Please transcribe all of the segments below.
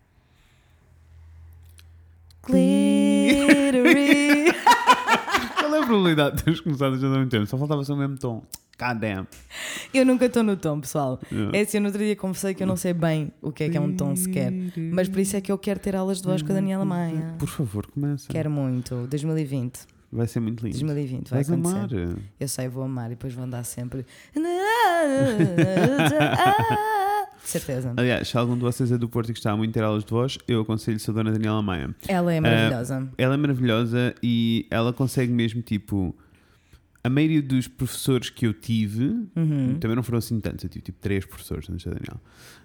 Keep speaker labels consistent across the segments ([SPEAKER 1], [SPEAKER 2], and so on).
[SPEAKER 1] glittery.
[SPEAKER 2] Qual é a probabilidade de teres começado já ao mesmo tempo? Só faltava ser o mesmo tom. God damn.
[SPEAKER 1] eu nunca estou no tom, pessoal.
[SPEAKER 2] Yeah.
[SPEAKER 1] É assim, eu no outro dia confessei que eu não sei bem o que é que é um tom sequer. Mas por isso é que eu quero ter aulas de voz com a
[SPEAKER 2] Hum,
[SPEAKER 1] Daniela Maia.
[SPEAKER 2] Por favor, começa.
[SPEAKER 1] Quero muito. 2020.
[SPEAKER 2] Vai ser muito lindo.
[SPEAKER 1] 2020 vai
[SPEAKER 2] Vais
[SPEAKER 1] acontecer.
[SPEAKER 2] amar.
[SPEAKER 1] Eu sei, vou amar e depois vou andar sempre. De certeza.
[SPEAKER 2] Aliás, se algum de vocês é do Porto e que está a muito ter aulas de voz, eu aconselho-se a Dona Daniela Maia.
[SPEAKER 1] Ela é maravilhosa.
[SPEAKER 2] Ela é maravilhosa e ela consegue mesmo, tipo... A maioria dos professores que eu tive,
[SPEAKER 1] Uhum.
[SPEAKER 2] também não foram assim tantos, eu tive tipo três professores antes da Daniela.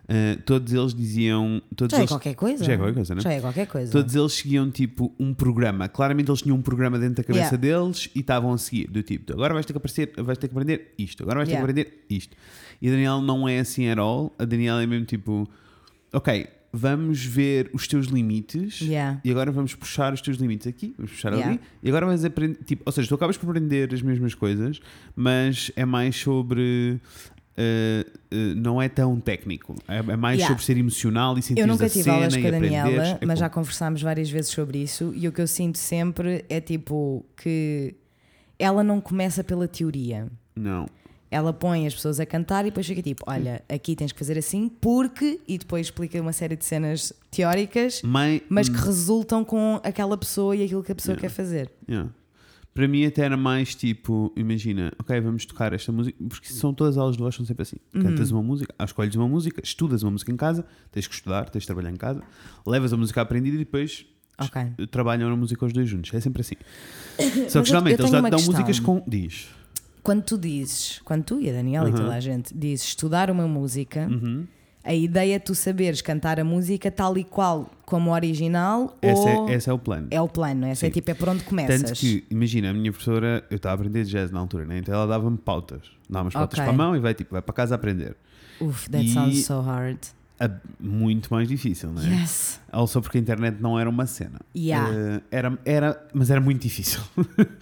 [SPEAKER 2] Ah, todos eles diziam... Todos
[SPEAKER 1] Já é
[SPEAKER 2] eles-
[SPEAKER 1] qualquer coisa.
[SPEAKER 2] Já é qualquer coisa, né?
[SPEAKER 1] Já é qualquer coisa.
[SPEAKER 2] Todos eles seguiam tipo um programa. Claramente eles tinham um programa dentro da cabeça
[SPEAKER 1] Yeah.
[SPEAKER 2] deles e estavam a seguir. Do tipo, agora vais ter que aparecer, vais ter que aprender isto, agora vais ter
[SPEAKER 1] Yeah.
[SPEAKER 2] que aprender isto. E a Daniela não é assim at all. A Daniela é mesmo tipo, ok, vamos ver os teus limites
[SPEAKER 1] Yeah.
[SPEAKER 2] e agora vamos puxar os teus limites aqui, vamos puxar ali
[SPEAKER 1] Yeah.
[SPEAKER 2] e agora vais aprender. Tipo, ou seja, tu acabas por aprender as mesmas coisas, mas é mais sobre. eh, eh, não é tão técnico, é, é mais
[SPEAKER 1] Yeah.
[SPEAKER 2] sobre ser emocional e sentir
[SPEAKER 1] Eu nunca
[SPEAKER 2] a
[SPEAKER 1] tive
[SPEAKER 2] cena
[SPEAKER 1] aulas
[SPEAKER 2] e
[SPEAKER 1] com a Daniela,
[SPEAKER 2] aprenderes. É
[SPEAKER 1] mas
[SPEAKER 2] com-
[SPEAKER 1] já conversámos várias vezes sobre isso. E o que eu sinto sempre é tipo que ela não começa pela teoria.
[SPEAKER 2] Não.
[SPEAKER 1] Ela põe as pessoas a cantar e depois fica tipo: Olha, aqui tens que fazer assim, porque. E depois explica uma série de cenas teóricas,
[SPEAKER 2] Mãe,
[SPEAKER 1] mas que resultam com aquela pessoa e aquilo que a pessoa quer fazer.
[SPEAKER 2] Hum. yeah. Para mim até era mais tipo, imagina, ok, vamos tocar esta música, porque são todas as aulas de voz são sempre assim.
[SPEAKER 1] Uhum.
[SPEAKER 2] Cantas uma música, ah, escolhes uma música, estudas uma música em casa, tens que estudar, tens de trabalhar em casa, levas a música aprendida e depois
[SPEAKER 1] Ok.
[SPEAKER 2] est- trabalham na música os dois juntos. É sempre assim. Só
[SPEAKER 1] eu-
[SPEAKER 2] que geralmente
[SPEAKER 1] eu tenho
[SPEAKER 2] eles dão
[SPEAKER 1] uma
[SPEAKER 2] dão
[SPEAKER 1] questão.
[SPEAKER 2] músicas com. Diz.
[SPEAKER 1] Quando tu dizes, quando tu e a Daniela e toda a gente dizes estudar uma música,
[SPEAKER 2] Uhum.
[SPEAKER 1] a ideia é tu saberes cantar a música tal e qual como a original
[SPEAKER 2] Esse,
[SPEAKER 1] ou
[SPEAKER 2] é, esse é o plano.
[SPEAKER 1] é o plano, essa é
[SPEAKER 2] Sim.
[SPEAKER 1] tipo é por onde começas.
[SPEAKER 2] Tanto que, imagina, a minha professora, eu estava a aprender jazz na altura, né? então ela dava-me pautas. Dá umas pautas
[SPEAKER 1] Ok.
[SPEAKER 2] para a mão e vai tipo, vai para casa aprender.
[SPEAKER 1] Uf, that
[SPEAKER 2] E-
[SPEAKER 1] sounds so hard.
[SPEAKER 2] A- muito mais difícil, não é?
[SPEAKER 1] Yes.
[SPEAKER 2] Ou só porque a internet não era uma cena.
[SPEAKER 1] Yeah.
[SPEAKER 2] Eh, era, era, mas era muito difícil.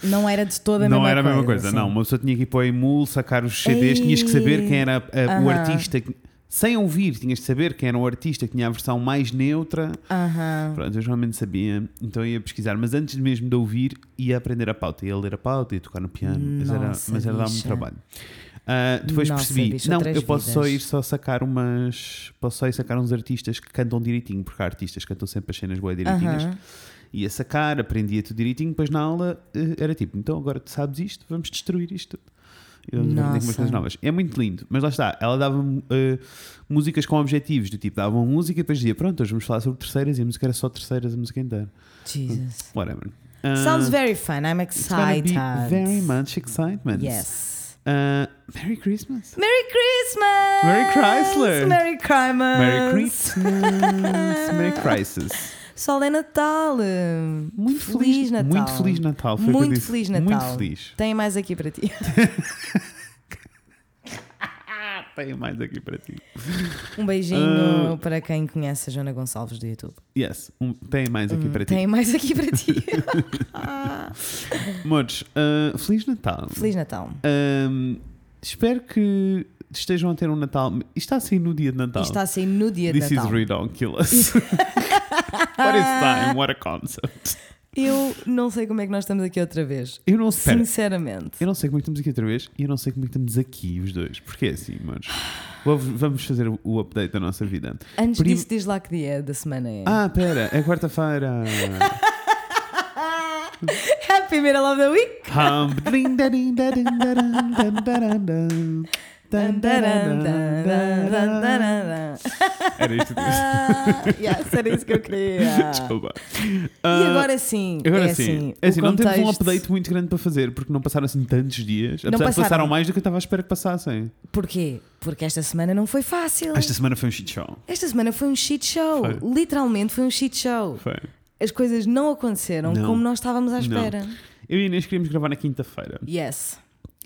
[SPEAKER 1] Não era de toda a mesma
[SPEAKER 2] não
[SPEAKER 1] coisa.
[SPEAKER 2] era a mesma coisa.
[SPEAKER 1] sim.
[SPEAKER 2] Não, uma pessoa tinha que ir para o Emul, sacar os CDs, tinhas que saber quem era eh,
[SPEAKER 1] Aham.
[SPEAKER 2] o artista. que- sem ouvir, tinhas de saber quem era o artista que tinha a versão mais neutra.
[SPEAKER 1] Aham.
[SPEAKER 2] Pronto, eu geralmente sabia, então ia pesquisar. Mas antes mesmo de ouvir, ia aprender a pauta. Ia ler a pauta, ia tocar no piano. Mas era,
[SPEAKER 1] Nossa,
[SPEAKER 2] mas era dar muito
[SPEAKER 1] bicha.
[SPEAKER 2] trabalho. Ah, depois
[SPEAKER 1] Nossa,
[SPEAKER 2] percebi,
[SPEAKER 1] bicha,
[SPEAKER 2] não,
[SPEAKER 1] outras
[SPEAKER 2] eu posso só
[SPEAKER 1] vidas.
[SPEAKER 2] ir só sacar umas. Posso só ir sacar uns artistas que cantam direitinho, porque há artistas que cantam sempre as cenas boas direitinhas.
[SPEAKER 1] Aham.
[SPEAKER 2] Ia sacar, aprendia tudo direitinho, depois na aula eh, era tipo, então agora tu sabes isto, vamos destruir isto. tudo." Eu aprendi algumas
[SPEAKER 1] Nossa.
[SPEAKER 2] coisas novas. É muito lindo, mas lá está, ela dava eh, músicas com objetivos, do tipo, dava uma música e depois dizia, pronto, hoje vamos falar sobre terceiras e a música era só terceiras, a música inteira.
[SPEAKER 1] Jesus.
[SPEAKER 2] Whatever. Ah,
[SPEAKER 1] Sounds very fun. I'm
[SPEAKER 2] it's gonna be
[SPEAKER 1] excited.
[SPEAKER 2] Very much excitement.
[SPEAKER 1] Yes.
[SPEAKER 2] Ah, Merry Christmas.
[SPEAKER 1] Merry Christmas.
[SPEAKER 2] Merry Chrysler.
[SPEAKER 1] Merry Christmas.
[SPEAKER 2] Merry Christmas. Merry Crisis.
[SPEAKER 1] Sol é Natal.
[SPEAKER 2] Muito feliz,
[SPEAKER 1] Natal.
[SPEAKER 2] Muito feliz Natal. Foi o que eu
[SPEAKER 1] Muito
[SPEAKER 2] disse.
[SPEAKER 1] feliz Natal.
[SPEAKER 2] Muito feliz.
[SPEAKER 1] Tem mais aqui para ti.
[SPEAKER 2] Ah, Tenho mais aqui para ti.
[SPEAKER 1] Um beijinho
[SPEAKER 2] Ah.
[SPEAKER 1] para quem conhece a Joana Gonçalves do YouTube.
[SPEAKER 2] Yes, um, tem mais aqui para
[SPEAKER 1] Hum, Tem
[SPEAKER 2] ti.
[SPEAKER 1] mais aqui para ti.
[SPEAKER 2] Amores, ah, Feliz Natal.
[SPEAKER 1] feliz Natal.
[SPEAKER 2] Ahm, espero que estejam a ter um Natal. Isto está a sair no dia de Natal.
[SPEAKER 1] Isto está a sair no dia
[SPEAKER 2] This
[SPEAKER 1] de
[SPEAKER 2] is
[SPEAKER 1] Natal.
[SPEAKER 2] ridiculous. What is time? What a concept.
[SPEAKER 1] Eu não sei como é que nós estamos aqui outra vez.
[SPEAKER 2] Eu não, espera,
[SPEAKER 1] Sinceramente.
[SPEAKER 2] eu não sei como é que estamos aqui outra vez e eu não sei como é que estamos aqui os dois. Porque é assim, amores. Vou- Vamos fazer o- o update da nossa vida.
[SPEAKER 1] Antes
[SPEAKER 2] Prim-
[SPEAKER 1] disso, diz lá que dia da semana é.
[SPEAKER 2] Ah, pera, é quarta-feira.
[SPEAKER 1] Happy Middle of the Week!
[SPEAKER 2] Hum, ding-da-ding-da-ding-da-dum,
[SPEAKER 1] Tan, taran, tan, tan, tan,
[SPEAKER 2] dum-da-dum-dum.
[SPEAKER 1] taran, tan.
[SPEAKER 2] Era isto mesmo.
[SPEAKER 1] Ah, yes, era isso que eu queria.
[SPEAKER 2] Desculpa.
[SPEAKER 1] E
[SPEAKER 2] Ah,
[SPEAKER 1] agora sim.
[SPEAKER 2] Agora
[SPEAKER 1] é
[SPEAKER 2] sim,
[SPEAKER 1] assim,
[SPEAKER 2] é assim
[SPEAKER 1] o
[SPEAKER 2] não temos um
[SPEAKER 1] contexto-
[SPEAKER 2] update muito grande para fazer porque não passaram assim tantos dias. Apesar de
[SPEAKER 1] passaram.
[SPEAKER 2] passaram mais do que eu estava à espera que passassem.
[SPEAKER 1] Porquê? Porque esta semana não foi fácil.
[SPEAKER 2] Esta semana foi um shit show.
[SPEAKER 1] Esta semana foi um shit show.
[SPEAKER 2] Foi.
[SPEAKER 1] Literalmente foi um shit show.
[SPEAKER 2] Foi.
[SPEAKER 1] As coisas não aconteceram
[SPEAKER 2] Não.
[SPEAKER 1] como nós estávamos à espera.
[SPEAKER 2] Eu e a Inês queríamos gravar na quinta-feira
[SPEAKER 1] Yes.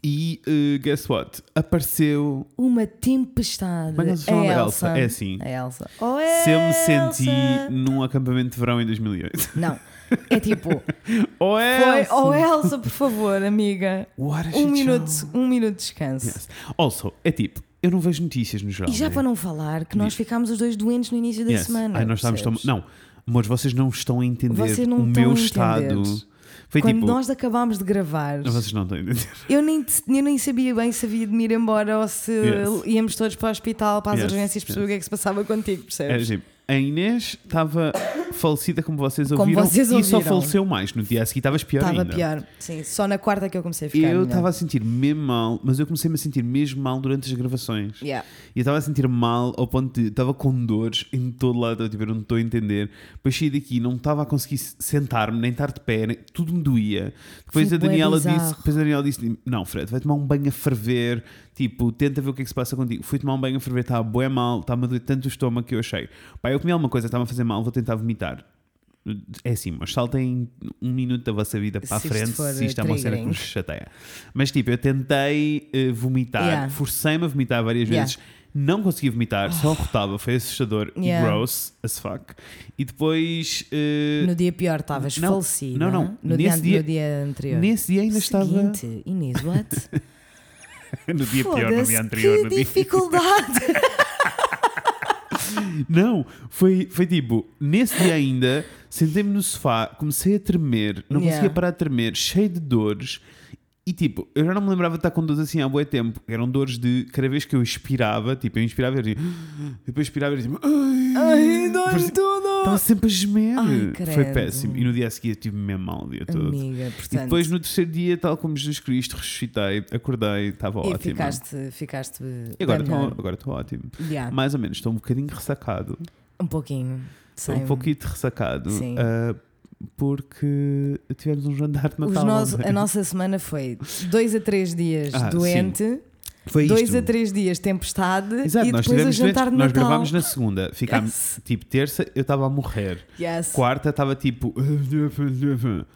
[SPEAKER 2] e eh, guess what? Apareceu.
[SPEAKER 1] Uma tempestade.
[SPEAKER 2] Como é que ela se
[SPEAKER 1] a
[SPEAKER 2] chama?
[SPEAKER 1] Elsa.
[SPEAKER 2] Elsa. É assim.
[SPEAKER 1] A Elsa. Oh,
[SPEAKER 2] Se eu me
[SPEAKER 1] Elsa.
[SPEAKER 2] senti num acampamento de verão em 2008.
[SPEAKER 1] Não. É tipo,
[SPEAKER 2] Oh,
[SPEAKER 1] foi,
[SPEAKER 2] Elsa!
[SPEAKER 1] oh Elsa, por favor, amiga.
[SPEAKER 2] What a shit
[SPEAKER 1] Um minuto,
[SPEAKER 2] show.
[SPEAKER 1] um minuto de descanso.
[SPEAKER 2] Yes. Also, é tipo, eu não vejo notícias no geral.
[SPEAKER 1] E já
[SPEAKER 2] né?
[SPEAKER 1] para não falar que nós ficámos os dois doentes no início da
[SPEAKER 2] Yes.
[SPEAKER 1] semana.
[SPEAKER 2] Ai, nós estávamos tão...
[SPEAKER 1] percebes?
[SPEAKER 2] Não, Mas vocês não estão a entender
[SPEAKER 1] Vocês não
[SPEAKER 2] o
[SPEAKER 1] estão
[SPEAKER 2] meu
[SPEAKER 1] a
[SPEAKER 2] estado.
[SPEAKER 1] entender.
[SPEAKER 2] Foi
[SPEAKER 1] Quando
[SPEAKER 2] tipo.
[SPEAKER 1] nós acabámos de gravar,
[SPEAKER 2] Vocês não estão a entender.
[SPEAKER 1] eu nem, eu nem sabia bem se havia de me ir embora ou se
[SPEAKER 2] Yes.
[SPEAKER 1] íamos todos para o hospital, para as
[SPEAKER 2] Yes,
[SPEAKER 1] urgências, perceber
[SPEAKER 2] yes.
[SPEAKER 1] o que é que se passava contigo,
[SPEAKER 2] É,
[SPEAKER 1] percebes?
[SPEAKER 2] tipo, a Inês estava falecida, como vocês
[SPEAKER 1] Como
[SPEAKER 2] ouviram,
[SPEAKER 1] vocês
[SPEAKER 2] e só
[SPEAKER 1] ouviram.
[SPEAKER 2] faleceu mais. No dia a seguir estavas É, pior
[SPEAKER 1] Estava
[SPEAKER 2] ainda.
[SPEAKER 1] pior. Sim, só na quarta que eu comecei a ficar.
[SPEAKER 2] Eu
[SPEAKER 1] melhor.
[SPEAKER 2] estava a sentir mesmo mal, mas eu comecei-me a sentir mesmo mal durante as gravações.
[SPEAKER 1] Yeah.
[SPEAKER 2] E eu estava a sentir mal ao ponto de. Estava com dores em todo lado, eu tipo, eu não estou a entender. Depois saí daqui, não estava a conseguir sentar-me, nem estar de pé, nem- tudo me doía. Depois
[SPEAKER 1] Foi
[SPEAKER 2] a
[SPEAKER 1] bué
[SPEAKER 2] Daniela disse:
[SPEAKER 1] bizarro.
[SPEAKER 2] depois a Daniela disse Não, Fred, vai tomar um banho a ferver, tipo, tenta ver o que é que se passa contigo. Fui tomar um banho a ferver, estava bué mal, estava-me a doer tanto o estômago que eu achei. Pá, eu comi alguma coisa, estava a fazer mal, vou tentar vomitar. É assim, mas saltem um minuto da vossa vida para
[SPEAKER 1] Se
[SPEAKER 2] a
[SPEAKER 1] isto
[SPEAKER 2] frente
[SPEAKER 1] for
[SPEAKER 2] se isto é uma cena que
[SPEAKER 1] triggering.
[SPEAKER 2] vos chateia. Mas tipo, eu tentei eh, vomitar,
[SPEAKER 1] Yeah.
[SPEAKER 2] forcei-me a vomitar várias
[SPEAKER 1] Yeah. Oh.
[SPEAKER 2] vezes, não consegui vomitar, só rotava, foi assustador
[SPEAKER 1] Yeah.
[SPEAKER 2] e gross as fuck. E depois, eh,
[SPEAKER 1] No dia pior estavas
[SPEAKER 2] Não,
[SPEAKER 1] falecida.
[SPEAKER 2] não, não.
[SPEAKER 1] No, dia,
[SPEAKER 2] Nesse dia-
[SPEAKER 1] no dia anterior.
[SPEAKER 2] nesse dia ainda estava.
[SPEAKER 1] Seguinte, Inês, what?
[SPEAKER 2] no dia pior, no
[SPEAKER 1] Foda-se,
[SPEAKER 2] dia anterior,
[SPEAKER 1] Que
[SPEAKER 2] no dia.
[SPEAKER 1] dificuldade!
[SPEAKER 2] Não, foi, foi tipo, nesse dia ainda, sentei-me no sofá, comecei a tremer, não
[SPEAKER 1] Yeah.
[SPEAKER 2] conseguia parar de tremer, cheio de dores. E tipo, eu já não me lembrava de estar com dores assim há bué tempo. Eram dores de cada vez que eu expirava, tipo, eu inspirava e era tipo, depois expirava e era tipo, ai,
[SPEAKER 1] Ai, dói-me
[SPEAKER 2] Parecia-
[SPEAKER 1] tudo!
[SPEAKER 2] estava sempre a gemer.
[SPEAKER 1] Ai,
[SPEAKER 2] Foi
[SPEAKER 1] credo.
[SPEAKER 2] péssimo. E no dia a seguir eu tive mesmo mal o dia todo.
[SPEAKER 1] Amiga,
[SPEAKER 2] E
[SPEAKER 1] portanto.
[SPEAKER 2] depois no terceiro dia, tal como Jesus Cristo, ressuscitei, acordei, estava
[SPEAKER 1] e
[SPEAKER 2] ótimo.
[SPEAKER 1] ficaste, Ah. ficaste
[SPEAKER 2] E
[SPEAKER 1] bem
[SPEAKER 2] agora então, estou
[SPEAKER 1] melhor.
[SPEAKER 2] agora estou ótimo.
[SPEAKER 1] Yeah,
[SPEAKER 2] Mais ou menos, estou um bocadinho ressacado.
[SPEAKER 1] Um pouquinho.
[SPEAKER 2] Estou
[SPEAKER 1] Sim.
[SPEAKER 2] um pouquinho de ressacado.
[SPEAKER 1] Sim.
[SPEAKER 2] ah, porque tivemos um jantar de
[SPEAKER 1] Os
[SPEAKER 2] Natal.
[SPEAKER 1] nós-
[SPEAKER 2] ontem.
[SPEAKER 1] a nossa semana foi dois a três dias
[SPEAKER 2] Ah,
[SPEAKER 1] doente,
[SPEAKER 2] Foi
[SPEAKER 1] dois
[SPEAKER 2] isto.
[SPEAKER 1] a três dias tempestade
[SPEAKER 2] Exato,
[SPEAKER 1] e
[SPEAKER 2] nós
[SPEAKER 1] depois o
[SPEAKER 2] tivemos
[SPEAKER 1] jantar
[SPEAKER 2] durante-
[SPEAKER 1] de
[SPEAKER 2] Nós
[SPEAKER 1] Natal.
[SPEAKER 2] gravámos na segunda. Ficámos,
[SPEAKER 1] Yes.
[SPEAKER 2] tipo, terça eu estava a morrer.
[SPEAKER 1] Yes. uh-huh.
[SPEAKER 2] Quarta estava tipo.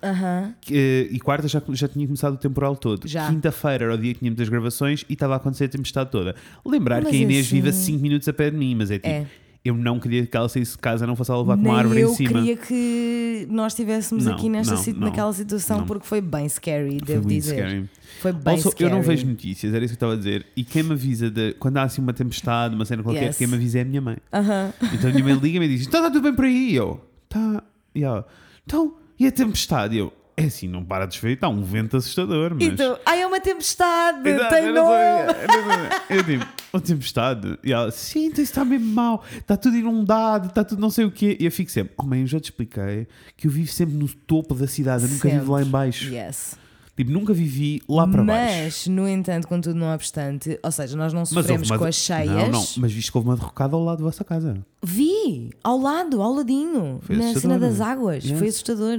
[SPEAKER 1] Aham.
[SPEAKER 2] Eh, e quarta já, já tinha começado o temporal todo.
[SPEAKER 1] Já.
[SPEAKER 2] Quinta-feira era o dia que tínhamos as gravações e estava a acontecer a tempestade toda. Lembrar
[SPEAKER 1] Mas
[SPEAKER 2] que a Inês
[SPEAKER 1] assim-
[SPEAKER 2] vive a 5 minutos a pé de mim, mas é tipo,
[SPEAKER 1] É.
[SPEAKER 2] eu não queria que ela saísse de casa, não fosse a levar com
[SPEAKER 1] Nem
[SPEAKER 2] uma árvore
[SPEAKER 1] eu
[SPEAKER 2] em cima.
[SPEAKER 1] queria que nós estivéssemos
[SPEAKER 2] Não,
[SPEAKER 1] aqui nesta
[SPEAKER 2] não,
[SPEAKER 1] situ-
[SPEAKER 2] não,
[SPEAKER 1] naquela situação
[SPEAKER 2] não.
[SPEAKER 1] porque foi bem scary,
[SPEAKER 2] Foi
[SPEAKER 1] devo
[SPEAKER 2] muito
[SPEAKER 1] dizer.
[SPEAKER 2] scary.
[SPEAKER 1] Foi bem
[SPEAKER 2] Also,
[SPEAKER 1] scary.
[SPEAKER 2] eu não vejo notícias, era isso que eu estava a dizer. E quem me avisa de quando há assim uma tempestade, uma cena qualquer,
[SPEAKER 1] Yes.
[SPEAKER 2] quem me avisa é a minha mãe.
[SPEAKER 1] Aham.
[SPEAKER 2] Então a minha mãe liga-me e diz: Está tá tudo bem por aí? E eu, tá. E ela, então, e a tempestade? E eu, é assim, não para de chover, está um vento assustador. Mas...
[SPEAKER 1] Então, ai, é uma tempestade,
[SPEAKER 2] Exato, é assim,
[SPEAKER 1] tem
[SPEAKER 2] eu não
[SPEAKER 1] nome.
[SPEAKER 2] sabia, eu não sabia. Eu digo, uma tempestade. E ela, sim, então isso está mesmo mal, está tudo inundado, está tudo não sei o quê. E eu fico sempre, oh mãe, eu já te expliquei que eu vivo sempre no topo da cidade, eu nunca vivo lá
[SPEAKER 1] Sempre.
[SPEAKER 2] embaixo.
[SPEAKER 1] Yes.
[SPEAKER 2] Tipo, nunca vivi lá para baixo.
[SPEAKER 1] Mas, no entanto, contudo, não obstante, ou seja, nós não sofremos
[SPEAKER 2] houve
[SPEAKER 1] com
[SPEAKER 2] uma-
[SPEAKER 1] as cheias.
[SPEAKER 2] Não, não, mas viste que houve uma derrocada ao lado da vossa casa.
[SPEAKER 1] Vi, ao lado, ao ladinho,
[SPEAKER 2] Foi
[SPEAKER 1] na
[SPEAKER 2] assustador,
[SPEAKER 1] cena das
[SPEAKER 2] não é?
[SPEAKER 1] águas.
[SPEAKER 2] Yes.
[SPEAKER 1] Foi assustador.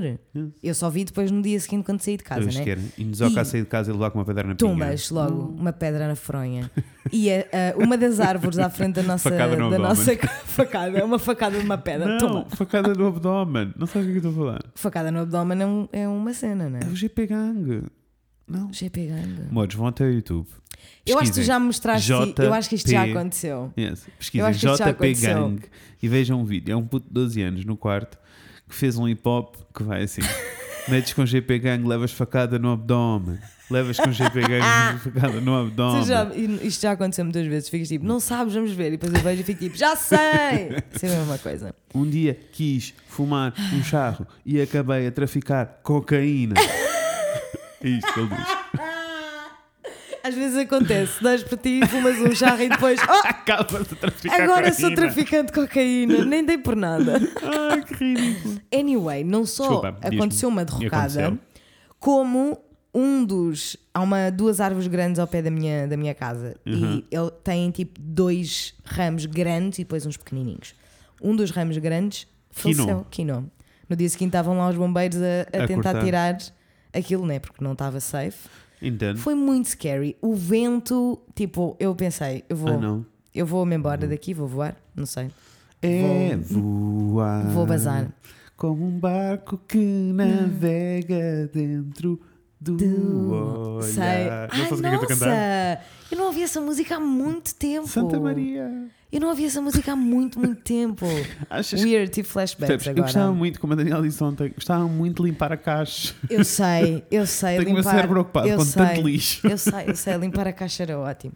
[SPEAKER 1] Eu só vi depois no dia seguinte quando saí de casa,
[SPEAKER 2] Sabes
[SPEAKER 1] né?
[SPEAKER 2] que era? E nos ao
[SPEAKER 1] E-
[SPEAKER 2] sair de casa e levar com uma pedra na pinga.
[SPEAKER 1] Tumbas logo uma pedra na fronha. E a- a- uma das árvores à frente da nossa.
[SPEAKER 2] Facada no
[SPEAKER 1] da
[SPEAKER 2] abdômen.
[SPEAKER 1] nossa facada, é uma facada de uma pedra.
[SPEAKER 2] Não,
[SPEAKER 1] Tumba.
[SPEAKER 2] facada no abdômen. Não sabes o que é que eu estou a falar.
[SPEAKER 1] Facada no abdômen é, um- é uma cena, né?
[SPEAKER 2] É o GP Gang. Não.
[SPEAKER 1] GP Ganga.
[SPEAKER 2] Amores, vão até o YouTube.
[SPEAKER 1] Eu acho que tu
[SPEAKER 2] Pesquisem.
[SPEAKER 1] já me mostraste. Eu acho que isto já
[SPEAKER 2] JP.
[SPEAKER 1] aconteceu.
[SPEAKER 2] Yes.
[SPEAKER 1] Eu
[SPEAKER 2] Pesquisem
[SPEAKER 1] acho que isto já
[SPEAKER 2] JP
[SPEAKER 1] aconteceu.
[SPEAKER 2] Gang e vejam um vídeo. É um puto de 12 anos no quarto que fez um hip hop que vai assim: metes com GP Gang, levas facada no abdômen. Levas com GP Gang, facada no
[SPEAKER 1] Tu
[SPEAKER 2] abdômen.
[SPEAKER 1] já- isto já aconteceu muitas vezes. Ficas tipo, não sabes, vamos ver. E depois eu vejo e fico tipo, já sei! Isso é a mesma coisa.
[SPEAKER 2] Um dia quis fumar um charro e acabei a traficar cocaína. É isto que ele diz.
[SPEAKER 1] Às vezes acontece, dás para ti, fumas um charro e depois. Oh,
[SPEAKER 2] Acaba de traficar
[SPEAKER 1] agora
[SPEAKER 2] cocaína.
[SPEAKER 1] sou traficante de cocaína, nem dei por nada.
[SPEAKER 2] Ai, que ridículo.
[SPEAKER 1] Anyway, não só
[SPEAKER 2] Desculpa, diz-me.
[SPEAKER 1] aconteceu uma derrocada,
[SPEAKER 2] Aconteceu.
[SPEAKER 1] como um dos. Há uma, duas árvores grandes ao pé da minha, da minha casa
[SPEAKER 2] Uhum.
[SPEAKER 1] e ele tem tipo dois ramos grandes e depois uns pequenininhos. Um dos ramos grandes faleceu, quinou. No dia seguinte estavam lá os bombeiros a, a
[SPEAKER 2] A
[SPEAKER 1] tentar
[SPEAKER 2] cortar.
[SPEAKER 1] tirar aquilo, né? Porque não estava safe.
[SPEAKER 2] Entendo.
[SPEAKER 1] Foi muito scary. O vento, tipo, eu pensei, eu
[SPEAKER 2] Ah,
[SPEAKER 1] vou,
[SPEAKER 2] não. Uhum.
[SPEAKER 1] eu vou-me embora daqui, vou voar, não sei.
[SPEAKER 2] É voar.
[SPEAKER 1] Vou bazar.
[SPEAKER 2] Como um barco que navega dentro do, olhar.
[SPEAKER 1] Sei.
[SPEAKER 2] Não
[SPEAKER 1] Ai,
[SPEAKER 2] é sabes o que é que eu estou a cantar?
[SPEAKER 1] nossa! Eu não ouvi essa música há muito tempo.
[SPEAKER 2] Santa Maria.
[SPEAKER 1] Eu não ouvi essa música há muito, muito tempo.
[SPEAKER 2] Achas que-
[SPEAKER 1] Weird, tive flashbacks
[SPEAKER 2] Percebes? Eu
[SPEAKER 1] agora.
[SPEAKER 2] gostava muito, como a Daniela disse ontem, gostava muito de limpar a caixa.
[SPEAKER 1] Eu sei, eu sei.
[SPEAKER 2] Tenho o meu
[SPEAKER 1] É limpar-
[SPEAKER 2] cérebro ocupado
[SPEAKER 1] eu
[SPEAKER 2] com
[SPEAKER 1] sei,
[SPEAKER 2] tanto lixo.
[SPEAKER 1] Eu sei, eu sei. Limpar a caixa era ótimo.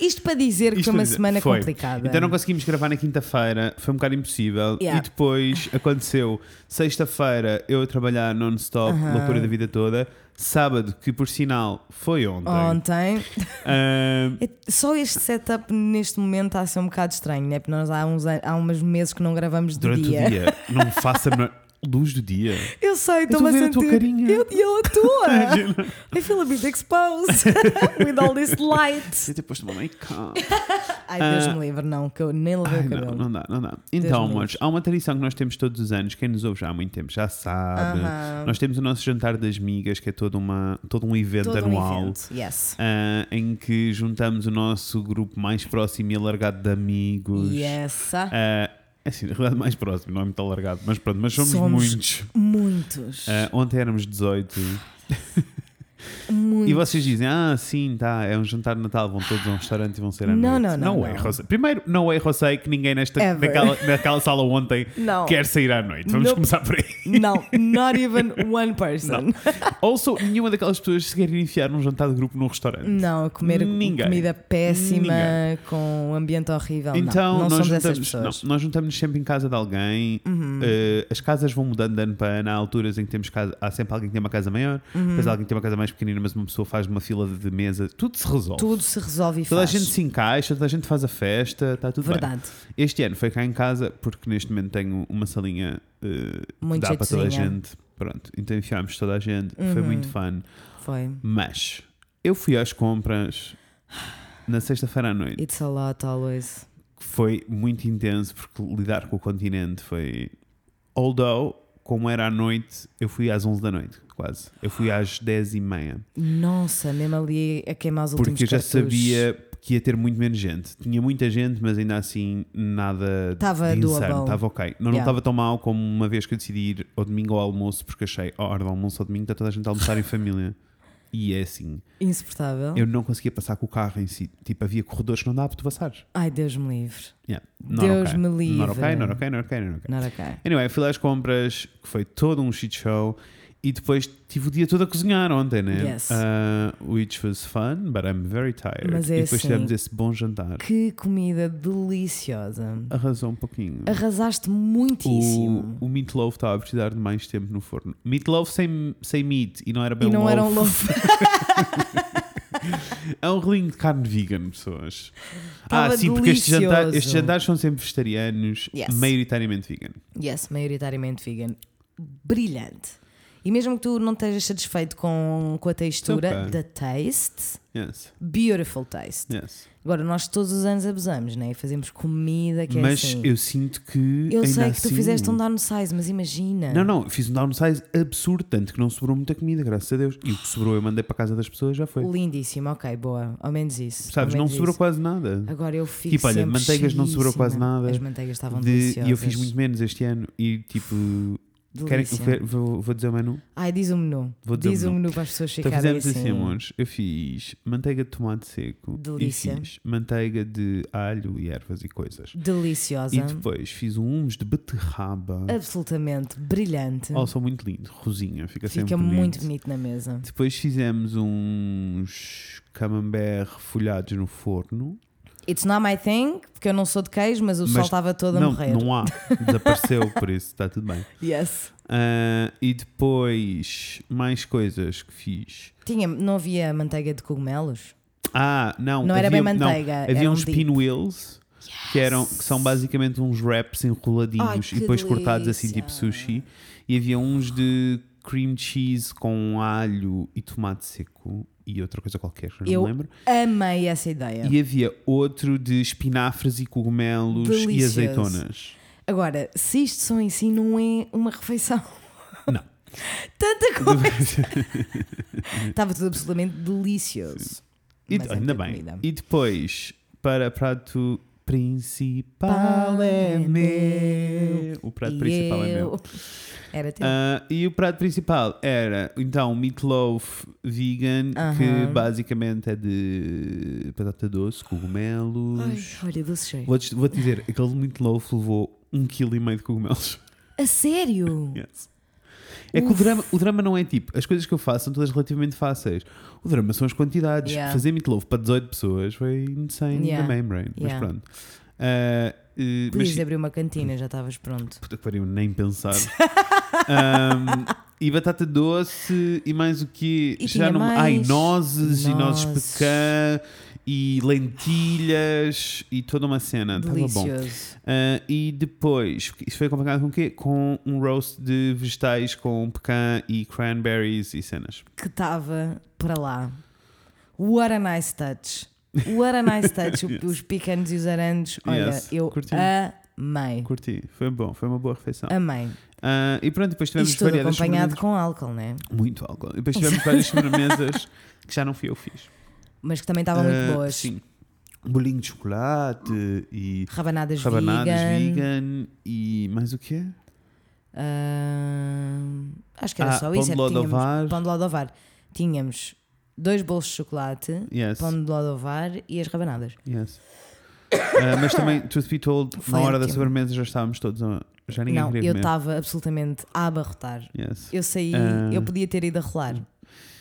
[SPEAKER 1] Isto para dizer que
[SPEAKER 2] Isto
[SPEAKER 1] foi uma
[SPEAKER 2] a dizer,
[SPEAKER 1] semana
[SPEAKER 2] foi.
[SPEAKER 1] complicada.
[SPEAKER 2] Então não conseguimos gravar na quinta-feira, foi um bocado impossível.
[SPEAKER 1] Yeah.
[SPEAKER 2] E depois aconteceu sexta-feira eu a trabalhar non-stop,
[SPEAKER 1] Aham.
[SPEAKER 2] loucura da vida toda. Sábado, que por sinal foi ontem.
[SPEAKER 1] Ontem.
[SPEAKER 2] Ahm,
[SPEAKER 1] É- Só este setup neste momento está a ser um bocado estranho, né? Porque nós há uns, an- há uns meses que não gravamos de
[SPEAKER 2] durante
[SPEAKER 1] dia.
[SPEAKER 2] o dia, não faça a menor- luz do dia.
[SPEAKER 1] Eu sei,
[SPEAKER 2] estou
[SPEAKER 1] estou-me a
[SPEAKER 2] a ver a
[SPEAKER 1] sentir.
[SPEAKER 2] tua carinha.
[SPEAKER 1] Eu, e eu a tua. I feel a bit exposed with all this light.
[SPEAKER 2] Você ter posto uma tipo, make-up.
[SPEAKER 1] Ai, Deus
[SPEAKER 2] Ah.
[SPEAKER 1] me livre, não, que eu nem lavei
[SPEAKER 2] Ai,
[SPEAKER 1] o cabelo.
[SPEAKER 2] não, não dá, não dá. Então,
[SPEAKER 1] me livre.
[SPEAKER 2] amores, há uma tradição que nós temos todos os anos, quem nos ouve já há muito tempo já sabe.
[SPEAKER 1] Aham.
[SPEAKER 2] Nós temos o nosso jantar das migas, que é todo, uma, todo um evento
[SPEAKER 1] Todo um
[SPEAKER 2] anual.
[SPEAKER 1] evento. Yes.
[SPEAKER 2] ah, em que juntamos o nosso grupo mais próximo e alargado de amigos.
[SPEAKER 1] Yes. ah.
[SPEAKER 2] Ah, assim, na realidade, mais próximo, não é muito alargado, mas pronto, mas somos,
[SPEAKER 1] Somos-
[SPEAKER 2] muitos.
[SPEAKER 1] Muitos.
[SPEAKER 2] Ah, ontem éramos 18.
[SPEAKER 1] Muitos.
[SPEAKER 2] E vocês dizem, ah, sim, tá, é um jantar de Natal, vão todos a um restaurante e vão ser à
[SPEAKER 1] Não,
[SPEAKER 2] noite.
[SPEAKER 1] não, não,
[SPEAKER 2] é,
[SPEAKER 1] não.
[SPEAKER 2] Rosé. Primeiro, não é, Rosé, que ninguém nesta,
[SPEAKER 1] Ever.
[SPEAKER 2] naquela, naquela sala ontem
[SPEAKER 1] Não.
[SPEAKER 2] quer sair à noite. Vamos
[SPEAKER 1] Nope.
[SPEAKER 2] começar por aí.
[SPEAKER 1] Não, not even one person.
[SPEAKER 2] Also, nenhuma daquelas pessoas se quer enfiar num jantar de grupo num restaurante.
[SPEAKER 1] Não, comer
[SPEAKER 2] Ninguém.
[SPEAKER 1] comida péssima,
[SPEAKER 2] Ninguém.
[SPEAKER 1] com um ambiente horrível.
[SPEAKER 2] Então,
[SPEAKER 1] não, não
[SPEAKER 2] nós,
[SPEAKER 1] somos essas
[SPEAKER 2] juntamos,
[SPEAKER 1] pessoas. Uhum.
[SPEAKER 2] não, nós juntamos sempre em casa de alguém. Eh, as casas vão mudando de ano para ano. Há alturas em que temos casa, há sempre alguém que tem uma casa maior,
[SPEAKER 1] Uhum.
[SPEAKER 2] depois alguém que tem uma casa mais pequenina, mas uma pessoa faz uma fila de mesa. Tudo se resolve.
[SPEAKER 1] Tudo se resolve e
[SPEAKER 2] Toda
[SPEAKER 1] faz.
[SPEAKER 2] a gente se encaixa, toda a gente faz a festa, está tudo
[SPEAKER 1] Verdade.
[SPEAKER 2] bem. Este ano foi cá em casa, porque neste momento tenho uma salinha eh, que
[SPEAKER 1] Muito
[SPEAKER 2] dá para toda a
[SPEAKER 1] jeitozinha.
[SPEAKER 2] gente. Pronto, então enfiámos toda a gente, foi muito fun.
[SPEAKER 1] Foi.
[SPEAKER 2] Mas eu fui às compras na sexta-feira à noite.
[SPEAKER 1] It's a lot always.
[SPEAKER 2] que foi muito intenso porque lidar com o continente foi. Although, como era à noite, eu fui às 11 da noite, quase. Eu fui às 10 e meia.
[SPEAKER 1] Nossa, mesmo ali a queimar os últimos
[SPEAKER 2] Porque eu já
[SPEAKER 1] cartuchos.
[SPEAKER 2] sabia que ia ter muito menos gente. Tinha muita gente, mas ainda assim nada
[SPEAKER 1] Tava
[SPEAKER 2] de insano.
[SPEAKER 1] doable.
[SPEAKER 2] Estava ok. Não, não
[SPEAKER 1] Yeah.
[SPEAKER 2] estava tão mal como uma vez que eu decidi ir ao domingo ao almoço, porque achei, oh, hora do almoço ao domingo, está toda a gente a almoçar em família. E é assim.
[SPEAKER 1] Insuportável.
[SPEAKER 2] Eu não conseguia passar com o carro em si. Tipo, havia corredores que não dava para tu passares.
[SPEAKER 1] Ai, Deus me livre.
[SPEAKER 2] Yeah. Not
[SPEAKER 1] Deus
[SPEAKER 2] okay.
[SPEAKER 1] me
[SPEAKER 2] Not ok,
[SPEAKER 1] livre.
[SPEAKER 2] not ok, not ok, not ok.
[SPEAKER 1] Not okay.
[SPEAKER 2] Anyway, fui lá às compras, que foi todo um shit show. E depois tive o dia todo a cozinhar ontem, né?
[SPEAKER 1] Yes.
[SPEAKER 2] Ah, which was fun, but I'm very tired.
[SPEAKER 1] Mas é
[SPEAKER 2] e depois
[SPEAKER 1] assim.
[SPEAKER 2] tivemos esse bom jantar.
[SPEAKER 1] Que comida deliciosa.
[SPEAKER 2] Arrasou um pouquinho.
[SPEAKER 1] Arrasaste muitíssimo.
[SPEAKER 2] O, o meatloaf estava a precisar de mais tempo no forno. Meatloaf sem, sem meat e não era
[SPEAKER 1] e
[SPEAKER 2] bem um
[SPEAKER 1] não
[SPEAKER 2] loaf.
[SPEAKER 1] era um loaf.
[SPEAKER 2] É um rolinho de carne vegan, pessoas. ah,
[SPEAKER 1] Estava
[SPEAKER 2] sim, porque estes,
[SPEAKER 1] delicioso.
[SPEAKER 2] jantar- estes jantares são sempre vegetarianos,
[SPEAKER 1] Yes.
[SPEAKER 2] maioritariamente vegan.
[SPEAKER 1] Yes, maioritariamente vegan. Brilhante. E mesmo que tu não estejas satisfeito com, com a textura,
[SPEAKER 2] ok.
[SPEAKER 1] the taste,
[SPEAKER 2] Yes,
[SPEAKER 1] beautiful taste.
[SPEAKER 2] yes.
[SPEAKER 1] Agora, nós todos os anos abusamos, né? E fazemos comida que é
[SPEAKER 2] Mas
[SPEAKER 1] assim.
[SPEAKER 2] eu sinto que.
[SPEAKER 1] Eu
[SPEAKER 2] ainda
[SPEAKER 1] sei que tu
[SPEAKER 2] assim-
[SPEAKER 1] fizeste um downsize, mas imagina.
[SPEAKER 2] Não, não, fiz um downsize absurdo, tanto que não sobrou muita comida, graças a Deus. E o que sobrou eu mandei para casa das pessoas já foi.
[SPEAKER 1] Lindíssimo, ok, boa. Ao menos isso.
[SPEAKER 2] Sabes,
[SPEAKER 1] ao
[SPEAKER 2] não
[SPEAKER 1] menos
[SPEAKER 2] sobrou
[SPEAKER 1] isso.
[SPEAKER 2] quase nada.
[SPEAKER 1] Agora eu fico
[SPEAKER 2] Tipo, olha,
[SPEAKER 1] sempre
[SPEAKER 2] manteigas não sobrou quase
[SPEAKER 1] cheíssima.
[SPEAKER 2] nada.
[SPEAKER 1] As manteigas estavam
[SPEAKER 2] De-
[SPEAKER 1] deliciosas.
[SPEAKER 2] e eu fiz muito menos este ano. E tipo, querem,
[SPEAKER 1] Delícia.
[SPEAKER 2] quer- vou, vou dizer o menu.
[SPEAKER 1] Ai, diz o menu.
[SPEAKER 2] Vou dizer
[SPEAKER 1] diz o
[SPEAKER 2] o menu.
[SPEAKER 1] menu para as pessoas
[SPEAKER 2] Então
[SPEAKER 1] ficarem
[SPEAKER 2] fizemos
[SPEAKER 1] assim.
[SPEAKER 2] assim, amores. Eu fiz manteiga de tomate seco.
[SPEAKER 1] Delícia.
[SPEAKER 2] E fiz manteiga de alho e ervas e coisas.
[SPEAKER 1] Deliciosa.
[SPEAKER 2] E depois fiz um humus de beterraba.
[SPEAKER 1] Absolutamente brilhante.
[SPEAKER 2] Oh, são muito lindo. Rosinha, fica, sempre
[SPEAKER 1] Fica muito bonito na mesa.
[SPEAKER 2] Depois fizemos uns camembert folhados no forno.
[SPEAKER 1] It's not my thing, porque eu não sou de queijo, mas o
[SPEAKER 2] Mas
[SPEAKER 1] sol estava todo a
[SPEAKER 2] não,
[SPEAKER 1] morrer.
[SPEAKER 2] não há. Desapareceu, por isso está tudo bem.
[SPEAKER 1] Yes.
[SPEAKER 2] Ah, e depois, mais coisas que fiz.
[SPEAKER 1] Tinha, não havia manteiga de cogumelos?
[SPEAKER 2] Ah, não.
[SPEAKER 1] Não era
[SPEAKER 2] havia-
[SPEAKER 1] bem manteiga,
[SPEAKER 2] havia
[SPEAKER 1] era um
[SPEAKER 2] uns
[SPEAKER 1] dip.
[SPEAKER 2] pinwheels que, eram, que são basicamente uns wraps enroladinhos
[SPEAKER 1] Ai,
[SPEAKER 2] e
[SPEAKER 1] que
[SPEAKER 2] depois cortados assim,
[SPEAKER 1] delícia.
[SPEAKER 2] tipo sushi. E havia uns de cream cheese com alho e tomate seco e outra coisa qualquer, que eu não
[SPEAKER 1] Eu
[SPEAKER 2] me lembro.
[SPEAKER 1] Amei essa ideia.
[SPEAKER 2] E havia outro de espinafres e cogumelos e
[SPEAKER 1] Delicioso.
[SPEAKER 2] azeitonas.
[SPEAKER 1] Agora, se isto só em si não é uma refeição.
[SPEAKER 2] Não.
[SPEAKER 1] Tanta coisa. Estava tudo absolutamente delicioso.
[SPEAKER 2] E,
[SPEAKER 1] Mas é
[SPEAKER 2] ainda
[SPEAKER 1] muita
[SPEAKER 2] bem.
[SPEAKER 1] comida.
[SPEAKER 2] E depois, para prato principal é meu. O prato
[SPEAKER 1] E
[SPEAKER 2] principal é
[SPEAKER 1] eu-
[SPEAKER 2] meu.
[SPEAKER 1] Era teu.
[SPEAKER 2] Ah, e o prato principal era então um meatloaf vegan que
[SPEAKER 1] Aham.
[SPEAKER 2] basicamente é de batata doce,
[SPEAKER 1] Ai,
[SPEAKER 2] cogumelos.
[SPEAKER 1] olha, doce cheio.
[SPEAKER 2] Vou-te vou-te dizer, aquele meatloaf levou um quilo e meio de cogumelos.
[SPEAKER 1] A sério?
[SPEAKER 2] Yes. É que o drama, o drama não é tipo, as coisas que eu faço são todas relativamente fáceis. O drama são as quantidades.
[SPEAKER 1] Yeah.
[SPEAKER 2] Fazer meatloaf para 18 pessoas foi insane
[SPEAKER 1] Yeah.
[SPEAKER 2] na main brain. Mas
[SPEAKER 1] Yeah. é.
[SPEAKER 2] pronto. Ah, eh, mas
[SPEAKER 1] Podias
[SPEAKER 2] sim,
[SPEAKER 1] abrir uma cantina, já estavas pronto.
[SPEAKER 2] Puta que pariu, nem pensar. Ahm, e batata doce e mais o quê?
[SPEAKER 1] E
[SPEAKER 2] Já
[SPEAKER 1] tinha
[SPEAKER 2] não... Ai,
[SPEAKER 1] mais
[SPEAKER 2] nozes, e nozes
[SPEAKER 1] nozes.
[SPEAKER 2] pecan e lentilhas e toda uma cena. Estava Ah, bom.
[SPEAKER 1] Delicioso.
[SPEAKER 2] Ah, e depois, isso foi acompanhado com o quê? Com um roast de vegetais com pecan e cranberries e cenas.
[SPEAKER 1] Que estava para lá. What a nice touch. What a nice touch. O- Os picanos e os arandos. Olha,
[SPEAKER 2] Yes,
[SPEAKER 1] eu
[SPEAKER 2] curti.
[SPEAKER 1] amei.
[SPEAKER 2] Curti, foi bom, foi uma boa refeição.
[SPEAKER 1] Amei.
[SPEAKER 2] Ah, e pronto, depois tivemos
[SPEAKER 1] É. Isto tudo
[SPEAKER 2] variadas
[SPEAKER 1] acompanhado com álcool, né?
[SPEAKER 2] sobremesas- Muito álcool. E depois tivemos várias sobremesas que já não fui eu que fiz.
[SPEAKER 1] Mas que também estavam
[SPEAKER 2] Ah,
[SPEAKER 1] muito boas.
[SPEAKER 2] Sim. Bolinho de chocolate e
[SPEAKER 1] Rabanadas,
[SPEAKER 2] rabanadas
[SPEAKER 1] vegan.
[SPEAKER 2] vegan. e mais o quê?
[SPEAKER 1] Ahn, acho que era
[SPEAKER 2] Ah,
[SPEAKER 1] só
[SPEAKER 2] pão
[SPEAKER 1] isso.
[SPEAKER 2] de
[SPEAKER 1] é que tínhamos-
[SPEAKER 2] Lodovar.
[SPEAKER 1] Pão de Lodovar. Tínhamos dois bolos de chocolate,
[SPEAKER 2] Yes.
[SPEAKER 1] pão de Lodovar e as rabanadas.
[SPEAKER 2] yes. Ah, mas também, truth be told,
[SPEAKER 1] Foi
[SPEAKER 2] na hora da
[SPEAKER 1] ótimo.
[SPEAKER 2] sobremesa já estávamos todos a. Já ninguém
[SPEAKER 1] Não,
[SPEAKER 2] queria
[SPEAKER 1] eu
[SPEAKER 2] comer.
[SPEAKER 1] estava absolutamente a abarrotar.
[SPEAKER 2] Yes.
[SPEAKER 1] Eu saí,
[SPEAKER 2] Ah.
[SPEAKER 1] eu podia ter ido a rolar.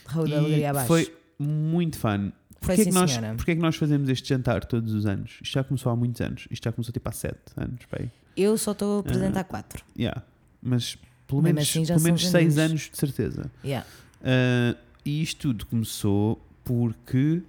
[SPEAKER 1] Rua da
[SPEAKER 2] E
[SPEAKER 1] alegria abaixo.
[SPEAKER 2] Foi muito fun.
[SPEAKER 1] Foi
[SPEAKER 2] Porquê, é
[SPEAKER 1] sim,
[SPEAKER 2] que nós,
[SPEAKER 1] senhora.
[SPEAKER 2] porquê é que nós fazemos este jantar todos os anos? Isto já começou há muitos anos. Isto já começou tipo há 7 anos, pai.
[SPEAKER 1] Eu só estou presente
[SPEAKER 2] Ah.
[SPEAKER 1] há quatro.
[SPEAKER 2] Yeah. Mas pelo
[SPEAKER 1] Mesmo
[SPEAKER 2] menos,
[SPEAKER 1] assim já
[SPEAKER 2] pelo
[SPEAKER 1] são
[SPEAKER 2] menos 6
[SPEAKER 1] grandes.
[SPEAKER 2] anos de certeza.
[SPEAKER 1] Yeah.
[SPEAKER 2] Ah, e isto tudo começou porque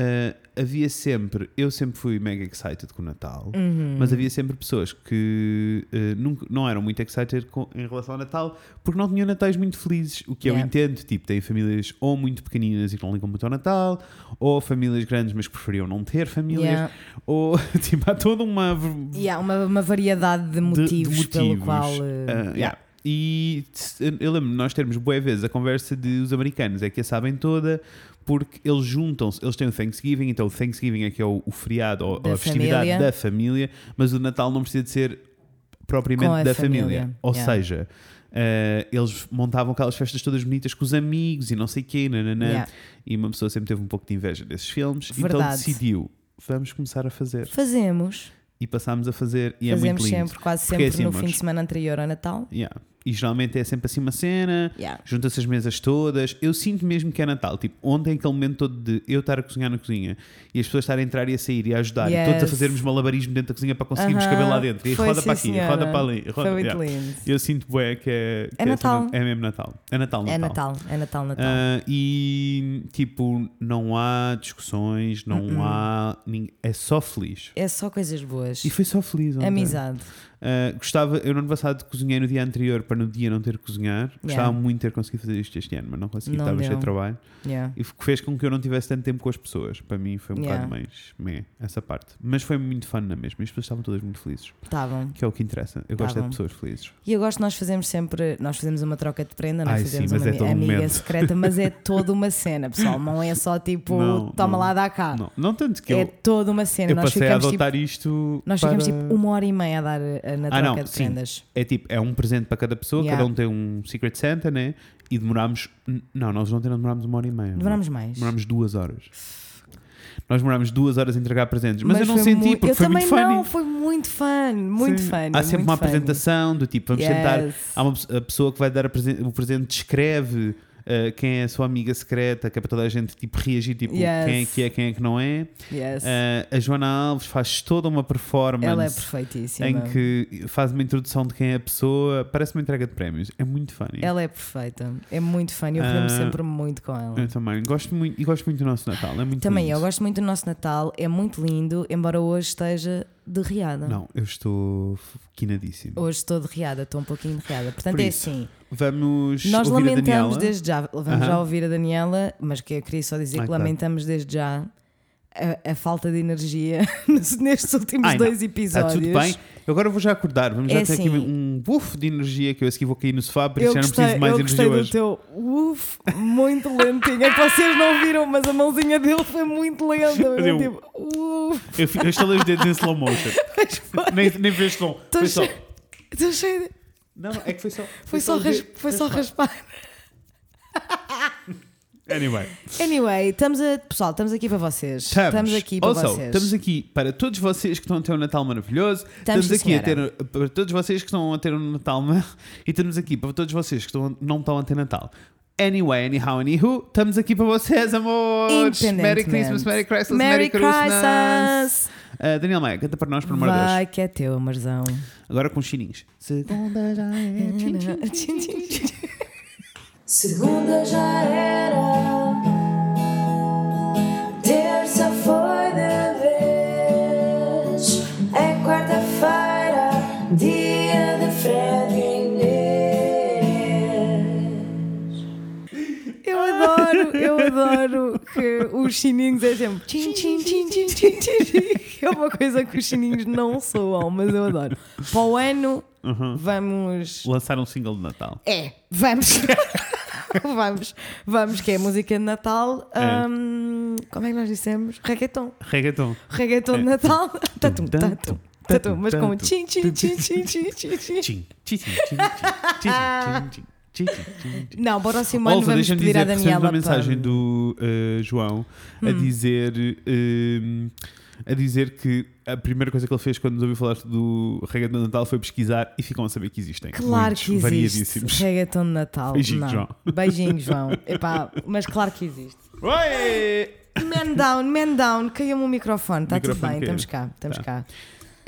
[SPEAKER 2] ah, havia sempre. Eu sempre fui mega excited com o Natal,
[SPEAKER 1] Uhum. Hum.
[SPEAKER 2] mas havia sempre pessoas que ah, nunca, não eram muito excited com- em relação ao Natal porque não tinham Natais muito felizes. O que eu
[SPEAKER 1] Yeah.
[SPEAKER 2] entendo, tipo, têm famílias ou muito pequeninas e que não ligam muito ao Natal, ou famílias grandes mas que preferiam não ter famílias,
[SPEAKER 1] Yeah.
[SPEAKER 2] ou tipo, há toda uma. v-
[SPEAKER 1] Yeah, uma, uma variedade de motivos, pelo
[SPEAKER 2] motivos.
[SPEAKER 1] qual. uh,
[SPEAKER 2] Ah,
[SPEAKER 1] yeah.
[SPEAKER 2] yeah. E se- eu lembro-me, nós termos boa vez a conversa de os americanos é que a sabem toda, porque eles juntam-se, eles têm o Thanksgiving, então o Thanksgiving é que é o, o feriado ou
[SPEAKER 1] Da
[SPEAKER 2] a festividade
[SPEAKER 1] família.
[SPEAKER 2] da família, mas o Natal não precisa de ser
[SPEAKER 1] Com
[SPEAKER 2] propriamente
[SPEAKER 1] a
[SPEAKER 2] da família.
[SPEAKER 1] família,
[SPEAKER 2] Ou
[SPEAKER 1] yeah.
[SPEAKER 2] seja, ah, eles montavam aquelas festas todas bonitas com os amigos e não sei quê, nananã.
[SPEAKER 1] Yeah.
[SPEAKER 2] E uma pessoa sempre teve um pouco de inveja desses filmes, então
[SPEAKER 1] Verdade.
[SPEAKER 2] decidiu, vamos começar a fazer.
[SPEAKER 1] Fazemos.
[SPEAKER 2] E passámos a fazer, e é muito
[SPEAKER 1] fazemos
[SPEAKER 2] lindo.
[SPEAKER 1] sempre, quase
[SPEAKER 2] Porque
[SPEAKER 1] sempre
[SPEAKER 2] assim,
[SPEAKER 1] no
[SPEAKER 2] nós-
[SPEAKER 1] fim de semana anterior ao Natal.
[SPEAKER 2] Yeah. E geralmente é sempre assim uma cena,
[SPEAKER 1] Yeah.
[SPEAKER 2] junta-se as mesas todas. Eu sinto mesmo que é Natal. Tipo, ontem aquele momento todo de eu estar a cozinhar na cozinha e as pessoas estarem a entrar e a sair e a ajudar
[SPEAKER 1] Yes.
[SPEAKER 2] e todos a fazermos malabarismo dentro da cozinha para conseguirmos
[SPEAKER 1] Aham.
[SPEAKER 2] caber lá dentro. E
[SPEAKER 1] Foi,
[SPEAKER 2] roda
[SPEAKER 1] sim,
[SPEAKER 2] para aqui,
[SPEAKER 1] senhora.
[SPEAKER 2] roda para ali. Roda,
[SPEAKER 1] Foi muito
[SPEAKER 2] yeah.
[SPEAKER 1] lindo.
[SPEAKER 2] Eu sinto bué que é, que essa
[SPEAKER 1] Natal.
[SPEAKER 2] mesmo- É mesmo Natal. É Natal, Natal.
[SPEAKER 1] É Natal, é Natal, Natal.
[SPEAKER 2] Ah, e tipo, não há discussões, não
[SPEAKER 1] Uh-uh.
[SPEAKER 2] há. nin- É só feliz.
[SPEAKER 1] é só coisas boas.
[SPEAKER 2] E foi só feliz. Ontem.
[SPEAKER 1] Amizade.
[SPEAKER 2] Uh, gostava, eu no ano passado cozinhei no dia anterior para no dia não ter que cozinhar. Gostava
[SPEAKER 1] Yeah.
[SPEAKER 2] muito de ter conseguido fazer isto este ano, mas não consegui,
[SPEAKER 1] Não
[SPEAKER 2] estava
[SPEAKER 1] deu.
[SPEAKER 2] cheio de trabalho.
[SPEAKER 1] Yeah.
[SPEAKER 2] E o que fez com que eu não tivesse tanto tempo com as pessoas. Para mim foi um
[SPEAKER 1] Yeah.
[SPEAKER 2] bocado mais meh, essa parte. Mas foi muito fun na mesma. E as pessoas estavam todas muito felizes,
[SPEAKER 1] Tá bom.
[SPEAKER 2] que é o que interessa. Eu gosto é de
[SPEAKER 1] Estavam.
[SPEAKER 2] pessoas felizes.
[SPEAKER 1] E eu gosto, nós fazemos sempre, nós fazemos uma troca de prenda, nós
[SPEAKER 2] Ai,
[SPEAKER 1] fazemos
[SPEAKER 2] sim, mas
[SPEAKER 1] uma
[SPEAKER 2] é todo um
[SPEAKER 1] amiga
[SPEAKER 2] momento.
[SPEAKER 1] secreta, mas é toda uma cena, pessoal. Não é só tipo,
[SPEAKER 2] Não,
[SPEAKER 1] toma
[SPEAKER 2] não,
[SPEAKER 1] lá, dá cá.
[SPEAKER 2] Não, não tanto que
[SPEAKER 1] é
[SPEAKER 2] eu,
[SPEAKER 1] toda uma cena.
[SPEAKER 2] eu
[SPEAKER 1] nós
[SPEAKER 2] passei a
[SPEAKER 1] ficamos, tipo,
[SPEAKER 2] adotar isto.
[SPEAKER 1] nós
[SPEAKER 2] para...
[SPEAKER 1] ficamos tipo uma hora e meia a dar eh, na
[SPEAKER 2] Ah,
[SPEAKER 1] troca
[SPEAKER 2] não,
[SPEAKER 1] de
[SPEAKER 2] sim.
[SPEAKER 1] prendas.
[SPEAKER 2] É tipo, é um presente para cada pessoa,
[SPEAKER 1] Yeah.
[SPEAKER 2] cada um tem um Secret Santa, né? E demorámos. n- Não, nós ontem não é? demorámos uma hora e meia.
[SPEAKER 1] Demorámos mais.
[SPEAKER 2] Demorámos duas horas. Nós demorámos duas horas a entregar presentes, mas, eu não
[SPEAKER 1] foi
[SPEAKER 2] senti
[SPEAKER 1] muito-
[SPEAKER 2] porque
[SPEAKER 1] eu
[SPEAKER 2] foi
[SPEAKER 1] também
[SPEAKER 2] muito funny.
[SPEAKER 1] não, foi muito fã, muito
[SPEAKER 2] Sim.
[SPEAKER 1] fã.
[SPEAKER 2] Há sempre uma apresentação do tipo, vamos sentar.
[SPEAKER 1] Yes.
[SPEAKER 2] Há uma pe- a pessoa que vai dar a presen- o presente, descreve uh, quem é a sua amiga secreta, que é para toda a gente tipo, reagir, tipo,
[SPEAKER 1] Yes.
[SPEAKER 2] quem é que é, quem é que não é.
[SPEAKER 1] Yes.
[SPEAKER 2] Uh, a Joana Alves faz toda uma performance.
[SPEAKER 1] Ela é perfeitíssima.
[SPEAKER 2] em que faz uma introdução de quem é a pessoa, parece uma entrega de prémios. É muito funny.
[SPEAKER 1] Ela é perfeita, é muito fã e eu aprendo
[SPEAKER 2] Ah,
[SPEAKER 1] sempre muito com ela.
[SPEAKER 2] Eu também gosto muito e gosto muito do nosso Natal. É muito
[SPEAKER 1] Também,
[SPEAKER 2] lindo.
[SPEAKER 1] eu gosto muito do nosso Natal, é muito lindo, embora hoje esteja derriada.
[SPEAKER 2] Não, eu estou quinadíssimo.
[SPEAKER 1] Hoje estou derriada, estou um pouquinho derriada. Portanto,
[SPEAKER 2] Por
[SPEAKER 1] é
[SPEAKER 2] isso,
[SPEAKER 1] assim.
[SPEAKER 2] Vamos
[SPEAKER 1] Nós
[SPEAKER 2] ouvir a
[SPEAKER 1] lamentamos
[SPEAKER 2] Daniela.
[SPEAKER 1] desde já, vamos
[SPEAKER 2] Aham.
[SPEAKER 1] já ouvir a Daniela, mas que eu queria só dizer
[SPEAKER 2] Ah,
[SPEAKER 1] que
[SPEAKER 2] claro.
[SPEAKER 1] lamentamos desde já a, a falta de energia nos- nestes últimos
[SPEAKER 2] Ai, não.
[SPEAKER 1] dois
[SPEAKER 2] Está
[SPEAKER 1] episódios.
[SPEAKER 2] tudo bem. Eu agora vou já acordar. Vamos já
[SPEAKER 1] É
[SPEAKER 2] ter aqui
[SPEAKER 1] assim.
[SPEAKER 2] um buff de energia que eu a seguir vou cair no sofá, por
[SPEAKER 1] Eu
[SPEAKER 2] isso já não
[SPEAKER 1] gostei,
[SPEAKER 2] preciso de mais
[SPEAKER 1] eu gostei
[SPEAKER 2] energia
[SPEAKER 1] do
[SPEAKER 2] hoje.
[SPEAKER 1] teu uff, muito lentinho. É que vocês não viram, mas a mãozinha dele foi muito lenta.
[SPEAKER 2] Mas
[SPEAKER 1] mesmo,
[SPEAKER 2] eu-
[SPEAKER 1] tipo, uff,
[SPEAKER 2] Eu, fi- eu estalei os dedos em slow motion.
[SPEAKER 1] mas foi,
[SPEAKER 2] Nem, nem fez som.
[SPEAKER 1] Tô
[SPEAKER 2] Foi só.
[SPEAKER 1] cheio- tô cheio de-
[SPEAKER 2] Não, não, é que foi só.
[SPEAKER 1] foi, só
[SPEAKER 2] os
[SPEAKER 1] ras-
[SPEAKER 2] dedos.
[SPEAKER 1] foi só raspar.
[SPEAKER 2] Anyway.
[SPEAKER 1] Anyway, estamos a, pessoal, estamos aqui para vocês.
[SPEAKER 2] Estamos,
[SPEAKER 1] aqui para
[SPEAKER 2] Also,
[SPEAKER 1] vocês.
[SPEAKER 2] Estamos aqui para todos vocês que estão a ter um Natal maravilhoso.
[SPEAKER 1] Estamos,
[SPEAKER 2] Estamos,
[SPEAKER 1] sim,
[SPEAKER 2] aqui a ter, para todos vocês que estão a ter um Natal ma- e estamos aqui para todos vocês que estão, não estão a ter Natal. Anyway, anyhow, anywho, estamos aqui para vocês, amores! Merry
[SPEAKER 1] Independentemente.
[SPEAKER 2] Christmas, Merry Christmas,
[SPEAKER 1] Merry
[SPEAKER 2] Merry, Christmas!
[SPEAKER 1] Christmas!
[SPEAKER 2] Ah, Daniel Maia, canta para nós, por amor de Deus.
[SPEAKER 1] Vai que é teu, amorzão.
[SPEAKER 2] Agora com os chininhos. Segunda já é tchim, tchim.
[SPEAKER 1] Tchim, tchim, tchim.
[SPEAKER 3] Segunda já era, terça foi de vez, é quarta-feira, dia de Fred e Inês.
[SPEAKER 1] Eu adoro, eu adoro que os chininhos é sempre tchim, tchim, tchim, tchim, tchim, tchim, tchim. É uma coisa que os chininhos não soam, mas eu adoro. Para o ano,
[SPEAKER 2] Uhum.
[SPEAKER 1] vamos.
[SPEAKER 2] Lançaram um single de Natal.
[SPEAKER 1] É, vamos. vamos, vamos, que é a música de Natal.
[SPEAKER 2] É.
[SPEAKER 1] hum, como é que nós dissemos? Reggaeton.
[SPEAKER 2] Reggaeton.
[SPEAKER 1] Reggaeton de Natal. Tatum,
[SPEAKER 2] É. Tum,
[SPEAKER 1] tatum, tatum.
[SPEAKER 2] tatum,
[SPEAKER 1] Mas com
[SPEAKER 2] tatum.
[SPEAKER 1] tchim, tchim, tchim, tim, tchim, tchim, tchim.
[SPEAKER 2] Tchim, tchim, tchim, tchim, tchim, tchim, tchim, tchim, tchim, tchim.
[SPEAKER 1] Não, para o próximo ano
[SPEAKER 2] Olha,
[SPEAKER 1] vamos
[SPEAKER 2] deixa-me
[SPEAKER 1] pedir à
[SPEAKER 2] dizer que recebemos
[SPEAKER 1] Daniela
[SPEAKER 2] uma mensagem
[SPEAKER 1] para- Hum.
[SPEAKER 2] do eh, João a dizer eh, a dizer que a primeira coisa que ele fez quando nos ouviu falar do reggaeton de Natal foi pesquisar e ficam a saber que existem.
[SPEAKER 1] Claro
[SPEAKER 2] Muitos,
[SPEAKER 1] que existe
[SPEAKER 2] Variadíssimos.
[SPEAKER 1] reggaeton de Natal.
[SPEAKER 2] Beijinho,
[SPEAKER 1] não.
[SPEAKER 2] João.
[SPEAKER 1] Beijinho, João. Epá, mas claro que existe.
[SPEAKER 2] Oi!
[SPEAKER 1] Man down, man down. Caiu-me o microfone. Está tudo
[SPEAKER 2] Microfone
[SPEAKER 1] bem.
[SPEAKER 2] caiu.
[SPEAKER 1] Estamos cá, estamos
[SPEAKER 2] Tá.
[SPEAKER 1] cá.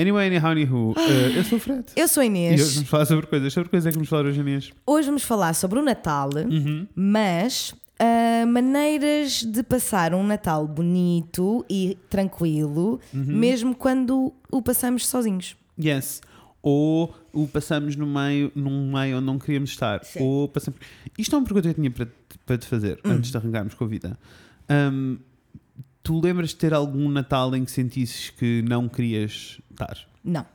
[SPEAKER 2] Anyway, anyhow, anywho, eh, eu sou o Fred.
[SPEAKER 1] Eu sou a
[SPEAKER 2] E hoje
[SPEAKER 1] Inês.
[SPEAKER 2] vamos falar sobre coisas. Sobre coisas é que vamos falar hoje, Inês.
[SPEAKER 1] Hoje vamos falar sobre o Natal,
[SPEAKER 2] Uhum.
[SPEAKER 1] mas ah, maneiras de passar um Natal bonito e tranquilo,
[SPEAKER 2] Uhum.
[SPEAKER 1] mesmo quando o passamos sozinhos.
[SPEAKER 2] Yes. Ou o passamos no meio, num meio onde não queríamos estar. Ou passamos. Isto é uma pergunta que eu tinha para, te- para te fazer antes de arrancarmos com a vida. Hum, tu lembras de ter algum Natal em que sentisses que não querias estar?
[SPEAKER 1] Não.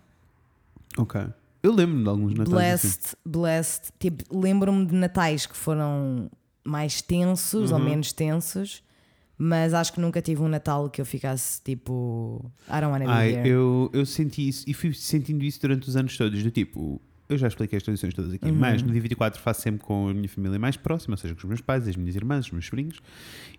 [SPEAKER 2] Ok. Eu lembro-me de alguns Natais. assim.
[SPEAKER 1] Blessed, blessed. Tipo, lembro-me de natais que foram mais tensos
[SPEAKER 2] Uhum.
[SPEAKER 1] ou menos tensos, mas acho que nunca tive um Natal que eu ficasse tipo. I don't wanna be
[SPEAKER 2] Ai,
[SPEAKER 1] here.
[SPEAKER 2] eu, eu senti isso e fui sentindo isso durante os anos todos. Do tipo, eu já expliquei as tradições todas aqui, mas no dia 24 faço sempre com a minha família mais próxima, ou seja, com os meus pais, as minhas irmãs, os meus sobrinhos.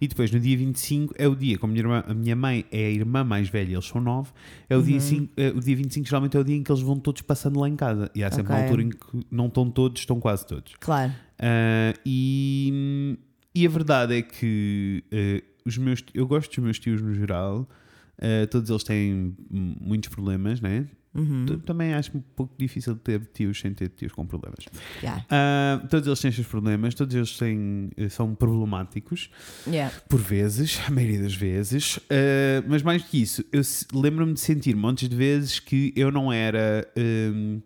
[SPEAKER 2] E depois no dia 25 é o dia, como a minha, irmã, a minha mãe é a irmã mais velha, eles são nove, é o, dia cinco, é, o dia 25 geralmente é o dia em que eles vão todos passando lá em casa. E há sempre uma
[SPEAKER 1] Ok.
[SPEAKER 2] altura em que não estão todos, estão quase todos.
[SPEAKER 1] Claro.
[SPEAKER 2] Ah, e, e a verdade é que eh, os meus, ti- eu gosto dos meus tios no geral, eh, todos eles têm hum, muitos problemas, né?
[SPEAKER 1] Uhum.
[SPEAKER 2] Tu- Também acho um pouco difícil ter tios sem ter tios com problemas.
[SPEAKER 1] Yeah.
[SPEAKER 2] Ah, todos eles têm os seus problemas, todos eles têm, eh, são problemáticos.
[SPEAKER 1] Yeah.
[SPEAKER 2] Por vezes, a maioria das vezes, eh, mas mais do que isso, eu se- lembro-me de sentir montes de vezes que eu não era, ehm,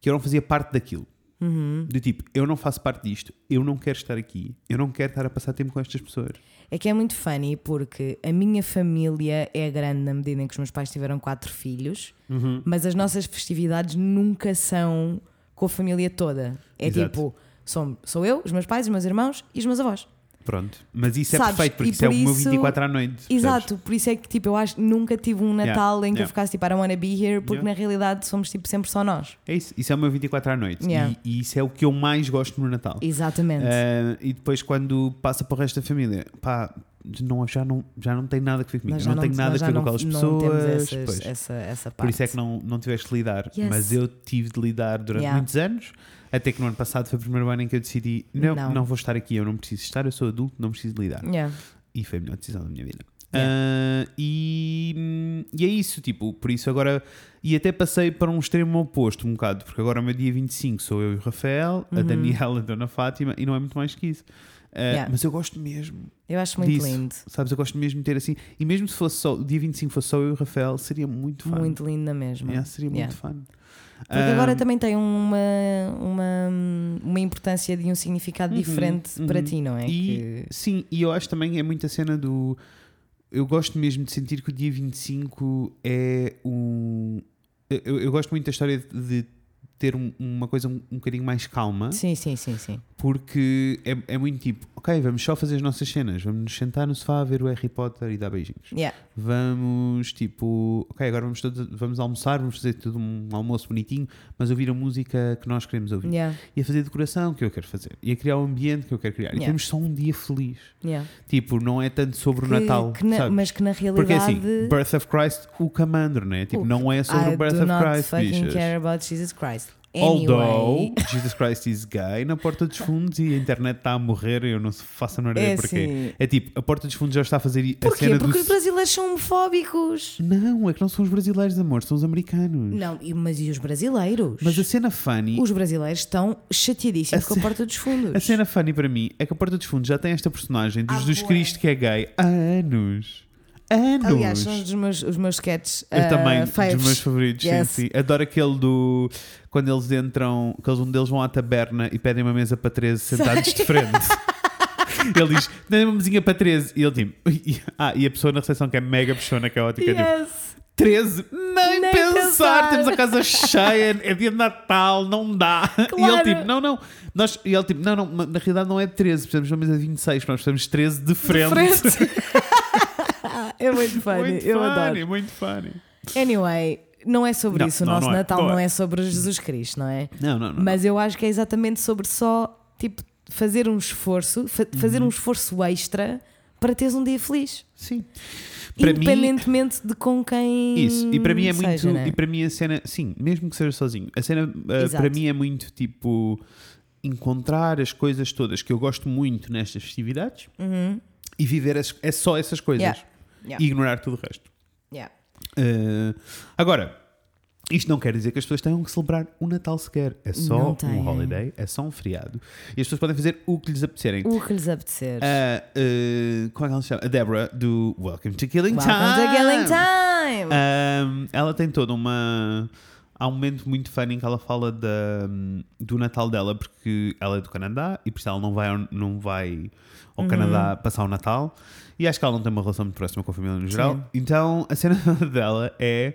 [SPEAKER 2] que eu não fazia parte daquilo.
[SPEAKER 1] Uhum.
[SPEAKER 2] Do tipo, eu não faço parte disto, eu não quero estar aqui, eu não quero estar a passar tempo com estas pessoas.
[SPEAKER 1] É que é muito funny porque a minha família é grande na medida em que os meus pais tiveram quatro filhos,
[SPEAKER 2] Uhum.
[SPEAKER 1] mas as nossas festividades nunca são com a família toda. É
[SPEAKER 2] Exato.
[SPEAKER 1] tipo, sou, sou eu, os meus pais, os meus irmãos e os meus avós.
[SPEAKER 2] Pronto, mas isso
[SPEAKER 1] Sabes,
[SPEAKER 2] é perfeito, porque
[SPEAKER 1] e
[SPEAKER 2] isso é
[SPEAKER 1] por
[SPEAKER 2] o meu
[SPEAKER 1] isso-
[SPEAKER 2] 24 à noite. percebes?
[SPEAKER 1] Exato, por isso é que tipo, eu acho que nunca tive um Natal em que eu
[SPEAKER 2] yeah.
[SPEAKER 1] ficasse tipo, I don't wanna be here, porque
[SPEAKER 2] Yeah.
[SPEAKER 1] na realidade somos tipo sempre só nós.
[SPEAKER 2] É isso, isso é o meu 24 à noite.
[SPEAKER 1] Yeah.
[SPEAKER 2] E, e isso é o que eu mais gosto no Natal.
[SPEAKER 1] Exatamente.
[SPEAKER 2] Ah, e depois quando passa para o resto da família, pá, não, já, não, já não tem nada que ver comigo,
[SPEAKER 1] Nós
[SPEAKER 2] eu
[SPEAKER 1] já
[SPEAKER 2] não, tenho
[SPEAKER 1] nós
[SPEAKER 2] nada que
[SPEAKER 1] já
[SPEAKER 2] ver com
[SPEAKER 1] não-
[SPEAKER 2] aquelas
[SPEAKER 1] Não temos
[SPEAKER 2] pessoas.
[SPEAKER 1] essas-
[SPEAKER 2] pois.
[SPEAKER 1] essa, essa parte.
[SPEAKER 2] Por isso é que não, não tiveste que lidar.
[SPEAKER 1] Yes.
[SPEAKER 2] Mas eu tive de lidar durante
[SPEAKER 1] Yeah.
[SPEAKER 2] muitos anos, até que no ano passado foi o primeiro ano em que eu decidi: não,
[SPEAKER 1] Não. Hum.
[SPEAKER 2] não, vou estar aqui, eu não preciso estar, eu sou adulto, não preciso de lidar.
[SPEAKER 1] Yeah.
[SPEAKER 2] E foi a melhor decisão da minha vida. Ah, e, e é isso, tipo, por isso agora. E até passei para um extremo oposto, um bocado, porque agora o meu dia 25 sou eu e o Rafael,
[SPEAKER 1] Uhum.
[SPEAKER 2] a Daniela, a Dona Fátima, e não é muito mais que isso. Ah,
[SPEAKER 1] Yeah.
[SPEAKER 2] Mas eu gosto mesmo
[SPEAKER 1] Eu acho muito
[SPEAKER 2] disso,
[SPEAKER 1] lindo.
[SPEAKER 2] Sabes, eu gosto mesmo de ter assim. E mesmo se fosse só o dia 25 fosse só eu e o Rafael, seria muito fã.
[SPEAKER 1] Muito lindo na mesma.
[SPEAKER 2] Yeah, seria muito
[SPEAKER 1] Yeah.
[SPEAKER 2] fun.
[SPEAKER 1] Porque agora
[SPEAKER 2] Um,
[SPEAKER 1] também tem uma, uma, uma importância de um significado diferente para ti, não é?
[SPEAKER 2] Uhum, E,
[SPEAKER 1] Que-
[SPEAKER 2] Sim, e eu acho também é muita cena do. eu gosto mesmo de sentir que o dia 25 é um. Eu, eu gosto muito da história de, de ter um- uma coisa um, um bocadinho mais calma,
[SPEAKER 1] Sim, sim, sim, sim.
[SPEAKER 2] porque é, é muito tipo, ok, vamos só fazer as nossas cenas, vamos nos sentar no sofá, ver o Harry Potter e dar beijinhos.
[SPEAKER 1] Yeah.
[SPEAKER 2] Vamos, tipo, ok, agora vamos, todos, vamos almoçar, vamos fazer tudo um almoço bonitinho, mas ouvir a música que nós queremos ouvir.
[SPEAKER 1] Yeah.
[SPEAKER 2] E a fazer a decoração que eu quero fazer. E a criar o ambiente que eu quero criar. E
[SPEAKER 1] Yeah.
[SPEAKER 2] temos só um dia feliz.
[SPEAKER 1] Yeah.
[SPEAKER 2] Tipo, não é tanto sobre o
[SPEAKER 1] Que-
[SPEAKER 2] Natal.
[SPEAKER 1] que na-
[SPEAKER 2] sabes?
[SPEAKER 1] mas que na
[SPEAKER 2] Porque é
[SPEAKER 1] realidade.
[SPEAKER 2] assim, Birth of Christ, o Camandro, né? Tipo,
[SPEAKER 1] O-
[SPEAKER 2] não é sobre
[SPEAKER 1] I
[SPEAKER 2] o Birth
[SPEAKER 1] do
[SPEAKER 2] of
[SPEAKER 1] not
[SPEAKER 2] Christ,
[SPEAKER 1] fucking
[SPEAKER 2] bichas.
[SPEAKER 1] care about Jesus Christ. Anyway.
[SPEAKER 2] Although Jesus Christ is gay na Porta dos Fundos e a internet está a morrer e eu não se faço a menor ideia
[SPEAKER 1] É
[SPEAKER 2] porquê.
[SPEAKER 1] assim.
[SPEAKER 2] É tipo, a Porta dos Fundos já está a fazer a
[SPEAKER 1] Porquê?
[SPEAKER 2] cena
[SPEAKER 1] Porque
[SPEAKER 2] do.
[SPEAKER 1] os brasileiros são homofóbicos.
[SPEAKER 2] Não, é que não são os brasileiros, amor, são os americanos.
[SPEAKER 1] Não, e- mas e os brasileiros?
[SPEAKER 2] Hum. Mas assim, a cena funny.
[SPEAKER 1] Os brasileiros estão chateadíssimos com a porta dos fundos.
[SPEAKER 2] A cena funny para mim é que a Porta dos Fundos já tem esta personagem de
[SPEAKER 1] Ah,
[SPEAKER 2] Jesus
[SPEAKER 1] bué.
[SPEAKER 2] Cristo que é gay há anos. Anos!
[SPEAKER 1] Aliás, são os meus, os meus sketches.
[SPEAKER 2] Eu
[SPEAKER 1] ah,
[SPEAKER 2] também,
[SPEAKER 1] faves.
[SPEAKER 2] dos meus favoritos,
[SPEAKER 1] Yes.
[SPEAKER 2] sim, sim. Adoro aquele do. Quando eles entram, que eles- um deles vão à taberna e pedem uma mesa para 13 sentados de frente. ele diz: dê uma mesinha para 13. E ele tipo: "Ui." Ah, e a pessoa na recepção que é mega peixona, caótica, tipo:
[SPEAKER 1] Yes.
[SPEAKER 2] 13? Nem,
[SPEAKER 1] Nem
[SPEAKER 2] pensar.
[SPEAKER 1] pensar.
[SPEAKER 2] temos a casa cheia, é dia de Natal, não dá. E
[SPEAKER 1] Claro.
[SPEAKER 2] ele tipo, não, não. Nós, e ele tipo, não, não, na realidade não é 13, precisamos de uma mesa de 26, nós precisamos de 13 de frente.
[SPEAKER 1] Frente. é muito funny,
[SPEAKER 2] muito
[SPEAKER 1] eu
[SPEAKER 2] funny,
[SPEAKER 1] adoro.
[SPEAKER 2] muito funny.
[SPEAKER 1] Anyway, não é sobre
[SPEAKER 2] Não,
[SPEAKER 1] isso. O
[SPEAKER 2] não,
[SPEAKER 1] nosso
[SPEAKER 2] não é.
[SPEAKER 1] Natal
[SPEAKER 2] Não
[SPEAKER 1] não
[SPEAKER 2] é.
[SPEAKER 1] é sobre Jesus Cristo, não é?
[SPEAKER 2] Não, não, não.
[SPEAKER 1] Mas eu acho que é exatamente sobre só, tipo, fazer um esforço, fa-
[SPEAKER 2] Uhum.
[SPEAKER 1] fazer um esforço extra para teres um dia feliz.
[SPEAKER 2] Sim. Para mim,
[SPEAKER 1] independentemente de com quem.
[SPEAKER 2] Isso, e para mim é muito.
[SPEAKER 1] seja, né?
[SPEAKER 2] E para mim a cena, sim, mesmo que seja sozinho, a cena ah,
[SPEAKER 1] Exato.
[SPEAKER 2] para mim é muito tipo encontrar as coisas todas que eu gosto muito nestas festividades e viver as- é só essas coisas
[SPEAKER 1] Uhum. Yeah. Yeah.
[SPEAKER 2] e ignorar tudo o resto.
[SPEAKER 1] Yeah.
[SPEAKER 2] Ah, agora, isto não quer dizer que as pessoas tenham que celebrar o Natal sequer. É
[SPEAKER 1] Não
[SPEAKER 2] só
[SPEAKER 1] têm.
[SPEAKER 2] um holiday, é só um feriado. E as pessoas podem fazer o que lhes apetecerem.
[SPEAKER 1] O que lhes apetecer.
[SPEAKER 2] Ah, ah, como é que ela se chama? A Deborah do Welcome to Killing
[SPEAKER 1] Welcome to Killing Time!
[SPEAKER 2] Um, ela tem toda uma. Há um momento muito funny em que ela fala da, do Natal dela, porque ela é do Canadá e por isso ela não vai ao, não vai ao
[SPEAKER 1] Uhum.
[SPEAKER 2] Canadá passar o Natal. E acho que ela não tem uma relação muito próxima com a família no geral.
[SPEAKER 1] Sim.
[SPEAKER 2] Então a cena dela é.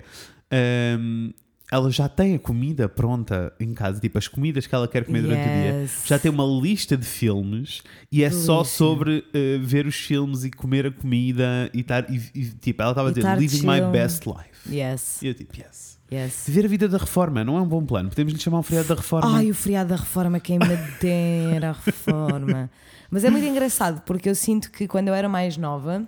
[SPEAKER 2] um, ela já tem a comida pronta em casa, tipo as comidas que ela quer comer durante o dia.
[SPEAKER 1] Yes.
[SPEAKER 2] Já tem uma lista de filmes e é só
[SPEAKER 1] Delícia.
[SPEAKER 2] sobre eh, ver os filmes e comer a comida e estar. E, e, tipo, ela estava a
[SPEAKER 1] E
[SPEAKER 2] dizer:
[SPEAKER 1] estar
[SPEAKER 2] Living my
[SPEAKER 1] chill."
[SPEAKER 2] best life.
[SPEAKER 1] Yes,
[SPEAKER 2] E eu tipo, yes.
[SPEAKER 1] yes.
[SPEAKER 2] Viver a vida da reforma não é um bom plano. Podemos lhe chamar um feriado da reforma.
[SPEAKER 1] Ai, o feriado da reforma, quem me dera a reforma. Mas é muito engraçado porque eu sinto que quando eu era mais nova.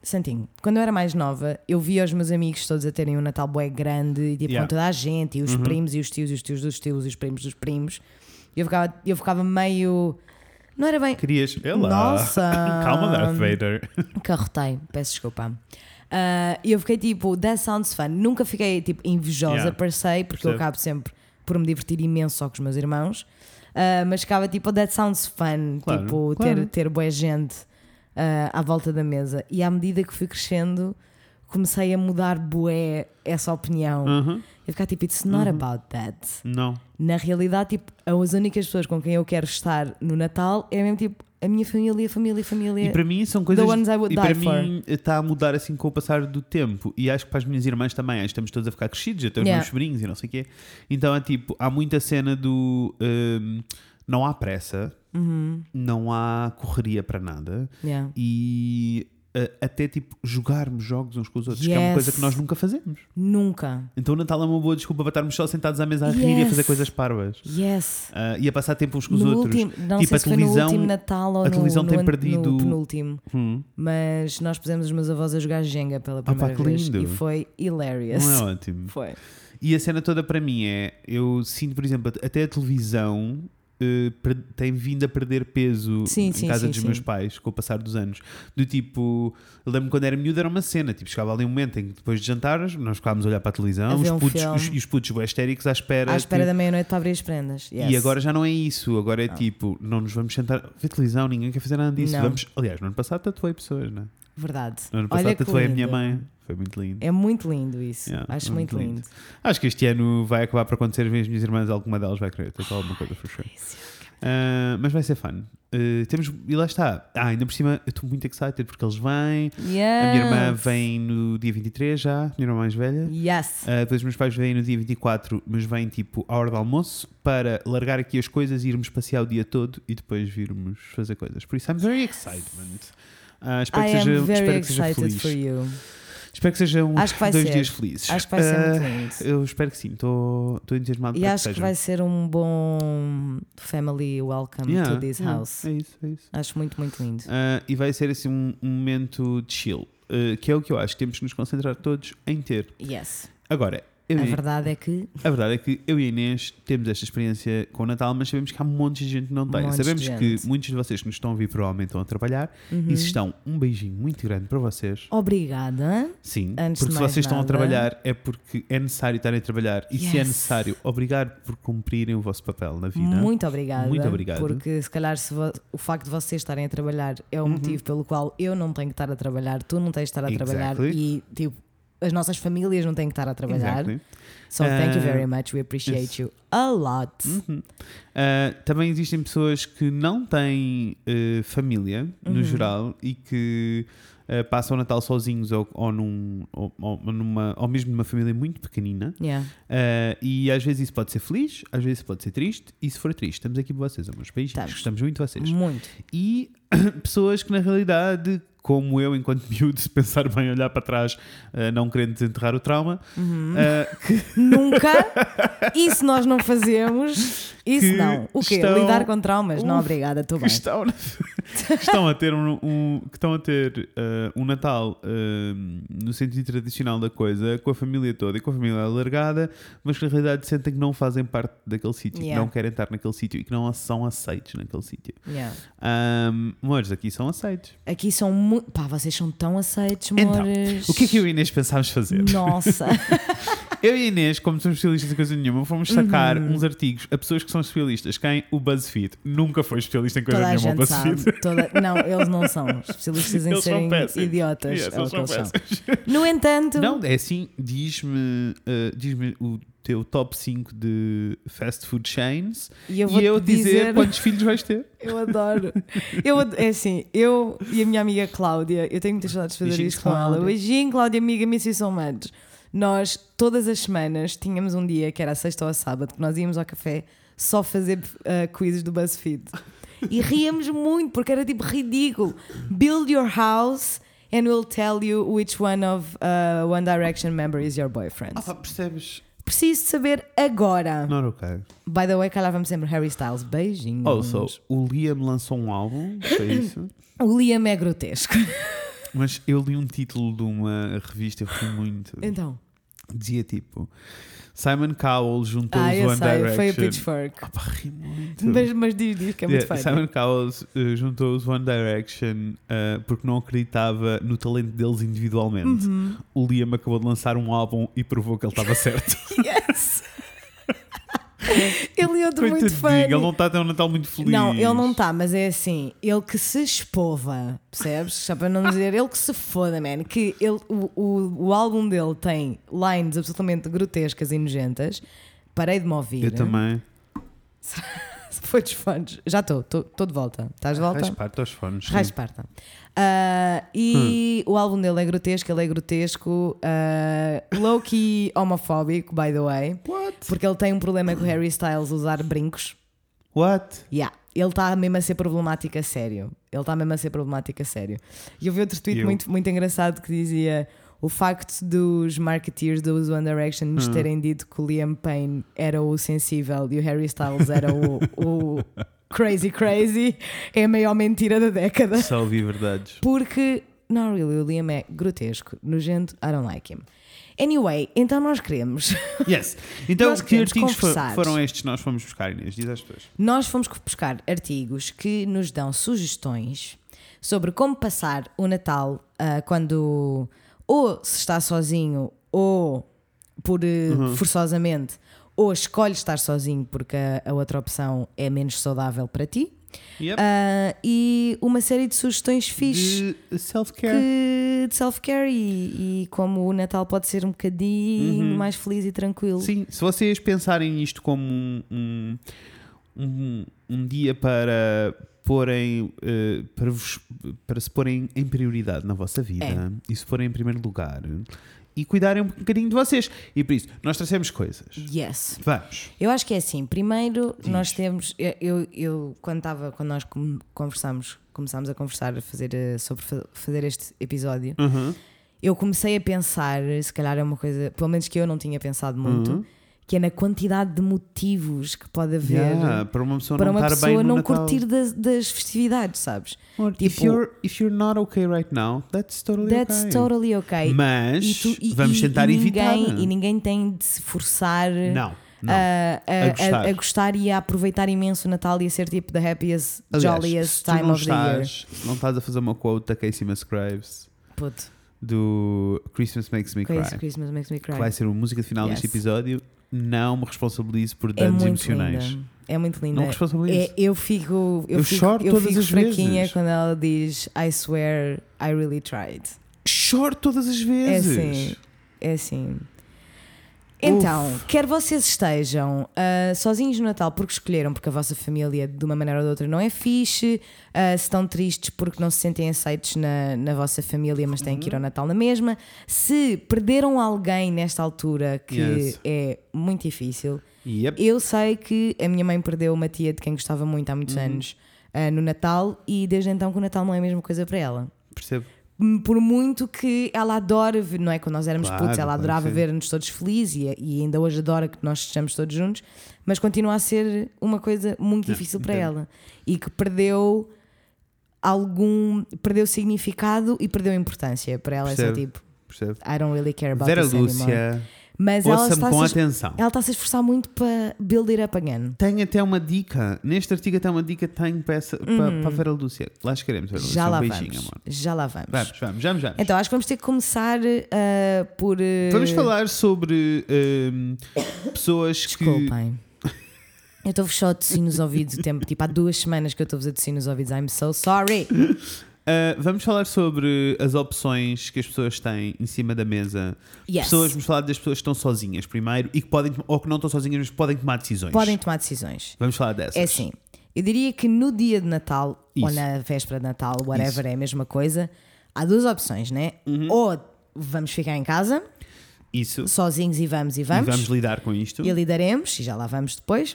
[SPEAKER 1] Santinho, quando eu era mais nova, eu via os meus amigos todos a terem um Natal bué grande e tipo,
[SPEAKER 2] Yeah. Uhum.
[SPEAKER 1] com toda a gente, e os primos e os tios, e os tios dos tios, e os primos dos primos. E eu ficava, eu ficava meio. Não era bem.
[SPEAKER 2] Querias. Ela.
[SPEAKER 1] Nossa.
[SPEAKER 2] Calma, Darth Vader.
[SPEAKER 1] Carrotei, peço desculpa. Ah, E eu fiquei tipo, that sounds fun. Nunca fiquei tipo invejosa,
[SPEAKER 2] Yeah.
[SPEAKER 1] per se, porque eu
[SPEAKER 2] Percebo.
[SPEAKER 1] acabo sempre por me divertir imenso só com os meus irmãos. Ah, mas ficava tipo, that sounds fun.
[SPEAKER 2] Claro,
[SPEAKER 1] tipo,
[SPEAKER 2] claro.
[SPEAKER 1] ter, ter boa gente ah, à volta da mesa. E à medida que fui crescendo, comecei a mudar bué essa opinião.
[SPEAKER 2] Uhum.
[SPEAKER 1] Eu ficava tipo, it's not about that.
[SPEAKER 2] Não.
[SPEAKER 1] Na realidade, tipo, as únicas pessoas com quem eu quero estar no Natal é mesmo tipo a minha família, família, família.
[SPEAKER 2] E para mim são coisas.
[SPEAKER 1] É The ones I would
[SPEAKER 2] e para
[SPEAKER 1] die for.
[SPEAKER 2] mim está a mudar assim com o passar do tempo. E acho que para as minhas irmãs também. Acho que estamos todos a ficar crescidos, até os
[SPEAKER 1] Yeah.
[SPEAKER 2] meus sobrinhos e não sei o quê. Então é tipo, há muita cena do. hum, não há pressa, não há correria para nada.
[SPEAKER 1] Uhum. Yeah.
[SPEAKER 2] E. uh, Até tipo jogarmos jogos uns com os outros, que é uma
[SPEAKER 1] Yes.
[SPEAKER 2] coisa que nós nunca fazemos.
[SPEAKER 1] Nunca.
[SPEAKER 2] Então o Natal é uma boa desculpa para estarmos só sentados à mesa a rir e a
[SPEAKER 1] Yes.
[SPEAKER 2] fazer coisas parvas
[SPEAKER 1] Yes.
[SPEAKER 2] Ah, e a passar tempo uns com os
[SPEAKER 1] No
[SPEAKER 2] outros.
[SPEAKER 1] último- não
[SPEAKER 2] tipo
[SPEAKER 1] sei
[SPEAKER 2] a
[SPEAKER 1] se foi no
[SPEAKER 2] televisão.
[SPEAKER 1] último Natal ou
[SPEAKER 2] a televisão
[SPEAKER 1] no,
[SPEAKER 2] tem
[SPEAKER 1] no, an-
[SPEAKER 2] perdido-
[SPEAKER 1] no penúltimo,
[SPEAKER 2] Hum, Ah,
[SPEAKER 1] mas nós pusemos os meus avós a jogar Jenga pela primeira
[SPEAKER 2] que
[SPEAKER 1] vez
[SPEAKER 2] lindo.
[SPEAKER 1] e foi hilarious.
[SPEAKER 2] não é ótimo.
[SPEAKER 1] Foi.
[SPEAKER 2] E a cena toda para mim é, eu sinto, por exemplo, até a televisão eh, per- tem vindo a perder peso
[SPEAKER 1] Sim,
[SPEAKER 2] em
[SPEAKER 1] sim,
[SPEAKER 2] casa
[SPEAKER 1] sim,
[SPEAKER 2] dos
[SPEAKER 1] sim.
[SPEAKER 2] meus pais com o passar dos anos. Do tipo, eu lembro quando era miúdo era uma cena, tipo, chegava ali um momento em que depois de jantar nós ficávamos a olhar para a televisão,
[SPEAKER 1] A
[SPEAKER 2] os
[SPEAKER 1] ver um
[SPEAKER 2] putos,
[SPEAKER 1] filme.
[SPEAKER 2] os, e os putos bué histéricos à espera.
[SPEAKER 1] À espera
[SPEAKER 2] que-
[SPEAKER 1] da meia-noite para abrir as prendas. Yes.
[SPEAKER 2] tipo
[SPEAKER 1] Ah.
[SPEAKER 2] E agora já não é isso, agora é tipo, não nos vamos sentar, ver televisão, ninguém quer fazer nada disso.
[SPEAKER 1] Não.
[SPEAKER 2] Vamos, aliás, no ano passado tatuei pessoas, né?
[SPEAKER 1] Verdade.
[SPEAKER 2] No ano
[SPEAKER 1] Olha
[SPEAKER 2] passado
[SPEAKER 1] que
[SPEAKER 2] tatuei a
[SPEAKER 1] lindo.
[SPEAKER 2] minha mãe, foi muito lindo.
[SPEAKER 1] É muito lindo isso.
[SPEAKER 2] Yeah,
[SPEAKER 1] Acho
[SPEAKER 2] é
[SPEAKER 1] muito,
[SPEAKER 2] muito
[SPEAKER 1] lindo.
[SPEAKER 2] Acho que este ano vai acabar por acontecer, as minhas irmãs, alguma delas vai querer tatuar alguma coisa, for sure.
[SPEAKER 1] Isso,
[SPEAKER 2] Ah, mas vai ser fun. Ah, temos, e lá está. Ah, ainda por cima, eu estou muito excited porque eles vêm. A
[SPEAKER 1] Ah.
[SPEAKER 2] minha irmã
[SPEAKER 1] Yes.
[SPEAKER 2] vem no dia 23 já, minha irmã mais velha.
[SPEAKER 1] Yes.
[SPEAKER 2] Ah, depois os meus pais vêm no dia 24, mas vêm tipo à hora do almoço para largar aqui as coisas, irmos passear o dia todo e depois virmos fazer coisas. Por isso, I'm very excited. Ah, espero,
[SPEAKER 1] I
[SPEAKER 2] que seja,
[SPEAKER 1] am very
[SPEAKER 2] espero que seja
[SPEAKER 1] excited
[SPEAKER 2] feliz.
[SPEAKER 1] for you.
[SPEAKER 2] Espero que sejam
[SPEAKER 1] Acho que vai
[SPEAKER 2] dois
[SPEAKER 1] ser.
[SPEAKER 2] dias felizes.
[SPEAKER 1] Acho que vai ser
[SPEAKER 2] Ah,
[SPEAKER 1] muito lindo.
[SPEAKER 2] Eu espero que sim, estou estou entusiasmado
[SPEAKER 1] E
[SPEAKER 2] para
[SPEAKER 1] acho que
[SPEAKER 2] sejam.
[SPEAKER 1] vai ser um bom family welcome
[SPEAKER 2] Yeah,
[SPEAKER 1] to this
[SPEAKER 2] yeah,
[SPEAKER 1] house.
[SPEAKER 2] É isso, é isso.
[SPEAKER 1] Acho muito, muito lindo.
[SPEAKER 2] Ah, e vai ser assim um, um momento de chill, ah, que é o que eu acho que temos que nos concentrar todos em ter.
[SPEAKER 1] Yes.
[SPEAKER 2] Agora, eu
[SPEAKER 1] A
[SPEAKER 2] e-
[SPEAKER 1] verdade é que
[SPEAKER 2] a verdade é que eu e a Inês temos esta experiência com o Natal, mas sabemos que há um monte de gente que não tem.
[SPEAKER 1] monte de
[SPEAKER 2] sabemos que
[SPEAKER 1] gente.
[SPEAKER 2] muitos de vocês que nos estão a ouvir provavelmente estão a trabalhar
[SPEAKER 1] uhum.
[SPEAKER 2] e se estão, um beijinho muito grande para vocês.
[SPEAKER 1] obrigada.
[SPEAKER 2] Sim,
[SPEAKER 1] Antes de
[SPEAKER 2] porque se
[SPEAKER 1] mais
[SPEAKER 2] vocês estão a
[SPEAKER 1] nada-
[SPEAKER 2] trabalhar é porque é necessário estarem a trabalhar e se é
[SPEAKER 1] Yes.
[SPEAKER 2] necessário, obrigado por cumprirem o vosso papel na vida.
[SPEAKER 1] Muito obrigada.
[SPEAKER 2] Muito obrigado.
[SPEAKER 1] Porque se calhar se vo- o facto de vocês estarem a trabalhar é o
[SPEAKER 2] Uhum.
[SPEAKER 1] motivo pelo qual eu não tenho que estar a trabalhar, tu não tens de estar a trabalhar
[SPEAKER 2] Exactly.
[SPEAKER 1] e tipo as nossas famílias não têm que estar a trabalhar.
[SPEAKER 2] Exactly.
[SPEAKER 1] So thank you very
[SPEAKER 2] Ah, Uhum.
[SPEAKER 1] much. We appreciate
[SPEAKER 2] yes.
[SPEAKER 1] you a lot.
[SPEAKER 2] Uh, também existem pessoas que não têm uh, família,
[SPEAKER 1] Uhum.
[SPEAKER 2] no geral, e que uh, passam o Natal sozinhos ou, ou, num, ou, ou numa, ou mesmo numa família muito pequenina.
[SPEAKER 1] Yeah.
[SPEAKER 2] Uh, e às vezes isso pode ser feliz, às vezes pode ser triste. E se for triste, estamos aqui para vocês, amores. Beijinhos,
[SPEAKER 1] Estamos. Uhum.
[SPEAKER 2] gostamos muito de vocês.
[SPEAKER 1] Muito.
[SPEAKER 2] E pessoas que, na realidade, como eu, enquanto miúdo, se pensar bem, olhar para trás, uh, não querendo desenterrar o trauma,
[SPEAKER 1] Uhum.
[SPEAKER 2] uh, que
[SPEAKER 1] Nunca. Isso nós não fazemos. Isso
[SPEAKER 2] Que
[SPEAKER 1] não. O quê?
[SPEAKER 2] estão-
[SPEAKER 1] Lidar com traumas? Não,
[SPEAKER 2] Uf,
[SPEAKER 1] obrigada, estou
[SPEAKER 2] que
[SPEAKER 1] bem.
[SPEAKER 2] estão, que estão a ter um, um- que estão a ter eh, um Natal eh, no sentido tradicional da coisa, com a família toda e com a família alargada, mas que na realidade sentem que não fazem parte daquele sítio, que
[SPEAKER 1] Yeah.
[SPEAKER 2] não querem estar naquele sítio e que não são aceitos naquele sítio.
[SPEAKER 1] Yeah.
[SPEAKER 2] Um, amores, aqui são aceitos.
[SPEAKER 1] Aqui são muito. Pá, vocês são tão aceitos,
[SPEAKER 2] Então,
[SPEAKER 1] mores.
[SPEAKER 2] o que é que eu e a Inês pensámos fazer?
[SPEAKER 1] Nossa.
[SPEAKER 2] Eu e a Inês, como somos especialistas em coisa nenhuma, fomos sacar
[SPEAKER 1] Uhum.
[SPEAKER 2] uns artigos a pessoas que são especialistas. Quem? O BuzzFeed. Nunca foi especialista em coisa
[SPEAKER 1] Toda a
[SPEAKER 2] nenhuma, o
[SPEAKER 1] gente
[SPEAKER 2] BuzzFeed.
[SPEAKER 1] sabe. Toda... Não, eles não são. Especialistas em
[SPEAKER 2] Eles são
[SPEAKER 1] serem
[SPEAKER 2] péssimos.
[SPEAKER 1] idiotas.
[SPEAKER 2] Yes,
[SPEAKER 1] é o que
[SPEAKER 2] eles são
[SPEAKER 1] eles são.
[SPEAKER 2] péssimos.
[SPEAKER 1] No entanto,
[SPEAKER 2] Não, é assim, diz-me uh, diz-me o teu top 5 de fast food chains
[SPEAKER 1] e eu vou
[SPEAKER 2] e eu
[SPEAKER 1] te
[SPEAKER 2] dizer, quantos filhos vais ter.
[SPEAKER 1] Eu adoro. Eu, ad- é assim, eu e a minha amiga Cláudia, eu tenho muitas saudades de fazer
[SPEAKER 2] Beijinhos,
[SPEAKER 1] isto com ela.
[SPEAKER 2] Cláudia.
[SPEAKER 1] Beijinho, Cláudia, amiga, miss you so much. Nós, todas as semanas, tínhamos um dia, que era a sexta ou a sábado, que nós íamos ao café só fazer uh, quizzes do BuzzFeed. E ríamos muito, porque era tipo ridículo. Build your house and we'll tell you which one of uh, One Direction member is your boyfriend.
[SPEAKER 2] Ah, tá. percebes?
[SPEAKER 1] Preciso saber agora.
[SPEAKER 2] Not okay.
[SPEAKER 1] By the way, calhávamos sempre Harry Styles. Beijinhos.
[SPEAKER 2] Also, Oh, o Liam lançou um álbum, foi isso.
[SPEAKER 1] O Liam é grotesco.
[SPEAKER 2] Mas eu li um título de uma revista, eu fui muito.
[SPEAKER 1] Então.
[SPEAKER 2] Dizia tipo: Simon Cowell juntou
[SPEAKER 1] Ah,
[SPEAKER 2] os
[SPEAKER 1] eu
[SPEAKER 2] One
[SPEAKER 1] sei,
[SPEAKER 2] Direction.
[SPEAKER 1] foi a Pitchfork.
[SPEAKER 2] Ah, pá, ri muito.
[SPEAKER 1] Mas, mas diz, diz que é Um muito
[SPEAKER 2] Yeah,
[SPEAKER 1] feio.
[SPEAKER 2] Simon Cowell uh, juntou os One Direction uh, porque não acreditava no talento deles individualmente.
[SPEAKER 1] Uhum.
[SPEAKER 2] O Liam acabou de lançar um álbum e provou que ele estava certo.
[SPEAKER 1] Yes! ele é outro muito
[SPEAKER 2] Coitadinho,
[SPEAKER 1] feio.
[SPEAKER 2] ele não está a ter um Natal muito feliz.
[SPEAKER 1] Não, ele não está, mas é assim, ele que se espova, percebes? Só para não dizer, ele que se foda, man. Que ele, o, o, o álbum dele tem lines absolutamente grotescas e nojentas. Parei de me ouvir.
[SPEAKER 2] Eu também.
[SPEAKER 1] Foi dos fones. Já estou, estou de volta. Estás de volta?
[SPEAKER 2] Faz parte aos fones. sim. Hum.
[SPEAKER 1] Raiz Parta. Ah, e o álbum dele é grotesco, ele é grotesco, ah, low-key homofóbico, by the way,
[SPEAKER 2] What?
[SPEAKER 1] porque ele tem um problema com o Harry Styles usar brincos.
[SPEAKER 2] What?
[SPEAKER 1] Yeah. Ele está mesmo a ser problemático a sério. Ele está mesmo a ser problemático a sério. E eu vi outro tweet
[SPEAKER 2] Eu.
[SPEAKER 1] muito, muito engraçado que dizia o facto dos marketeers do One Direction nos terem dito que o Liam Payne era o sensível e o Harry Styles era o, o crazy crazy é a maior mentira da década.
[SPEAKER 2] Só ouvi verdades.
[SPEAKER 1] Porque, não, really, o Liam é grotesco, nojento, I don't like him. Anyway, então nós queremos.
[SPEAKER 2] Yes. Então,
[SPEAKER 1] Nós
[SPEAKER 2] que
[SPEAKER 1] queremos
[SPEAKER 2] artigos fo-
[SPEAKER 1] conversar.
[SPEAKER 2] foram estes que nós fomos buscar, Inês? Diz às pessoas.
[SPEAKER 1] nós fomos buscar artigos que nos dão sugestões sobre como passar o Natal ah, quando ou se está sozinho ou por eh, forçosamente ou escolhe estar sozinho porque a- a outra opção é menos saudável para ti.
[SPEAKER 2] Yep.
[SPEAKER 1] Ah, e uma série de sugestões fixe.
[SPEAKER 2] de self-care.
[SPEAKER 1] que de self-care e, e como o Natal pode ser um bocadinho mais feliz e tranquilo.
[SPEAKER 2] Sim, se vocês pensarem isto como um, um, um, um dia para porem eh, para, vos- para se porem em prioridade na vossa vida
[SPEAKER 1] É.
[SPEAKER 2] e se porem em primeiro lugar e cuidarem um bocadinho de vocês. E por isso, nós trazemos coisas.
[SPEAKER 1] Yes.
[SPEAKER 2] Vamos.
[SPEAKER 1] Eu acho que é assim. Primeiro, nós temos. eu- Eu, eu quando estava, quando nós com- conversamos, começámos a conversar a fazer, eh, sobre fa- fazer este episódio,
[SPEAKER 2] Uhum.
[SPEAKER 1] eu comecei a pensar, se calhar é uma coisa, pelo menos que eu não tinha pensado muito,
[SPEAKER 2] Uhum.
[SPEAKER 1] que é na quantidade de motivos que pode haver
[SPEAKER 2] Yeah, para uma pessoa
[SPEAKER 1] para
[SPEAKER 2] não
[SPEAKER 1] uma
[SPEAKER 2] estar
[SPEAKER 1] pessoa
[SPEAKER 2] bem no
[SPEAKER 1] não
[SPEAKER 2] Natal.
[SPEAKER 1] curtir das, das festividades, sabes?
[SPEAKER 2] Amor, if, you're, if you're not okay right now, that's totally
[SPEAKER 1] that's
[SPEAKER 2] okay.
[SPEAKER 1] totally okay.
[SPEAKER 2] Mas
[SPEAKER 1] E tu- e-
[SPEAKER 2] vamos
[SPEAKER 1] e-
[SPEAKER 2] tentar
[SPEAKER 1] e
[SPEAKER 2] evitar.
[SPEAKER 1] Ninguém, Ah, e ninguém tem de se forçar
[SPEAKER 2] Não, não.
[SPEAKER 1] a, a-
[SPEAKER 2] A gostar.
[SPEAKER 1] a- a gostar e a aproveitar imenso o Natal e a ser tipo the happiest,
[SPEAKER 2] Aliás, se
[SPEAKER 1] jolliest
[SPEAKER 2] tu
[SPEAKER 1] time
[SPEAKER 2] não
[SPEAKER 1] of the year.
[SPEAKER 2] estás, se não estás a fazer uma é quote da Casey Musgraves
[SPEAKER 1] Puto,
[SPEAKER 2] do Christmas Makes Me
[SPEAKER 1] Crazy
[SPEAKER 2] Cry,
[SPEAKER 1] Christmas makes é me cry.
[SPEAKER 2] que vai ser a música de final
[SPEAKER 1] Yes.
[SPEAKER 2] deste episódio, não me responsabilizo por
[SPEAKER 1] é
[SPEAKER 2] danos
[SPEAKER 1] muito
[SPEAKER 2] emocionais.
[SPEAKER 1] linda. É muito linda.
[SPEAKER 2] Não responsabilizo.
[SPEAKER 1] É, eu fico, eu,
[SPEAKER 2] Eu
[SPEAKER 1] fico,
[SPEAKER 2] choro
[SPEAKER 1] eu
[SPEAKER 2] todas
[SPEAKER 1] fico
[SPEAKER 2] as
[SPEAKER 1] fraquinha
[SPEAKER 2] vezes.
[SPEAKER 1] quando ela diz I swear I really tried.
[SPEAKER 2] Choro todas as
[SPEAKER 1] É
[SPEAKER 2] vezes.
[SPEAKER 1] assim. É assim. Então, quer vocês estejam ah, sozinhos no Natal porque escolheram, porque a vossa família de uma maneira ou de outra não é fixe, ah, se estão tristes porque não se sentem aceitos na, na vossa família, mas têm que ir ao Natal na mesma, se perderam alguém nesta altura que
[SPEAKER 2] Yes.
[SPEAKER 1] é muito difícil,
[SPEAKER 2] Yep.
[SPEAKER 1] eu sei que a minha mãe perdeu uma tia de quem gostava muito há muitos anos ah, no Natal e desde então que o Natal não é a mesma coisa para ela
[SPEAKER 2] Percebo.
[SPEAKER 1] por muito que ela adora ver, não é? Quando nós éramos
[SPEAKER 2] Claro,
[SPEAKER 1] putos, ela
[SPEAKER 2] claro
[SPEAKER 1] adorava
[SPEAKER 2] que sim.
[SPEAKER 1] ver-nos todos felizes e, e ainda hoje adora que nós estejamos todos juntos, mas continua a ser uma coisa muito difícil para
[SPEAKER 2] É, entendo.
[SPEAKER 1] ela e que perdeu algum. perdeu significado e perdeu importância para ela. É só
[SPEAKER 2] Percebo.
[SPEAKER 1] tipo,
[SPEAKER 2] Percebo.
[SPEAKER 1] I don't really care about
[SPEAKER 2] Vera
[SPEAKER 1] this anymore.
[SPEAKER 2] Lúcia,
[SPEAKER 1] Mas ela
[SPEAKER 2] ouça-me
[SPEAKER 1] está,
[SPEAKER 2] com
[SPEAKER 1] a se,
[SPEAKER 2] atenção.
[SPEAKER 1] ela está a se esforçar muito para build it up again.
[SPEAKER 2] Tenho até uma dica. Neste artigo até uma dica tenho para, essa, para, para a Vera Lúcia. Lá escrevemos, Vera Lúcia.
[SPEAKER 1] Uhum. Já
[SPEAKER 2] um
[SPEAKER 1] lá
[SPEAKER 2] beijinho,
[SPEAKER 1] vamos.
[SPEAKER 2] amor.
[SPEAKER 1] Já lá vamos.
[SPEAKER 2] Vamos, vamos, vamos, vamos.
[SPEAKER 1] Então acho que vamos ter que começar ah, por. ah,
[SPEAKER 2] Vamos falar sobre hum, pessoas que.
[SPEAKER 1] Desculpem. Eu estou-vos só a tossir nos ouvidos o tempo. Tipo, há duas semanas que eu estou-vos a tossir nos ouvidos. I'm so sorry.
[SPEAKER 2] Ah, vamos falar sobre as opções que as pessoas têm em cima da mesa.
[SPEAKER 1] Yes.
[SPEAKER 2] Pessoas, vamos falar das pessoas que estão sozinhas primeiro e que podem, ou que não estão sozinhas, mas podem tomar decisões.
[SPEAKER 1] Podem tomar decisões.
[SPEAKER 2] Vamos falar dessas.
[SPEAKER 1] É assim. Eu diria que no dia de Natal, ou
[SPEAKER 2] Isso.
[SPEAKER 1] na véspera de Natal, whatever,
[SPEAKER 2] Isso. Uhum.
[SPEAKER 1] é a mesma coisa. Há duas opções, né? Ou vamos ficar em casa,
[SPEAKER 2] Isso.
[SPEAKER 1] sozinhos e vamos e
[SPEAKER 2] E
[SPEAKER 1] vamos.
[SPEAKER 2] vamos lidar com isto.
[SPEAKER 1] e lidaremos, e já lá vamos depois,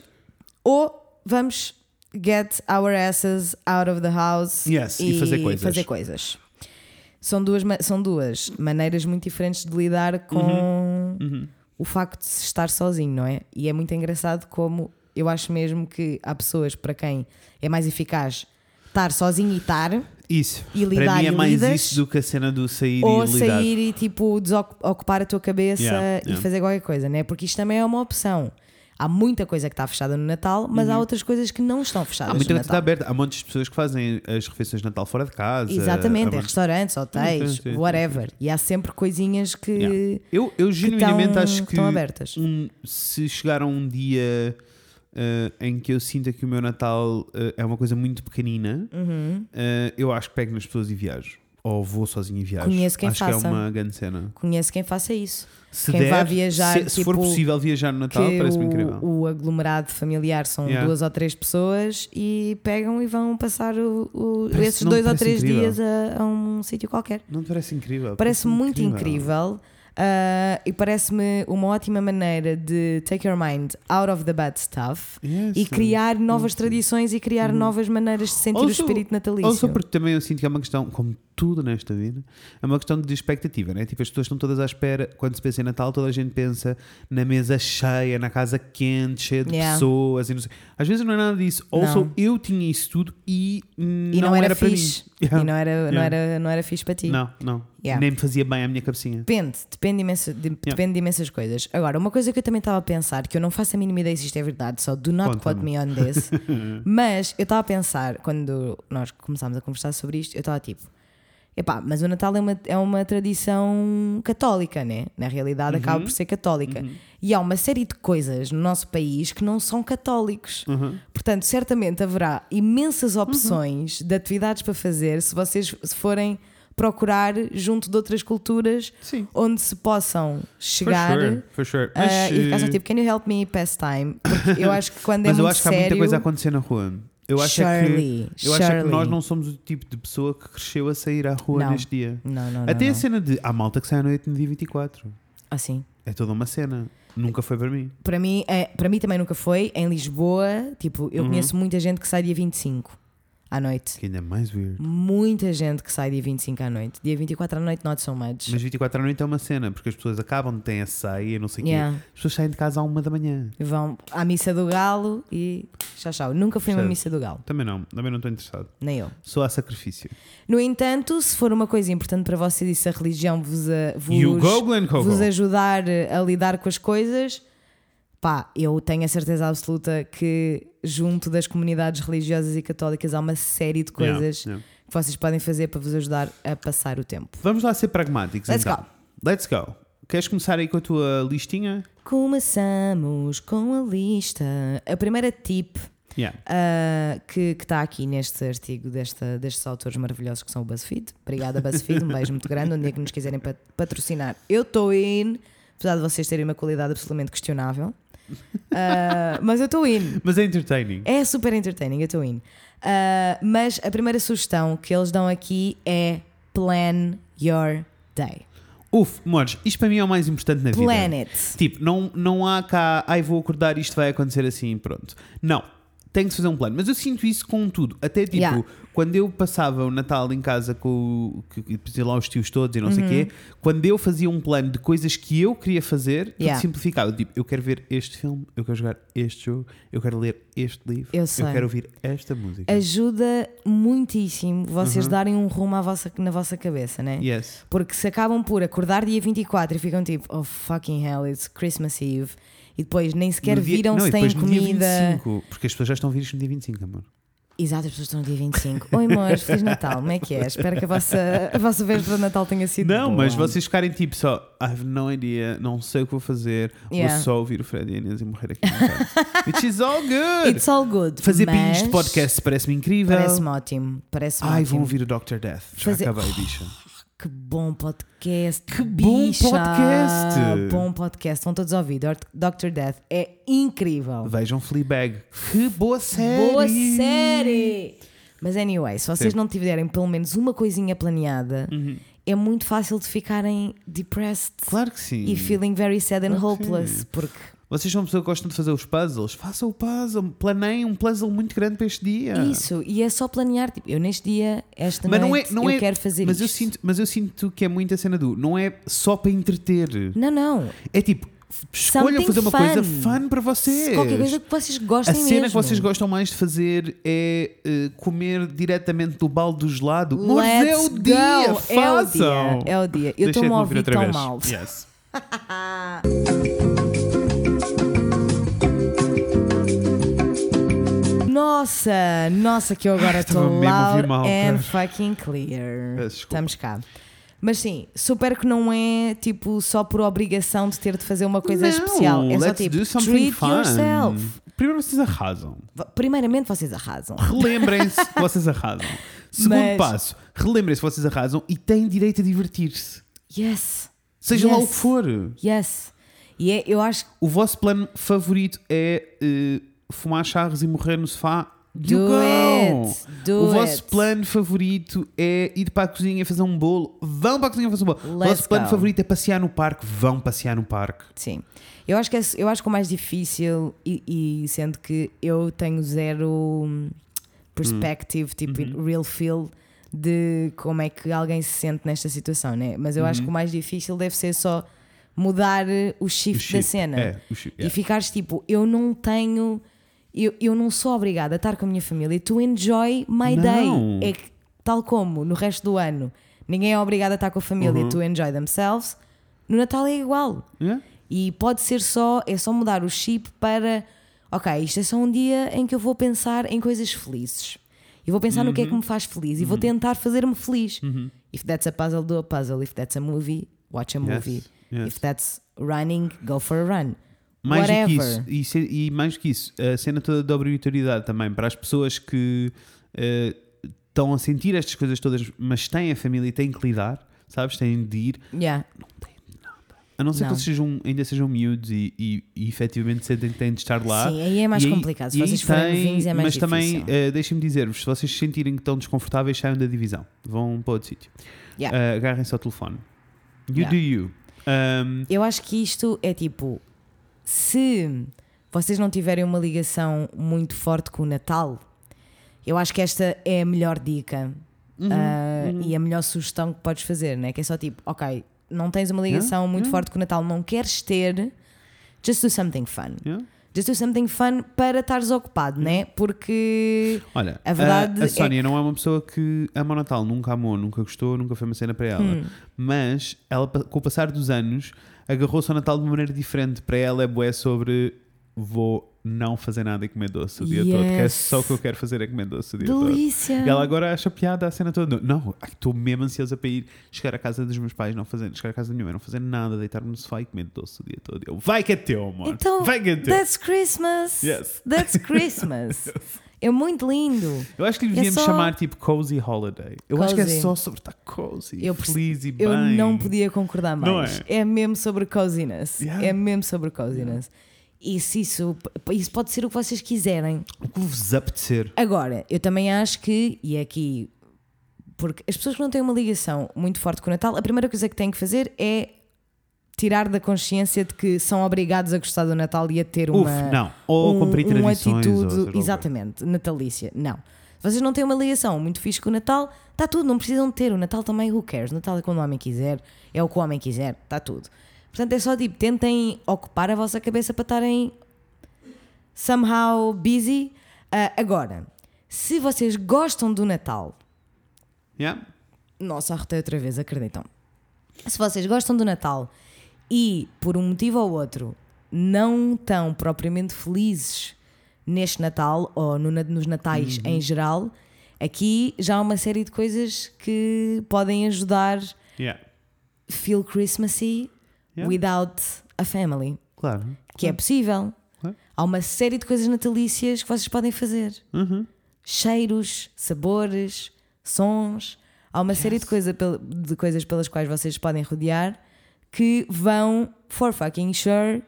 [SPEAKER 1] ou vamos get our asses out of the house
[SPEAKER 2] Yes, e fazer coisas.
[SPEAKER 1] fazer coisas. São, duas, ma- são duas maneiras muito diferentes de lidar com
[SPEAKER 2] Uhum.
[SPEAKER 1] o facto de se estar sozinho, não é? E é muito engraçado como eu acho mesmo que há pessoas para quem é mais eficaz estar sozinho e estar.
[SPEAKER 2] Isso.
[SPEAKER 1] E
[SPEAKER 2] Para
[SPEAKER 1] lidar
[SPEAKER 2] mim
[SPEAKER 1] e
[SPEAKER 2] é mais
[SPEAKER 1] lidas.
[SPEAKER 2] isso do que a cena do sair
[SPEAKER 1] Ou
[SPEAKER 2] e lidar.
[SPEAKER 1] sair e tipo desocupar a tua cabeça
[SPEAKER 2] Yeah,
[SPEAKER 1] e
[SPEAKER 2] yeah.
[SPEAKER 1] fazer qualquer coisa, né? Porque isto também é uma opção. Há muita coisa que está fechada no Natal, mas há outras coisas que não estão fechadas
[SPEAKER 2] Uhum. Há muita
[SPEAKER 1] no
[SPEAKER 2] coisa que está
[SPEAKER 1] Natal.
[SPEAKER 2] aberta. Há montes de pessoas que fazem as refeições de Natal fora de casa.
[SPEAKER 1] Exatamente,
[SPEAKER 2] Há
[SPEAKER 1] é
[SPEAKER 2] montes-
[SPEAKER 1] restaurantes, hotéis,
[SPEAKER 2] Sim, sim, sim,
[SPEAKER 1] whatever. E há sempre coisinhas que.
[SPEAKER 2] Yeah. Eu, eu genuinamente
[SPEAKER 1] tão-
[SPEAKER 2] acho que
[SPEAKER 1] tão abertas.
[SPEAKER 2] um- se chegar a um dia eh, em que eu sinta que o meu Natal eh, é uma coisa muito pequenina,
[SPEAKER 1] Uhum.
[SPEAKER 2] eh, eu acho que pego nas pessoas e viajo. Ou vou sozinho e viajo.
[SPEAKER 1] Conheço quem
[SPEAKER 2] acho que
[SPEAKER 1] faça.
[SPEAKER 2] é uma grande cena.
[SPEAKER 1] Conheço quem faça isso.
[SPEAKER 2] Se
[SPEAKER 1] Quem
[SPEAKER 2] der,
[SPEAKER 1] vá viajar,
[SPEAKER 2] se, se for
[SPEAKER 1] tipo,
[SPEAKER 2] possível viajar no Natal,
[SPEAKER 1] que
[SPEAKER 2] Tá, parece-me
[SPEAKER 1] o-
[SPEAKER 2] incrível.
[SPEAKER 1] o, aglomerado familiar são
[SPEAKER 2] Yeah.
[SPEAKER 1] duas ou três pessoas e pegam e vão passar o- o-
[SPEAKER 2] Parece-
[SPEAKER 1] esses
[SPEAKER 2] não
[SPEAKER 1] dois ou
[SPEAKER 2] parece
[SPEAKER 1] três
[SPEAKER 2] incrível?
[SPEAKER 1] dias a- a um sítio qualquer.
[SPEAKER 2] Não te parece incrível?
[SPEAKER 1] Parece muito incrível. ah, e parece-me uma ótima maneira de take your mind out of the bad stuff
[SPEAKER 2] Yes.
[SPEAKER 1] e criar novas tradições e criar novas maneiras de sentir
[SPEAKER 2] Uhum. Also-
[SPEAKER 1] o espírito natalício.
[SPEAKER 2] Ou só porque também eu sinto que é uma questão, como tudo nesta vida, é uma questão de expectativa, né? Tipo, as pessoas estão todas à espera, quando se pensa em Natal, toda a gente pensa na mesa cheia, na casa quente, cheia de
[SPEAKER 1] Yeah.
[SPEAKER 2] pessoas e não sei. Às vezes não é nada disso. Ou só
[SPEAKER 1] Não.
[SPEAKER 2] eu tinha isso tudo e,
[SPEAKER 1] e não, era,
[SPEAKER 2] para mim.
[SPEAKER 1] fixe.
[SPEAKER 2] Yeah.
[SPEAKER 1] E não era, não,
[SPEAKER 2] Yeah.
[SPEAKER 1] era, não era fixe para ti.
[SPEAKER 2] Não, não.
[SPEAKER 1] Yeah.
[SPEAKER 2] Nem me fazia bem à minha cabecinha.
[SPEAKER 1] Depende, depende, imenso, de- depende de imensas coisas. Agora, uma coisa que eu também estava a pensar, que eu não faço a mínima ideia se isto é verdade, só do not
[SPEAKER 2] Conta-me.
[SPEAKER 1] quote me on this, mas eu estava a pensar, quando nós começámos a conversar sobre isto, eu estava tipo, epá, mas o Natal é uma, é uma tradição católica, né? Na
[SPEAKER 2] Uhum.
[SPEAKER 1] realidade, acaba por ser católica. E há uma série de coisas no nosso país que não são católicos.
[SPEAKER 2] Uhum.
[SPEAKER 1] Portanto, certamente haverá imensas opções de atividades para fazer se vocês se forem procurar junto de outras culturas
[SPEAKER 2] Sim.
[SPEAKER 1] onde se possam
[SPEAKER 2] For
[SPEAKER 1] chegar.
[SPEAKER 2] sure, for sure.
[SPEAKER 1] ah,
[SPEAKER 2] Mas,
[SPEAKER 1] e ficar só
[SPEAKER 2] eh,
[SPEAKER 1] tipo, can you help me pass time? Porque eu acho que quando é
[SPEAKER 2] mas eu
[SPEAKER 1] muito
[SPEAKER 2] acho que há
[SPEAKER 1] sério,
[SPEAKER 2] muita coisa a acontecer na rua. Eu acho é
[SPEAKER 1] Surely,
[SPEAKER 2] que eu acho é que
[SPEAKER 1] surely.
[SPEAKER 2] nós não somos o tipo de pessoa que cresceu a sair à rua
[SPEAKER 1] Não.
[SPEAKER 2] neste dia.
[SPEAKER 1] Não, Ah, não, não.
[SPEAKER 2] Até a
[SPEAKER 1] não.
[SPEAKER 2] cena de há malta que sai à noite no dia 24.
[SPEAKER 1] Assim.
[SPEAKER 2] É toda uma cena. Nunca foi para mim.
[SPEAKER 1] Para mim, é, para mim também nunca foi. Em Lisboa, tipo, eu conheço muita gente que sai dia 25 à noite.
[SPEAKER 2] Que ainda é mais weird.
[SPEAKER 1] Muita gente que sai dia 25 à noite. Dia 24 à noite, not so much.
[SPEAKER 2] Mas 24 à noite é uma cena, porque as pessoas acabam, têm a ceia, não sei o
[SPEAKER 1] Yeah.
[SPEAKER 2] quê. As pessoas saem de casa à uma da manhã.
[SPEAKER 1] Vão à missa do galo e tchau, tchau. Nunca fui a uma
[SPEAKER 2] Percebo.
[SPEAKER 1] missa do galo,
[SPEAKER 2] Também não, também não estou interessado.
[SPEAKER 1] nem eu.
[SPEAKER 2] Só há sacrifício.
[SPEAKER 1] No entanto, se for uma coisa importante para vocês e se a religião vos, a- vos,
[SPEAKER 2] You go, Glenn Coco.
[SPEAKER 1] vos ajudar a lidar com as coisas, pá, eu tenho a certeza absoluta que junto das comunidades religiosas e católicas há uma série de
[SPEAKER 2] Yeah,
[SPEAKER 1] coisas
[SPEAKER 2] yeah.
[SPEAKER 1] que vocês podem fazer para vos ajudar a passar o tempo.
[SPEAKER 2] Vamos lá ser pragmáticos.
[SPEAKER 1] Let's
[SPEAKER 2] então.
[SPEAKER 1] go.
[SPEAKER 2] Let's go. Queres começar aí com a tua listinha?
[SPEAKER 1] Começamos com a lista. A primeira tip
[SPEAKER 2] Yeah.
[SPEAKER 1] ah, que está aqui neste artigo desta, destes autores maravilhosos que são o BuzzFeed. Obrigada, BuzzFeed. Um beijo muito grande. Um dia que nos quiserem pat- patrocinar, eu estou in. Apesar de vocês terem uma qualidade absolutamente questionável. Ah, mas eu estou in.
[SPEAKER 2] Mas é entertaining.
[SPEAKER 1] É super entertaining, eu estou in. Ah, mas a primeira sugestão que eles dão aqui é plan your day.
[SPEAKER 2] Uf, Mores, isto para mim é o mais importante na vida.
[SPEAKER 1] Plan it.
[SPEAKER 2] Tipo, não, não há cá, ai vou acordar, isto vai acontecer assim, pronto. Não, tem que se fazer um plano. Mas eu sinto isso com tudo. Até tipo,
[SPEAKER 1] Yeah.
[SPEAKER 2] quando eu passava o Natal em casa com o- que- que tinha lá os tios todos e não
[SPEAKER 1] Uhum.
[SPEAKER 2] sei o quê, quando eu fazia um plano de coisas que eu queria fazer, tudo
[SPEAKER 1] Yeah.
[SPEAKER 2] simplificado. Tipo, eu quero ver este filme, eu quero jogar este jogo, eu quero ler este livro,
[SPEAKER 1] Eu sei.
[SPEAKER 2] quero ouvir esta música.
[SPEAKER 1] ajuda muitíssimo vocês darem um rumo à vossa, na vossa cabeça, né?
[SPEAKER 2] Yes.
[SPEAKER 1] Porque se acabam por acordar dia 24 e ficam tipo, oh fucking hell, it's Christmas Eve, e depois nem sequer
[SPEAKER 2] No dia-
[SPEAKER 1] viram
[SPEAKER 2] não,
[SPEAKER 1] se
[SPEAKER 2] e
[SPEAKER 1] têm
[SPEAKER 2] depois no dia
[SPEAKER 1] um comida.
[SPEAKER 2] 25, porque as pessoas já estão a vir isto no dia 25, amor.
[SPEAKER 1] Exato, as pessoas estão no dia 25. Oi, amor, Feliz Natal, como é que é? Espero que a vossa, a vossa véspera de Natal tenha sido.
[SPEAKER 2] Não, mas
[SPEAKER 1] boa.
[SPEAKER 2] vocês ficarem tipo só, I have no idea, não sei o que vou fazer,
[SPEAKER 1] Yeah.
[SPEAKER 2] vou só ouvir o Fred e a Inês e morrer aqui. em casa." Which is all good!
[SPEAKER 1] It's all good.
[SPEAKER 2] Fazer
[SPEAKER 1] mas...
[SPEAKER 2] binhos de podcast parece-me incrível.
[SPEAKER 1] Parece-me ótimo. Parece-me
[SPEAKER 2] Ai,
[SPEAKER 1] ótimo.
[SPEAKER 2] vão ouvir o Dr. Death. Já
[SPEAKER 1] Fazer- Oh.
[SPEAKER 2] acabei, bicha.
[SPEAKER 1] Que bom podcast. Que
[SPEAKER 2] bom podcast.
[SPEAKER 1] Bom podcast. Vão todos ouvir. Dr. Death é incrível.
[SPEAKER 2] Vejam Fleabag. Que boa série!
[SPEAKER 1] Boa série! Mas anyway, se vocês
[SPEAKER 2] Sim. Uhum.
[SPEAKER 1] não tiverem pelo menos uma coisinha planeada, é muito fácil de ficarem depressed
[SPEAKER 2] Claro que sim.
[SPEAKER 1] e feeling very sad and
[SPEAKER 2] Claro que
[SPEAKER 1] hopeless.
[SPEAKER 2] sim.
[SPEAKER 1] Porque
[SPEAKER 2] Vocês são pessoas que gostam de fazer os puzzles. Façam o puzzle. Planeiem um puzzle muito grande para este dia.
[SPEAKER 1] isso, e é só planear, tipo, eu neste dia, esta
[SPEAKER 2] Ah. Mas não é,
[SPEAKER 1] noite,
[SPEAKER 2] não
[SPEAKER 1] eu
[SPEAKER 2] é,
[SPEAKER 1] quero fazer
[SPEAKER 2] mas eu
[SPEAKER 1] isto.
[SPEAKER 2] sinto, mas eu sinto que é muito a cena do, não é só para entreter.
[SPEAKER 1] Não, não.
[SPEAKER 2] É tipo, f- escolham
[SPEAKER 1] Something
[SPEAKER 2] fazer uma
[SPEAKER 1] fun.
[SPEAKER 2] coisa fun para vocês.
[SPEAKER 1] Qualquer coisa que vocês
[SPEAKER 2] a
[SPEAKER 1] gostem
[SPEAKER 2] cena
[SPEAKER 1] mesmo.
[SPEAKER 2] que vocês gostam mais de fazer é eh, comer diretamente do balde do gelado. Mas
[SPEAKER 1] Let's
[SPEAKER 2] é o
[SPEAKER 1] go.
[SPEAKER 2] dia,
[SPEAKER 1] É o dia,
[SPEAKER 2] façam.
[SPEAKER 1] é o dia. Eu
[SPEAKER 2] Deixei
[SPEAKER 1] estou-me
[SPEAKER 2] de
[SPEAKER 1] a
[SPEAKER 2] me
[SPEAKER 1] ouvir
[SPEAKER 2] outra
[SPEAKER 1] tão
[SPEAKER 2] vez.
[SPEAKER 1] mal.
[SPEAKER 2] Yes.
[SPEAKER 1] Nossa, nossa, que eu agora
[SPEAKER 2] estava
[SPEAKER 1] estou
[SPEAKER 2] mesmo a
[SPEAKER 1] loud
[SPEAKER 2] ouvir mal,
[SPEAKER 1] and
[SPEAKER 2] cara.
[SPEAKER 1] fucking clear.
[SPEAKER 2] Peço desculpa.
[SPEAKER 1] Estamos cá. Mas sim, super que não é tipo só por obrigação de ter de fazer uma coisa
[SPEAKER 2] Não,
[SPEAKER 1] especial. É só
[SPEAKER 2] let's
[SPEAKER 1] tipo
[SPEAKER 2] do something
[SPEAKER 1] treat
[SPEAKER 2] fun.
[SPEAKER 1] yourself.
[SPEAKER 2] Primeiro vocês arrasam.
[SPEAKER 1] V- Primeiramente vocês arrasam.
[SPEAKER 2] Relembrem-se que vocês arrasam. Segundo
[SPEAKER 1] Mas-
[SPEAKER 2] passo, relembrem-se que vocês arrasam e têm direito a divertir-se.
[SPEAKER 1] Yes,
[SPEAKER 2] Seja lá o
[SPEAKER 1] Yes.
[SPEAKER 2] que for.
[SPEAKER 1] yes. E é- eu acho que
[SPEAKER 2] O vosso plano favorito é eh, fumar charros e morrer no sofá? You
[SPEAKER 1] Do
[SPEAKER 2] go!
[SPEAKER 1] it, do
[SPEAKER 2] o vosso
[SPEAKER 1] it.
[SPEAKER 2] plano favorito é ir para a cozinha fazer um bolo? Vão para a cozinha fazer um bolo. o
[SPEAKER 1] Let's
[SPEAKER 2] vosso plano
[SPEAKER 1] go.
[SPEAKER 2] favorito é passear no parque? Vão passear no parque.
[SPEAKER 1] sim. Eu acho que, é, eu acho que o mais difícil, e, e sendo que eu tenho zero hum, perspective,
[SPEAKER 2] Hum.
[SPEAKER 1] tipo
[SPEAKER 2] Uhum.
[SPEAKER 1] real feel, de como é que alguém se sente nesta situação, né? Mas eu acho
[SPEAKER 2] Uhum.
[SPEAKER 1] que o mais difícil deve ser só mudar eh, o shift,
[SPEAKER 2] O
[SPEAKER 1] da
[SPEAKER 2] shift,
[SPEAKER 1] cena.
[SPEAKER 2] é, o shift,
[SPEAKER 1] E
[SPEAKER 2] yeah.
[SPEAKER 1] ficares tipo, eu não tenho. Eu, eu não sou obrigada a estar com a minha família. Tu enjoy my
[SPEAKER 2] Não.
[SPEAKER 1] day. É que, tal como no resto do ano, ninguém é obrigado a estar com a
[SPEAKER 2] Uhum.
[SPEAKER 1] família. Tu enjoy themselves. No Natal é igual.
[SPEAKER 2] Yeah?
[SPEAKER 1] E pode ser só, é só mudar o chip para ok, isto é só um dia em que eu vou pensar em coisas felizes. E vou pensar no que é
[SPEAKER 2] Uhum.
[SPEAKER 1] que me faz feliz e vou tentar fazer-me feliz. If that's a puzzle, do a puzzle. If that's a movie, watch a movie.
[SPEAKER 2] yes.
[SPEAKER 1] If that's running, go for a run.
[SPEAKER 2] Mais do que
[SPEAKER 1] Whatever.
[SPEAKER 2] isso, e, se- e mais do que isso, a cena toda de obrigatoriedade também para as pessoas que eh, estão a sentir estas coisas todas, mas têm a família e têm que lidar, sabes? Têm de ir.
[SPEAKER 1] Yeah.
[SPEAKER 2] A não ser que
[SPEAKER 1] Não.
[SPEAKER 2] eles sejam, ainda sejam miúdos e, e, e efetivamente sentem que têm de estar lá.
[SPEAKER 1] Sim, aí é mais
[SPEAKER 2] E
[SPEAKER 1] complicado. Se
[SPEAKER 2] e
[SPEAKER 1] vocês forem
[SPEAKER 2] têm-
[SPEAKER 1] novinhos é mais
[SPEAKER 2] Mas também,
[SPEAKER 1] difícil.
[SPEAKER 2] eh, deixem-me dizer-vos: se vocês sentirem que estão desconfortáveis, saiam da divisão. Vão para outro sítio.
[SPEAKER 1] Yeah.
[SPEAKER 2] Eh, Agarrem-se ao telefone. You
[SPEAKER 1] Yeah.
[SPEAKER 2] do you. Um,
[SPEAKER 1] Eu acho que isto é tipo: se vocês não tiverem uma ligação muito forte com o Natal, eu acho que esta é a melhor dica ah, e a melhor sugestão que podes fazer, né? Que é só tipo: ok, não tens uma ligação muito forte com o Natal, não queres ter, just do something fun.
[SPEAKER 2] yeah.
[SPEAKER 1] Just do something fun para estares ocupado, né? Porque.
[SPEAKER 2] Olha,
[SPEAKER 1] A verdade
[SPEAKER 2] a,
[SPEAKER 1] é
[SPEAKER 2] a Sónia não é uma pessoa que ama o Natal, nunca amou, nunca gostou, nunca foi uma cena para ela.
[SPEAKER 1] Hum.
[SPEAKER 2] Mas ela, pa- com o passar dos anos, agarrou-se ao Natal de uma maneira diferente. Para ela é bué sobre vou não fazer nada e comer doce o dia todo, que é
[SPEAKER 1] Yes.
[SPEAKER 2] só o que eu quero fazer é comer doce o dia todo.
[SPEAKER 1] Delícia!
[SPEAKER 2] E ela agora acha piada a cena toda. Não, ai, estou mesmo ansiosa para ir chegar à casa dos meus pais, não fazer, chegar à casa da minha mãe, não fazer nada, deitar-me no sofá e comer doce o dia todo. Eu, vai que é teu, amor.
[SPEAKER 1] Então,
[SPEAKER 2] vai que é teu.
[SPEAKER 1] that's Christmas!
[SPEAKER 2] Yes.
[SPEAKER 1] That's Christmas! É muito lindo!
[SPEAKER 2] Eu acho que lhe
[SPEAKER 1] É
[SPEAKER 2] devíamos
[SPEAKER 1] só-
[SPEAKER 2] chamar tipo Cozy Holiday. Eu acho que é
[SPEAKER 1] Cozy.
[SPEAKER 2] só sobre estar cozy,
[SPEAKER 1] Eu perce-
[SPEAKER 2] feliz e bem.
[SPEAKER 1] Eu não podia concordar
[SPEAKER 2] Não
[SPEAKER 1] mais.
[SPEAKER 2] é?
[SPEAKER 1] é? mesmo sobre coziness.
[SPEAKER 2] Yeah.
[SPEAKER 1] É mesmo sobre coziness. E se isso, isso pode ser o que vocês quiserem.
[SPEAKER 2] O que vos apetecer.
[SPEAKER 1] Agora, eu também acho que, e é aqui, porque as pessoas que não têm uma ligação muito forte com o Natal, a primeira coisa que têm que fazer é tirar da consciência de que são obrigados a gostar do Natal e a ter uma,
[SPEAKER 2] Uf, não. Ou cumprir
[SPEAKER 1] uma
[SPEAKER 2] tradições. ou seja lá o
[SPEAKER 1] atitude,
[SPEAKER 2] quê.
[SPEAKER 1] exatamente, natalícia. Não. Se vocês não têm uma ligação muito fixe com o Natal, está tudo, não precisam de ter. O Natal também, who cares? O Natal é quando o homem quiser, é o que o homem quiser, está tudo. Portanto, é só tipo, tentem ocupar a vossa cabeça para estarem somehow busy. Ah, agora, se vocês gostam do Natal,
[SPEAKER 2] Yeah?
[SPEAKER 1] nossa, arrotei outra vez, acreditam. Se vocês gostam do Natal e, por um motivo ou outro, não estão propriamente felizes neste Natal ou no na- nos Natais em geral, aqui já há uma série de coisas que podem ajudar
[SPEAKER 2] Yeah.
[SPEAKER 1] feel Christmassy
[SPEAKER 2] Yeah.
[SPEAKER 1] without a family.
[SPEAKER 2] Claro.
[SPEAKER 1] Que é possível.
[SPEAKER 2] Hum. Claro.
[SPEAKER 1] Há uma série de coisas natalícias que vocês podem fazer.
[SPEAKER 2] Uhum.
[SPEAKER 1] Cheiros, sabores, sons. Há uma série de, coisa pel- de coisas pelas quais vocês podem rodear que vão, for fucking sure,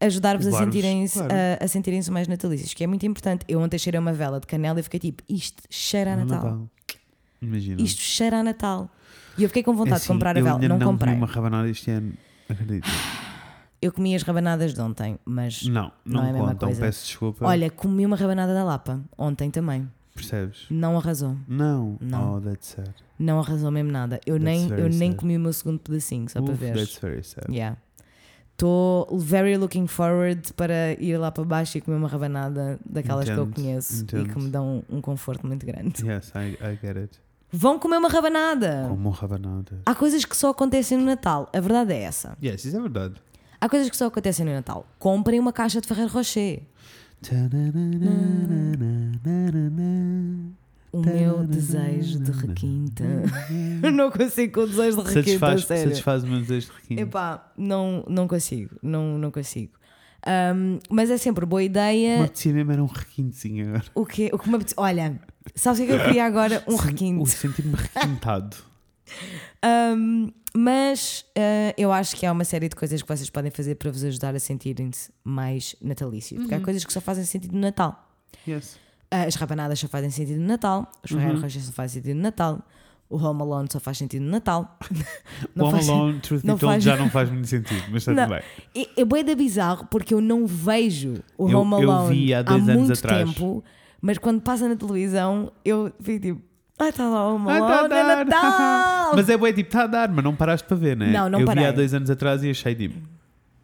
[SPEAKER 1] ajudar-vos a
[SPEAKER 2] Levar-vos,
[SPEAKER 1] sentirem-se
[SPEAKER 2] claro.
[SPEAKER 1] a, a sentirem-se mais natalícios, que é muito importante. Eu ontem cheirei uma vela de canela e fiquei tipo, isto cheira a
[SPEAKER 2] No
[SPEAKER 1] Natal.
[SPEAKER 2] é Natal. Imagina.
[SPEAKER 1] Isto cheira a Natal. E eu fiquei com
[SPEAKER 2] É
[SPEAKER 1] vontade de
[SPEAKER 2] assim,
[SPEAKER 1] comprar a
[SPEAKER 2] eu
[SPEAKER 1] vela.
[SPEAKER 2] ainda
[SPEAKER 1] Não,
[SPEAKER 2] não
[SPEAKER 1] comprei.
[SPEAKER 2] comi uma rabanada este ano. Acredito.
[SPEAKER 1] Eu comi as rabanadas de ontem, mas
[SPEAKER 2] Não, não,
[SPEAKER 1] Não é a mesma
[SPEAKER 2] contam.
[SPEAKER 1] coisa.
[SPEAKER 2] Peço desculpa.
[SPEAKER 1] Olha, comi uma rabanada da Lapa ontem também.
[SPEAKER 2] Percebes?
[SPEAKER 1] Não arrasou.
[SPEAKER 2] Não.
[SPEAKER 1] Não.
[SPEAKER 2] Oh, that's sad.
[SPEAKER 1] Não arrasou mesmo nada. Eu nem,
[SPEAKER 2] very
[SPEAKER 1] eu nem
[SPEAKER 2] sad.
[SPEAKER 1] comi o meu segundo pedacinho, só para
[SPEAKER 2] Uf,
[SPEAKER 1] ver.
[SPEAKER 2] that's very sad.
[SPEAKER 1] Yeah. Estou very looking forward para ir lá para baixo e comer uma rabanada daquelas
[SPEAKER 2] Entendo,
[SPEAKER 1] que eu conheço
[SPEAKER 2] entendo.
[SPEAKER 1] e que me dão um conforto muito grande.
[SPEAKER 2] Yes, I, I get it.
[SPEAKER 1] Vão comer uma rabanada!
[SPEAKER 2] Como rabanada.
[SPEAKER 1] Há coisas que só acontecem no Natal. A verdade é essa.
[SPEAKER 2] Yes, isso é verdade.
[SPEAKER 1] Há coisas que só acontecem no Natal. Comprem uma caixa de Ferreiro Rocher. Hum. O meu desejo de requinta. Eu não consigo com o desejo de requinta, a
[SPEAKER 2] Satisfaz,
[SPEAKER 1] sério.
[SPEAKER 2] satisfaz-me o desejo de requinte.
[SPEAKER 1] Epá, não, não consigo, não, não consigo. Ahm, mas é sempre boa ideia.
[SPEAKER 2] Uma apetecia mesmo era um requintezinho agora.
[SPEAKER 1] O que, o que me apete- Olha, sabes o que é que eu queria agora? Um
[SPEAKER 2] Ui,
[SPEAKER 1] requinte.
[SPEAKER 2] senti-me requintado.
[SPEAKER 1] Ahm, mas ah, eu acho que há uma série de coisas que vocês podem fazer para vos ajudar a sentirem-se mais natalícios. Porque há coisas que só fazem sentido no Natal.
[SPEAKER 2] yes.
[SPEAKER 1] Ah, As rabanadas só fazem sentido no Natal, os Ferrero Rocher só fazem sentido no Natal, o Home Alone só faz sentido no Natal.
[SPEAKER 2] O Home
[SPEAKER 1] faz-
[SPEAKER 2] Alone, Truth Be
[SPEAKER 1] não
[SPEAKER 2] Told,
[SPEAKER 1] faz-
[SPEAKER 2] já não faz muito sentido, mas está
[SPEAKER 1] Não.
[SPEAKER 2] tudo bem.
[SPEAKER 1] É, é bué da bizarro porque eu não vejo o
[SPEAKER 2] Eu-
[SPEAKER 1] Home
[SPEAKER 2] eu
[SPEAKER 1] Alone
[SPEAKER 2] vi há dois anos
[SPEAKER 1] muito
[SPEAKER 2] atrás.
[SPEAKER 1] tempo, mas quando passa na televisão eu fico tipo, ah, está lá o Home
[SPEAKER 2] Ah,
[SPEAKER 1] Alone,
[SPEAKER 2] tá a
[SPEAKER 1] é
[SPEAKER 2] dar.
[SPEAKER 1] Natal!
[SPEAKER 2] Mas é bué, tipo, está a dar, mas não paraste para ver, né?
[SPEAKER 1] Não, não
[SPEAKER 2] Eu vi há
[SPEAKER 1] parei.
[SPEAKER 2] dois anos atrás e achei, tipo,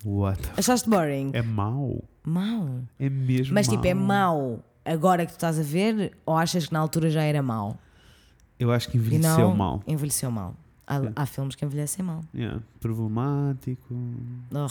[SPEAKER 2] what the f-
[SPEAKER 1] Achaste boring?
[SPEAKER 2] É mau.
[SPEAKER 1] Mau.
[SPEAKER 2] É mesmo
[SPEAKER 1] Mas tipo, é mau agora que tu estás a ver ou achas que na altura já era mau?
[SPEAKER 2] Eu acho que
[SPEAKER 1] E
[SPEAKER 2] envelheceu
[SPEAKER 1] não,
[SPEAKER 2] mal.
[SPEAKER 1] envelheceu mal. Há, há filmes que envelhecem mal.
[SPEAKER 2] Yeah. Problemático.
[SPEAKER 1] Oh.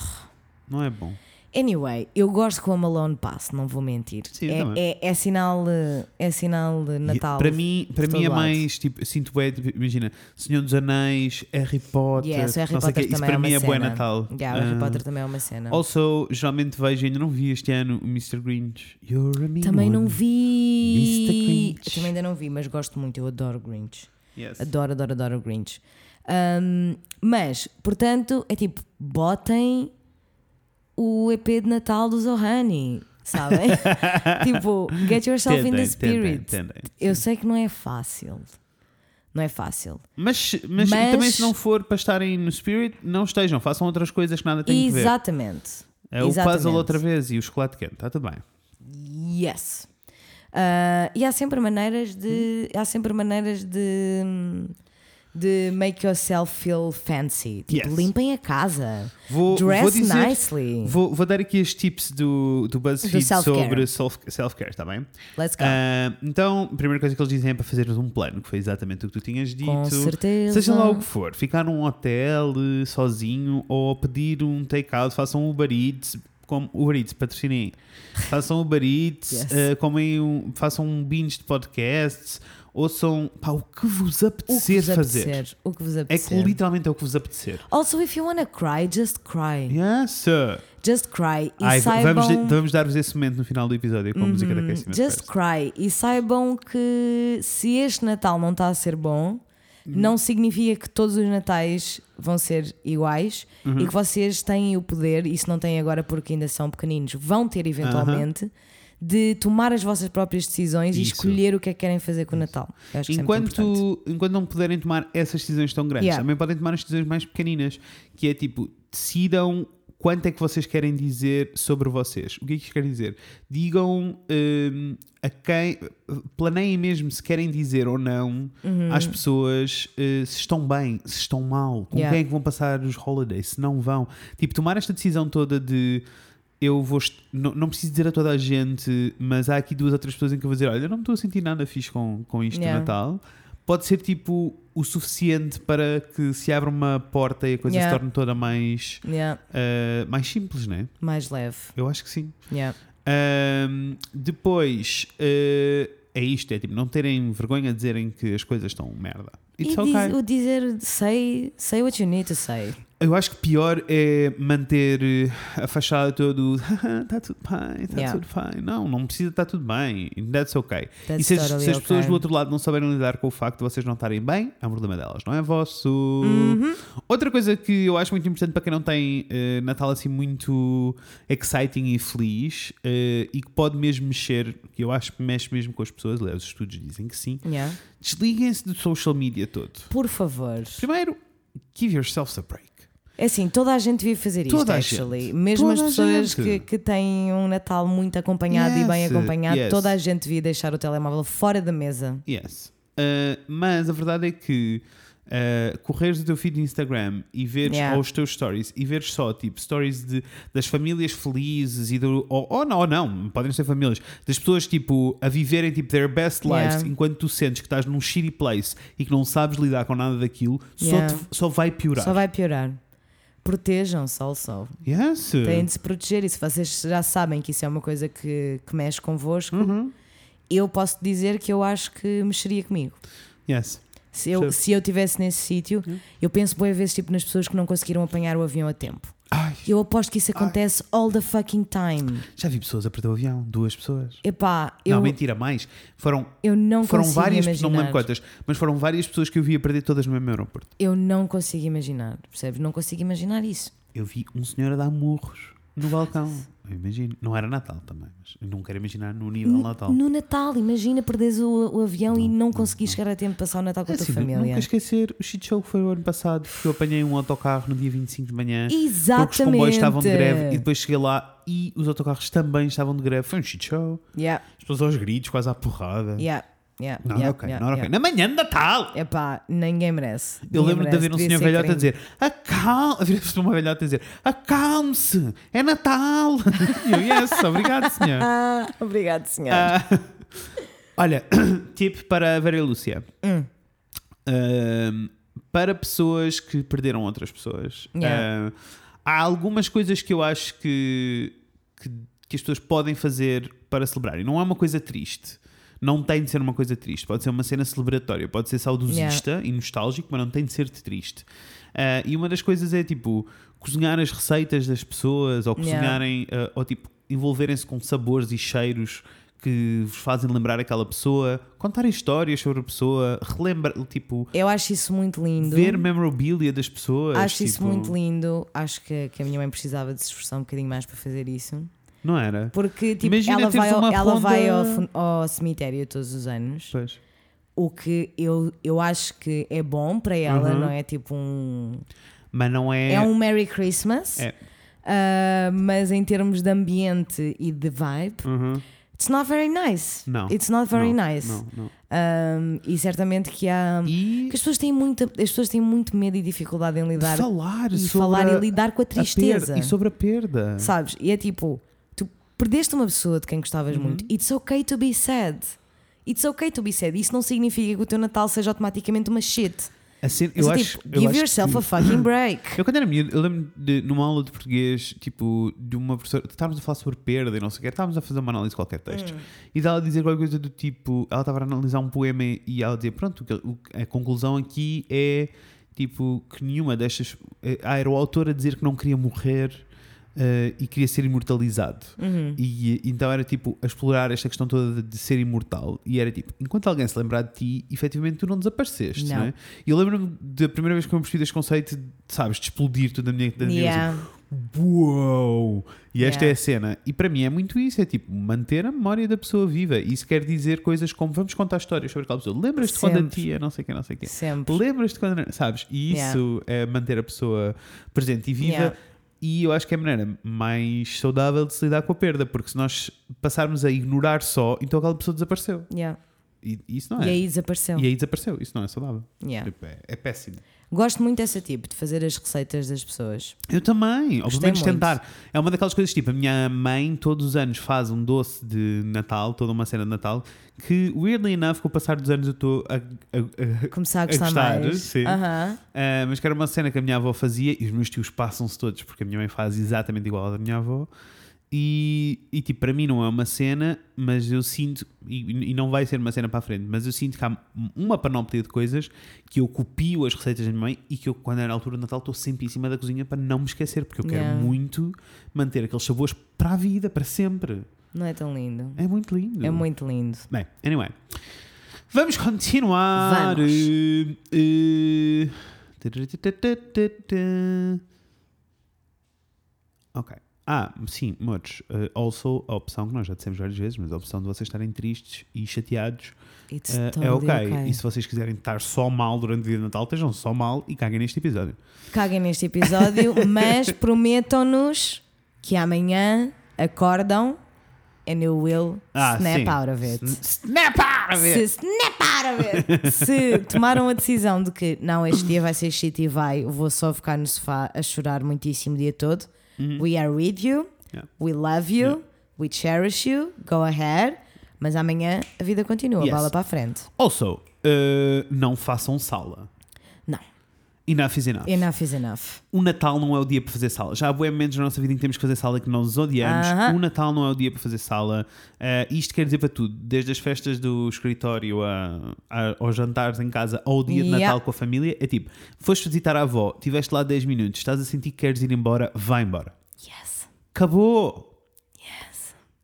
[SPEAKER 2] Não é bom.
[SPEAKER 1] Anyway, eu gosto que o Malone passe, não vou mentir.
[SPEAKER 2] Sim, eu
[SPEAKER 1] é,
[SPEAKER 2] também.
[SPEAKER 1] é, é sinal eh, é sinal de
[SPEAKER 2] E
[SPEAKER 1] Natal.
[SPEAKER 2] Para mim, para
[SPEAKER 1] todo
[SPEAKER 2] mim é
[SPEAKER 1] lado.
[SPEAKER 2] mais tipo, eu sinto bué, tipo, imagina, Senhor dos Anéis, Harry Potter.
[SPEAKER 1] yes, o Harry
[SPEAKER 2] não sei o quê,
[SPEAKER 1] Potter
[SPEAKER 2] isso
[SPEAKER 1] também
[SPEAKER 2] para
[SPEAKER 1] é uma
[SPEAKER 2] mim é
[SPEAKER 1] cena.
[SPEAKER 2] bué Natal.
[SPEAKER 1] Yeah, o Harry
[SPEAKER 2] Ah,
[SPEAKER 1] Potter também é uma cena.
[SPEAKER 2] Also, geralmente vejo, ainda não vi este ano o Mr. Grinch. You're a mean
[SPEAKER 1] também
[SPEAKER 2] one.
[SPEAKER 1] não
[SPEAKER 2] Mr.
[SPEAKER 1] vi.
[SPEAKER 2] Grinch.
[SPEAKER 1] Eu
[SPEAKER 2] Grinch.
[SPEAKER 1] também ainda não vi, mas gosto muito, eu adoro Grinch.
[SPEAKER 2] Yes.
[SPEAKER 1] Adoro, adoro, adoro o Grinch. Ahm, mas, portanto, é tipo, botem o EP de Natal do Zohani, sabem? tipo, get yourself in the
[SPEAKER 2] Tentem,
[SPEAKER 1] spirit.
[SPEAKER 2] tentem, tentem.
[SPEAKER 1] Eu sei que não é fácil. Não é fácil.
[SPEAKER 2] Mas, mas,
[SPEAKER 1] Mas-
[SPEAKER 2] também se não for para estarem no Spirit, não estejam, façam outras coisas que nada têm a ver.
[SPEAKER 1] Exatamente.
[SPEAKER 2] É o
[SPEAKER 1] Exatamente.
[SPEAKER 2] puzzle outra vez e o chocolate quente, está tudo bem.
[SPEAKER 1] Yes. Ah, e há sempre maneiras de.
[SPEAKER 2] Hum?
[SPEAKER 1] Há sempre maneiras de. De make yourself feel fancy. Tipo,
[SPEAKER 2] Yes.
[SPEAKER 1] limpem a casa.
[SPEAKER 2] Vou,
[SPEAKER 1] Dress
[SPEAKER 2] vou dizer,
[SPEAKER 1] nicely.
[SPEAKER 2] Vou, vou dar aqui as tips do, do BuzzFeed
[SPEAKER 1] Do self-care.
[SPEAKER 2] sobre self- self-care, está bem?
[SPEAKER 1] Let's go.
[SPEAKER 2] Ah, então, a primeira coisa que eles dizem é para fazermos um plano, que foi exatamente o que tu tinhas dito.
[SPEAKER 1] certeza.
[SPEAKER 2] Seja lá o que for, ficar num hotel eh, sozinho ou pedir um take-out, façam Uber Eats, como Uber Eats, patrocinem. Façam Uber Eats,
[SPEAKER 1] Yes.
[SPEAKER 2] eh, comem um- façam um binge de podcasts, ouçam pá, o que vos
[SPEAKER 1] o
[SPEAKER 2] apetecer
[SPEAKER 1] que vos
[SPEAKER 2] fazer.
[SPEAKER 1] apetecer. O que vos
[SPEAKER 2] É que
[SPEAKER 1] apetecer.
[SPEAKER 2] literalmente é o que vos apetecer.
[SPEAKER 1] Also, if you wanna cry, just cry.
[SPEAKER 2] Yes, sir.
[SPEAKER 1] Just cry. E
[SPEAKER 2] Ai, v-
[SPEAKER 1] saibam... Uhum.
[SPEAKER 2] vamos, vamos dar-vos esse momento no final do episódio com a música da Casey
[SPEAKER 1] Hum, Just cry. E saibam que se este Natal não está a ser bom,
[SPEAKER 2] Uhum.
[SPEAKER 1] não significa que todos os Natais vão ser iguais
[SPEAKER 2] Uhum.
[SPEAKER 1] e que vocês têm o poder, e se não têm agora porque ainda são pequeninos, vão ter eventualmente. De tomar as vossas próprias decisões e
[SPEAKER 2] Isso.
[SPEAKER 1] escolher o que é que querem fazer com o Natal. Eu acho que isso é muito importante.
[SPEAKER 2] enquanto, enquanto não puderem tomar essas decisões tão grandes,
[SPEAKER 1] Yeah.
[SPEAKER 2] também podem tomar as decisões mais pequeninas, que é tipo, decidam quanto é que vocês querem dizer sobre vocês. O que é que isto quer dizer? Digam hum, a quem. Planeiem mesmo se querem dizer ou não
[SPEAKER 1] Uhum.
[SPEAKER 2] às pessoas eh, se estão bem, se estão mal, com
[SPEAKER 1] Yeah.
[SPEAKER 2] quem é que vão passar os holidays, se não vão. Tipo, tomar esta decisão toda de. Eu vou. est- Não, não preciso dizer a toda a gente, mas há aqui duas ou três pessoas em que eu vou dizer: olha, eu não me estou a sentir nada fixe com, com isto
[SPEAKER 1] Yeah.
[SPEAKER 2] no Natal. Pode ser tipo o suficiente para que se abra uma porta e a coisa
[SPEAKER 1] Yeah.
[SPEAKER 2] se torne toda mais,
[SPEAKER 1] Yeah,
[SPEAKER 2] ah, mais simples, né?
[SPEAKER 1] mais leve.
[SPEAKER 2] Eu acho que sim.
[SPEAKER 1] Yeah.
[SPEAKER 2] Ahm, depois, ah, é isto: é tipo, não terem vergonha de dizerem que as coisas estão merda. It's
[SPEAKER 1] e
[SPEAKER 2] okay.
[SPEAKER 1] diz- o dizer say, say what you need to say.
[SPEAKER 2] Eu acho que pior é manter eh, a fachada toda do está tudo bem, está
[SPEAKER 1] Yeah.
[SPEAKER 2] tudo bem. Não, não precisa estar tudo bem. That's okay. e
[SPEAKER 1] That's
[SPEAKER 2] se, as-
[SPEAKER 1] totally
[SPEAKER 2] se as pessoas
[SPEAKER 1] okay.
[SPEAKER 2] do outro lado não souberem lidar com o facto de vocês não estarem bem, é um problema delas, não é vosso.
[SPEAKER 1] Uhum.
[SPEAKER 2] Outra coisa que eu acho muito importante para quem não tem eh, Natal assim muito exciting e feliz eh, e que pode mesmo mexer, que eu acho que mexe mesmo com as pessoas, aliás, os estudos dizem que sim,
[SPEAKER 1] Yeah.
[SPEAKER 2] desliguem-se do social media todo.
[SPEAKER 1] Por favor.
[SPEAKER 2] Primeiro, give yourselves a break.
[SPEAKER 1] É assim, toda a gente vive fazer isto,
[SPEAKER 2] Toda a
[SPEAKER 1] actually.
[SPEAKER 2] gente.
[SPEAKER 1] Mesmo
[SPEAKER 2] Toda a
[SPEAKER 1] as pessoas que,
[SPEAKER 2] gente.
[SPEAKER 1] que têm um Natal muito acompanhado e bem
[SPEAKER 2] Yes,
[SPEAKER 1] acompanhado,
[SPEAKER 2] yes.
[SPEAKER 1] toda a gente devia deixar o telemóvel fora da mesa.
[SPEAKER 2] Yes. Uh, mas a verdade é que uh, correres o teu feed de Instagram e veres
[SPEAKER 1] Yeah.
[SPEAKER 2] ou os teus stories e veres só tipo stories de, das famílias felizes e do, ou, ou não, ou não, podem ser famílias, das pessoas tipo a viverem tipo their best lives
[SPEAKER 1] Yeah.
[SPEAKER 2] enquanto tu sentes que estás num shitty place e que não sabes lidar com nada daquilo,
[SPEAKER 1] Yeah.
[SPEAKER 2] só, te- só vai piorar.
[SPEAKER 1] Só vai piorar. Protejam-se ao sol.
[SPEAKER 2] Yes.
[SPEAKER 1] Têm de se proteger. E se vocês já sabem que isso é uma coisa que, que mexe convosco,
[SPEAKER 2] Uhum.
[SPEAKER 1] eu posso dizer que eu acho que mexeria comigo.
[SPEAKER 2] Yes.
[SPEAKER 1] Se eu
[SPEAKER 2] Sim.
[SPEAKER 1] estivesse se eu tivesse nesse sítio,
[SPEAKER 2] Uhum.
[SPEAKER 1] eu penso boas vezes tipo, nas pessoas que não conseguiram apanhar o avião a tempo.
[SPEAKER 2] Ai,
[SPEAKER 1] Eu aposto que isso acontece all the fucking time.
[SPEAKER 2] já vi pessoas a perder o avião, duas pessoas.
[SPEAKER 1] Epá, eu
[SPEAKER 2] Não, mentira, mais. Foram,
[SPEAKER 1] Eu não
[SPEAKER 2] foram
[SPEAKER 1] consigo
[SPEAKER 2] várias,
[SPEAKER 1] imaginar.
[SPEAKER 2] não me lembro quantas, mas foram várias pessoas que eu vi a perder todas no mesmo aeroporto.
[SPEAKER 1] Eu não consigo imaginar, percebes? Não consigo imaginar isso.
[SPEAKER 2] Eu vi um senhor a dar murros no balcão. Eu imagino. Não era Natal também, mas eu não quero imaginar no nível Natal.
[SPEAKER 1] No Natal, imagina perderes o, o avião e não conseguires chegar a tempo de passar o Natal com a tua
[SPEAKER 2] Assim,
[SPEAKER 1] família.
[SPEAKER 2] Nunca esquecer o shit show que foi o ano passado, porque eu apanhei um autocarro no dia 25 de manhã. Porque os comboios estavam de greve e
[SPEAKER 1] Exatamente.
[SPEAKER 2] depois cheguei lá e os autocarros também estavam de greve. Foi um shit show.
[SPEAKER 1] Yeah,
[SPEAKER 2] As pessoas aos gritos, quase à porrada.
[SPEAKER 1] yeah, yeah.
[SPEAKER 2] Não
[SPEAKER 1] yeah,
[SPEAKER 2] era ok,
[SPEAKER 1] yeah,
[SPEAKER 2] não era
[SPEAKER 1] yeah.
[SPEAKER 2] ok. Na manhã de Natal!
[SPEAKER 1] Epá, ninguém merece.
[SPEAKER 2] Eu
[SPEAKER 1] Ninguém
[SPEAKER 2] lembro de
[SPEAKER 1] merece.
[SPEAKER 2] haver um
[SPEAKER 1] Devia
[SPEAKER 2] senhor
[SPEAKER 1] ser
[SPEAKER 2] velhote
[SPEAKER 1] crime.
[SPEAKER 2] a dizer: acalme. Vira-se para uma velhota a dizer: acalme-se, é Natal. E eu, yes, obrigado, senhor.
[SPEAKER 1] Ah, obrigado, senhor.
[SPEAKER 2] Olha, tip para a Vera Lúcia. Ahm, para pessoas que perderam outras pessoas.
[SPEAKER 1] Yeah.
[SPEAKER 2] ahm, há algumas coisas que eu acho que, que, que as pessoas podem fazer para celebrar. E não é uma coisa triste. Não tem de ser uma coisa triste. Pode ser uma cena celebratória. Pode ser saudosista e nostálgico, mas não tem de ser triste. Ah, e uma das coisas é tipo cozinhar as receitas das pessoas ou
[SPEAKER 1] Yeah.
[SPEAKER 2] eh, cozinharem ah, ou tipo envolverem-se com sabores e cheiros que vos fazem lembrar aquela pessoa, contar histórias sobre a pessoa, relembrar, tipo,
[SPEAKER 1] Eu acho isso muito lindo.
[SPEAKER 2] ver memorabilia das pessoas.
[SPEAKER 1] acho isso
[SPEAKER 2] tipo,
[SPEAKER 1] muito lindo. Acho que, que a minha mãe precisava de se esforçar um bocadinho mais para fazer isso.
[SPEAKER 2] Não era?
[SPEAKER 1] Porque tipo,
[SPEAKER 2] Imagina
[SPEAKER 1] ela,
[SPEAKER 2] teres
[SPEAKER 1] vai, ao,
[SPEAKER 2] uma
[SPEAKER 1] ela
[SPEAKER 2] ronda-
[SPEAKER 1] vai ao, fun- ao cemitério todos os anos.
[SPEAKER 2] Pois.
[SPEAKER 1] O que eu, eu acho que é bom para ela,
[SPEAKER 2] Uhum.
[SPEAKER 1] não é tipo um.
[SPEAKER 2] Mas não é.
[SPEAKER 1] É, um Merry Christmas.
[SPEAKER 2] É.
[SPEAKER 1] Ah, mas em termos de ambiente e de vibe,
[SPEAKER 2] Uhum.
[SPEAKER 1] it's not very nice.
[SPEAKER 2] Não.
[SPEAKER 1] It's not very
[SPEAKER 2] não,
[SPEAKER 1] nice.
[SPEAKER 2] Não, não.
[SPEAKER 1] Um, e certamente que há.
[SPEAKER 2] E
[SPEAKER 1] Porque as pessoas têm muita, as pessoas têm muito medo e dificuldade em lidar
[SPEAKER 2] falar
[SPEAKER 1] e
[SPEAKER 2] sobre
[SPEAKER 1] falar
[SPEAKER 2] a-
[SPEAKER 1] e lidar com a
[SPEAKER 2] a perda-
[SPEAKER 1] tristeza.
[SPEAKER 2] E sobre a perda.
[SPEAKER 1] Sabes? E é tipo, tu perdeste uma pessoa de quem gostavas
[SPEAKER 2] Uhum.
[SPEAKER 1] muito. It's okay to be sad. It's okay to be sad. Isso não significa que o teu Natal seja automaticamente uma shit.
[SPEAKER 2] A cena-
[SPEAKER 1] Mas
[SPEAKER 2] eu
[SPEAKER 1] é
[SPEAKER 2] acho,
[SPEAKER 1] tipo,
[SPEAKER 2] eu
[SPEAKER 1] give
[SPEAKER 2] acho
[SPEAKER 1] yourself
[SPEAKER 2] que-
[SPEAKER 1] a fucking break.
[SPEAKER 2] Eu quando era miúdo, eu lembro de numa aula de português, tipo, de uma professora, estávamos a falar sobre perda e não sei o que, estávamos a fazer uma análise de qualquer texto. E dela dizer qualquer coisa do tipo, ela estava a analisar um poema e ela dizia, pronto, o que- o que- a conclusão aqui é, tipo, que nenhuma destas... eh, Ah, era o autor a dizer que não queria morrer eh, e queria ser imortalizado. E, eh, então era, tipo, a explorar esta questão toda de, de ser imortal. E era, tipo, enquanto alguém se lembrar de ti, efetivamente tu não desapareceste,
[SPEAKER 1] Não.
[SPEAKER 2] não é? E eu lembro-me da primeira vez que eu me percebi deste conceito, de, sabes, de explodir tudo na minha da minha
[SPEAKER 1] Yeah.
[SPEAKER 2] cabeça. Uou! E esta
[SPEAKER 1] Yeah.
[SPEAKER 2] é a cena. E para mim é muito isso: é tipo manter a memória da pessoa viva. Isso quer dizer coisas como vamos contar histórias sobre aquela pessoa. Lembras-te quando a
[SPEAKER 1] Sempre.
[SPEAKER 2] tia, não sei quem, não sei quem.
[SPEAKER 1] Sempre.
[SPEAKER 2] Lembras-te quando. Sabes? E isso é manter a pessoa presente e viva.
[SPEAKER 1] Yeah.
[SPEAKER 2] E eu acho que é a maneira mais saudável de se lidar com a perda, porque se nós passarmos a ignorar só, então aquela pessoa desapareceu.
[SPEAKER 1] Yeah.
[SPEAKER 2] E isso não
[SPEAKER 1] E
[SPEAKER 2] é.
[SPEAKER 1] aí desapareceu.
[SPEAKER 2] E aí desapareceu. Isso não é saudável.
[SPEAKER 1] Yeah.
[SPEAKER 2] Tipo, é- é péssimo.
[SPEAKER 1] Gosto muito dessa tipo, de fazer as receitas das pessoas.
[SPEAKER 2] Eu também, ou pelo
[SPEAKER 1] Gostei
[SPEAKER 2] menos
[SPEAKER 1] muito.
[SPEAKER 2] tentar. É uma daquelas coisas tipo, a minha mãe todos os anos faz um doce de Natal, toda uma cena de Natal, que weirdly enough, com o passar dos anos eu estou a, a- a-
[SPEAKER 1] Começar a gostar,
[SPEAKER 2] gostar,
[SPEAKER 1] mais.
[SPEAKER 2] sim.
[SPEAKER 1] Aham.
[SPEAKER 2] ah, mas que era uma cena que a minha avó fazia e os meus tios passam-se todos, porque a minha mãe faz exatamente igual à da minha avó. E, e, tipo, para mim não é uma cena, mas eu sinto, e, e não vai ser uma cena para a frente, mas eu sinto que há uma panóplia de coisas que eu copio as receitas da minha mãe e que eu, quando era a altura do Natal, estou sempre em cima da cozinha para não me esquecer, porque eu quero
[SPEAKER 1] Yeah.
[SPEAKER 2] muito manter aqueles sabores para a vida, para sempre.
[SPEAKER 1] Não é tão lindo.
[SPEAKER 2] É muito lindo.
[SPEAKER 1] É muito lindo.
[SPEAKER 2] Bem, anyway. Vamos continuar.
[SPEAKER 1] Vamos.
[SPEAKER 2] Eh, eh, tarará-tã-tã-tã-tã. Ok. Ah, sim, modos. Eh, also, a opção que nós já dissemos várias vezes, mas a opção de vocês estarem tristes e chateados
[SPEAKER 1] It's
[SPEAKER 2] eh,
[SPEAKER 1] totally
[SPEAKER 2] é ok.
[SPEAKER 1] ok.
[SPEAKER 2] E se vocês quiserem estar só mal durante o dia de Natal, estejam só mal e caguem neste episódio.
[SPEAKER 1] Caguem neste episódio, mas prometam-nos que amanhã acordam and you will snap
[SPEAKER 2] Ah, sim.
[SPEAKER 1] out of it.
[SPEAKER 2] Sn- é. Snap out of
[SPEAKER 1] Se
[SPEAKER 2] it!
[SPEAKER 1] snap out of it! Se tomaram a decisão de que não, este dia vai ser shit e vai, vou só ficar no sofá a chorar muitíssimo o dia todo. We are with you,
[SPEAKER 2] Uhum. Yeah.
[SPEAKER 1] we love you, we cherish you, go ahead. Mas amanhã a vida continua,
[SPEAKER 2] Yes.
[SPEAKER 1] bola para a frente.
[SPEAKER 2] Also, eh, não façam sala.
[SPEAKER 1] Não,
[SPEAKER 2] Enough is enough.
[SPEAKER 1] enough is enough.
[SPEAKER 2] o Natal não é o dia para fazer sala. Já há bué momentos na nossa vida em que temos que fazer sala e que nós odiamos.
[SPEAKER 1] Aham.
[SPEAKER 2] O Natal não é o dia para fazer sala. Eh, isto quer dizer para tudo, desde as festas do escritório a- a- aos jantares em casa ao dia de
[SPEAKER 1] Yeah.
[SPEAKER 2] Natal com a família. É tipo, foste visitar a avó, tiveste lá 10 minutos, estás a sentir que queres ir embora, vai embora.
[SPEAKER 1] Yes.
[SPEAKER 2] Acabou!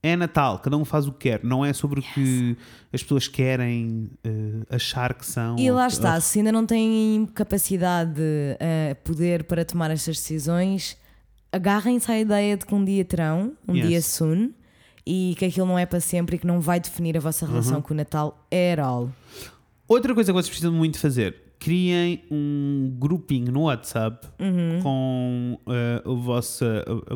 [SPEAKER 2] É Natal, cada um faz o que quer, não é sobre o que as pessoas querem eh, achar que são.
[SPEAKER 1] E
[SPEAKER 2] ou-
[SPEAKER 1] lá
[SPEAKER 2] ou-
[SPEAKER 1] está, se ainda não têm capacidade, eh, poder para tomar estas decisões, agarrem-se à ideia de que um dia terão, um
[SPEAKER 2] Yes.
[SPEAKER 1] dia soon, e que aquilo não é para sempre e que não vai definir a vossa relação
[SPEAKER 2] Uhum.
[SPEAKER 1] com o Natal at all.
[SPEAKER 2] Outra coisa que vocês precisam muito fazer: criem um grupinho no WhatsApp
[SPEAKER 1] Uhum.
[SPEAKER 2] com eh, o, vosso,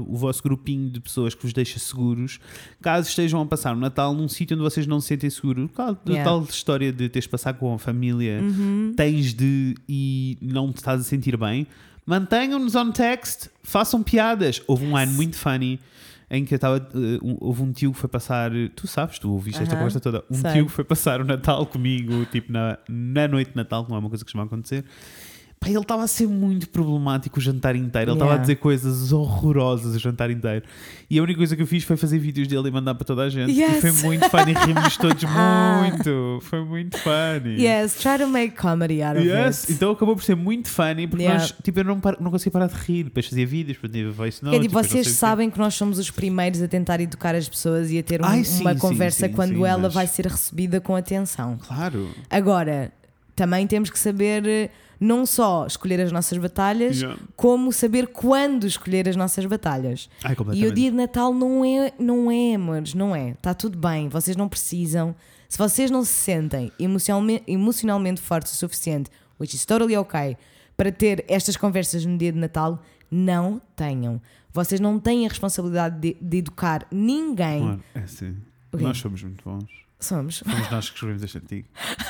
[SPEAKER 2] o vosso grupinho de pessoas que vos deixa seguros, caso estejam a passar o Natal num sítio onde vocês não se sentem seguros. Tal,
[SPEAKER 1] Yeah. Uhum.
[SPEAKER 2] tal história de teres de passar com a família, tens de e não te estás a sentir bem. Mantenham-nos on text, façam piadas. Houve um ano muito funny. Em que eu estava. eh, um- houve um tio que foi passar. Tu sabes, tu ouviste esta
[SPEAKER 1] Aham.
[SPEAKER 2] conversa toda. Um
[SPEAKER 1] Sei.
[SPEAKER 2] tio que foi passar o Natal comigo, tipo na, na noite de Natal, que não é uma coisa que costuma acontecer. Pá, ele estava a ser muito problemático o jantar inteiro. Ele estava
[SPEAKER 1] Yeah.
[SPEAKER 2] a dizer coisas horrorosas o jantar inteiro. E a única coisa que eu fiz foi fazer vídeos dele e mandar para toda a gente. E
[SPEAKER 1] Yes. Ah.
[SPEAKER 2] foi muito funny. Rimos todos muito. Foi muito funny.
[SPEAKER 1] Yes, try to make comedy out of
[SPEAKER 2] Yes.
[SPEAKER 1] it.
[SPEAKER 2] Então acabou por ser muito funny porque
[SPEAKER 1] Yeah.
[SPEAKER 2] nós, tipo, eu não, par, não conseguia parar de rir. Depois fazia vídeos, depois tinha voice
[SPEAKER 1] Que é
[SPEAKER 2] notes,
[SPEAKER 1] tipo,
[SPEAKER 2] depois não
[SPEAKER 1] vocês
[SPEAKER 2] sei o quê.
[SPEAKER 1] sabem que nós somos os primeiros a tentar educar as pessoas e a ter um-
[SPEAKER 2] Ai, sim,
[SPEAKER 1] uma
[SPEAKER 2] sim,
[SPEAKER 1] conversa
[SPEAKER 2] sim,
[SPEAKER 1] quando
[SPEAKER 2] sim,
[SPEAKER 1] ela
[SPEAKER 2] mas-
[SPEAKER 1] vai ser recebida com atenção.
[SPEAKER 2] Claro.
[SPEAKER 1] Agora, também temos que saber eh, não só escolher as nossas batalhas,
[SPEAKER 2] Yeah.
[SPEAKER 1] como saber quando escolher as nossas batalhas.
[SPEAKER 2] Ai,
[SPEAKER 1] E
[SPEAKER 2] completamente.
[SPEAKER 1] o dia de Natal não é, não é, amores, não é. Está tudo bem, vocês não precisam. Se vocês não se sentem emocionalmente, emocionalmente fortes o suficiente, which is totally okay, para ter estas conversas no dia de Natal, não tenham. Vocês não têm a responsabilidade de, de educar ninguém.
[SPEAKER 2] Claro, é assim.
[SPEAKER 1] O quê?
[SPEAKER 2] Nós somos muito bons.
[SPEAKER 1] Somos.
[SPEAKER 2] Somos nós que escrevemos este artigo.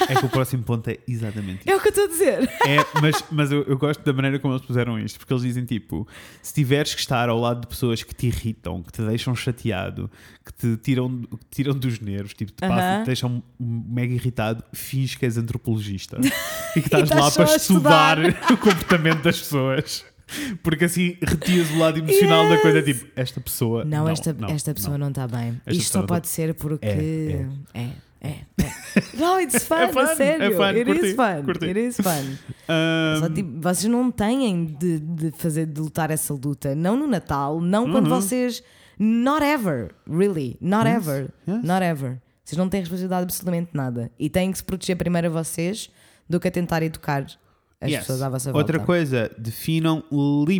[SPEAKER 2] É que o próximo ponto é exatamente
[SPEAKER 1] É o que eu estou a dizer.
[SPEAKER 2] É, mas mas eu, eu gosto da maneira como eles puseram isto, porque eles dizem tipo: se tiveres que estar ao lado de pessoas que te irritam, que te deixam chateado, que te tiram, que te tiram dos nervos, tipo, te, passam,
[SPEAKER 1] Aham.
[SPEAKER 2] te deixam mega irritado, finge que és antropologista e que estás
[SPEAKER 1] estás
[SPEAKER 2] lá
[SPEAKER 1] só
[SPEAKER 2] para
[SPEAKER 1] a estudar.
[SPEAKER 2] estudar, o comportamento das pessoas. Porque assim retias o lado emocional da coisa,
[SPEAKER 1] Yes.
[SPEAKER 2] tipo, esta pessoa.
[SPEAKER 1] Não, esta, esta pessoa não está bem.
[SPEAKER 2] Esta
[SPEAKER 1] Isto só
[SPEAKER 2] pessoa tá
[SPEAKER 1] pode ser porque.
[SPEAKER 2] É,
[SPEAKER 1] É, é. é. Não, it's fun,
[SPEAKER 2] É fun, é
[SPEAKER 1] a sério.
[SPEAKER 2] fun,
[SPEAKER 1] It
[SPEAKER 2] curti,
[SPEAKER 1] is fun.
[SPEAKER 2] curti. Um,
[SPEAKER 1] It is fun.
[SPEAKER 2] Ahm,
[SPEAKER 1] Só, tipo, vocês não têm de, de fazer de lutar essa luta. Não no Natal, não quando
[SPEAKER 2] Uhum.
[SPEAKER 1] vocês. Not ever, really. Not
[SPEAKER 2] Yes,
[SPEAKER 1] ever.
[SPEAKER 2] yes.
[SPEAKER 1] Not ever. Vocês não têm responsabilidade de absolutamente nada. E têm que se proteger primeiro a vocês do que a tentar educar as
[SPEAKER 2] yes.
[SPEAKER 1] pessoas à vossa volta.
[SPEAKER 2] Outra coisa, definam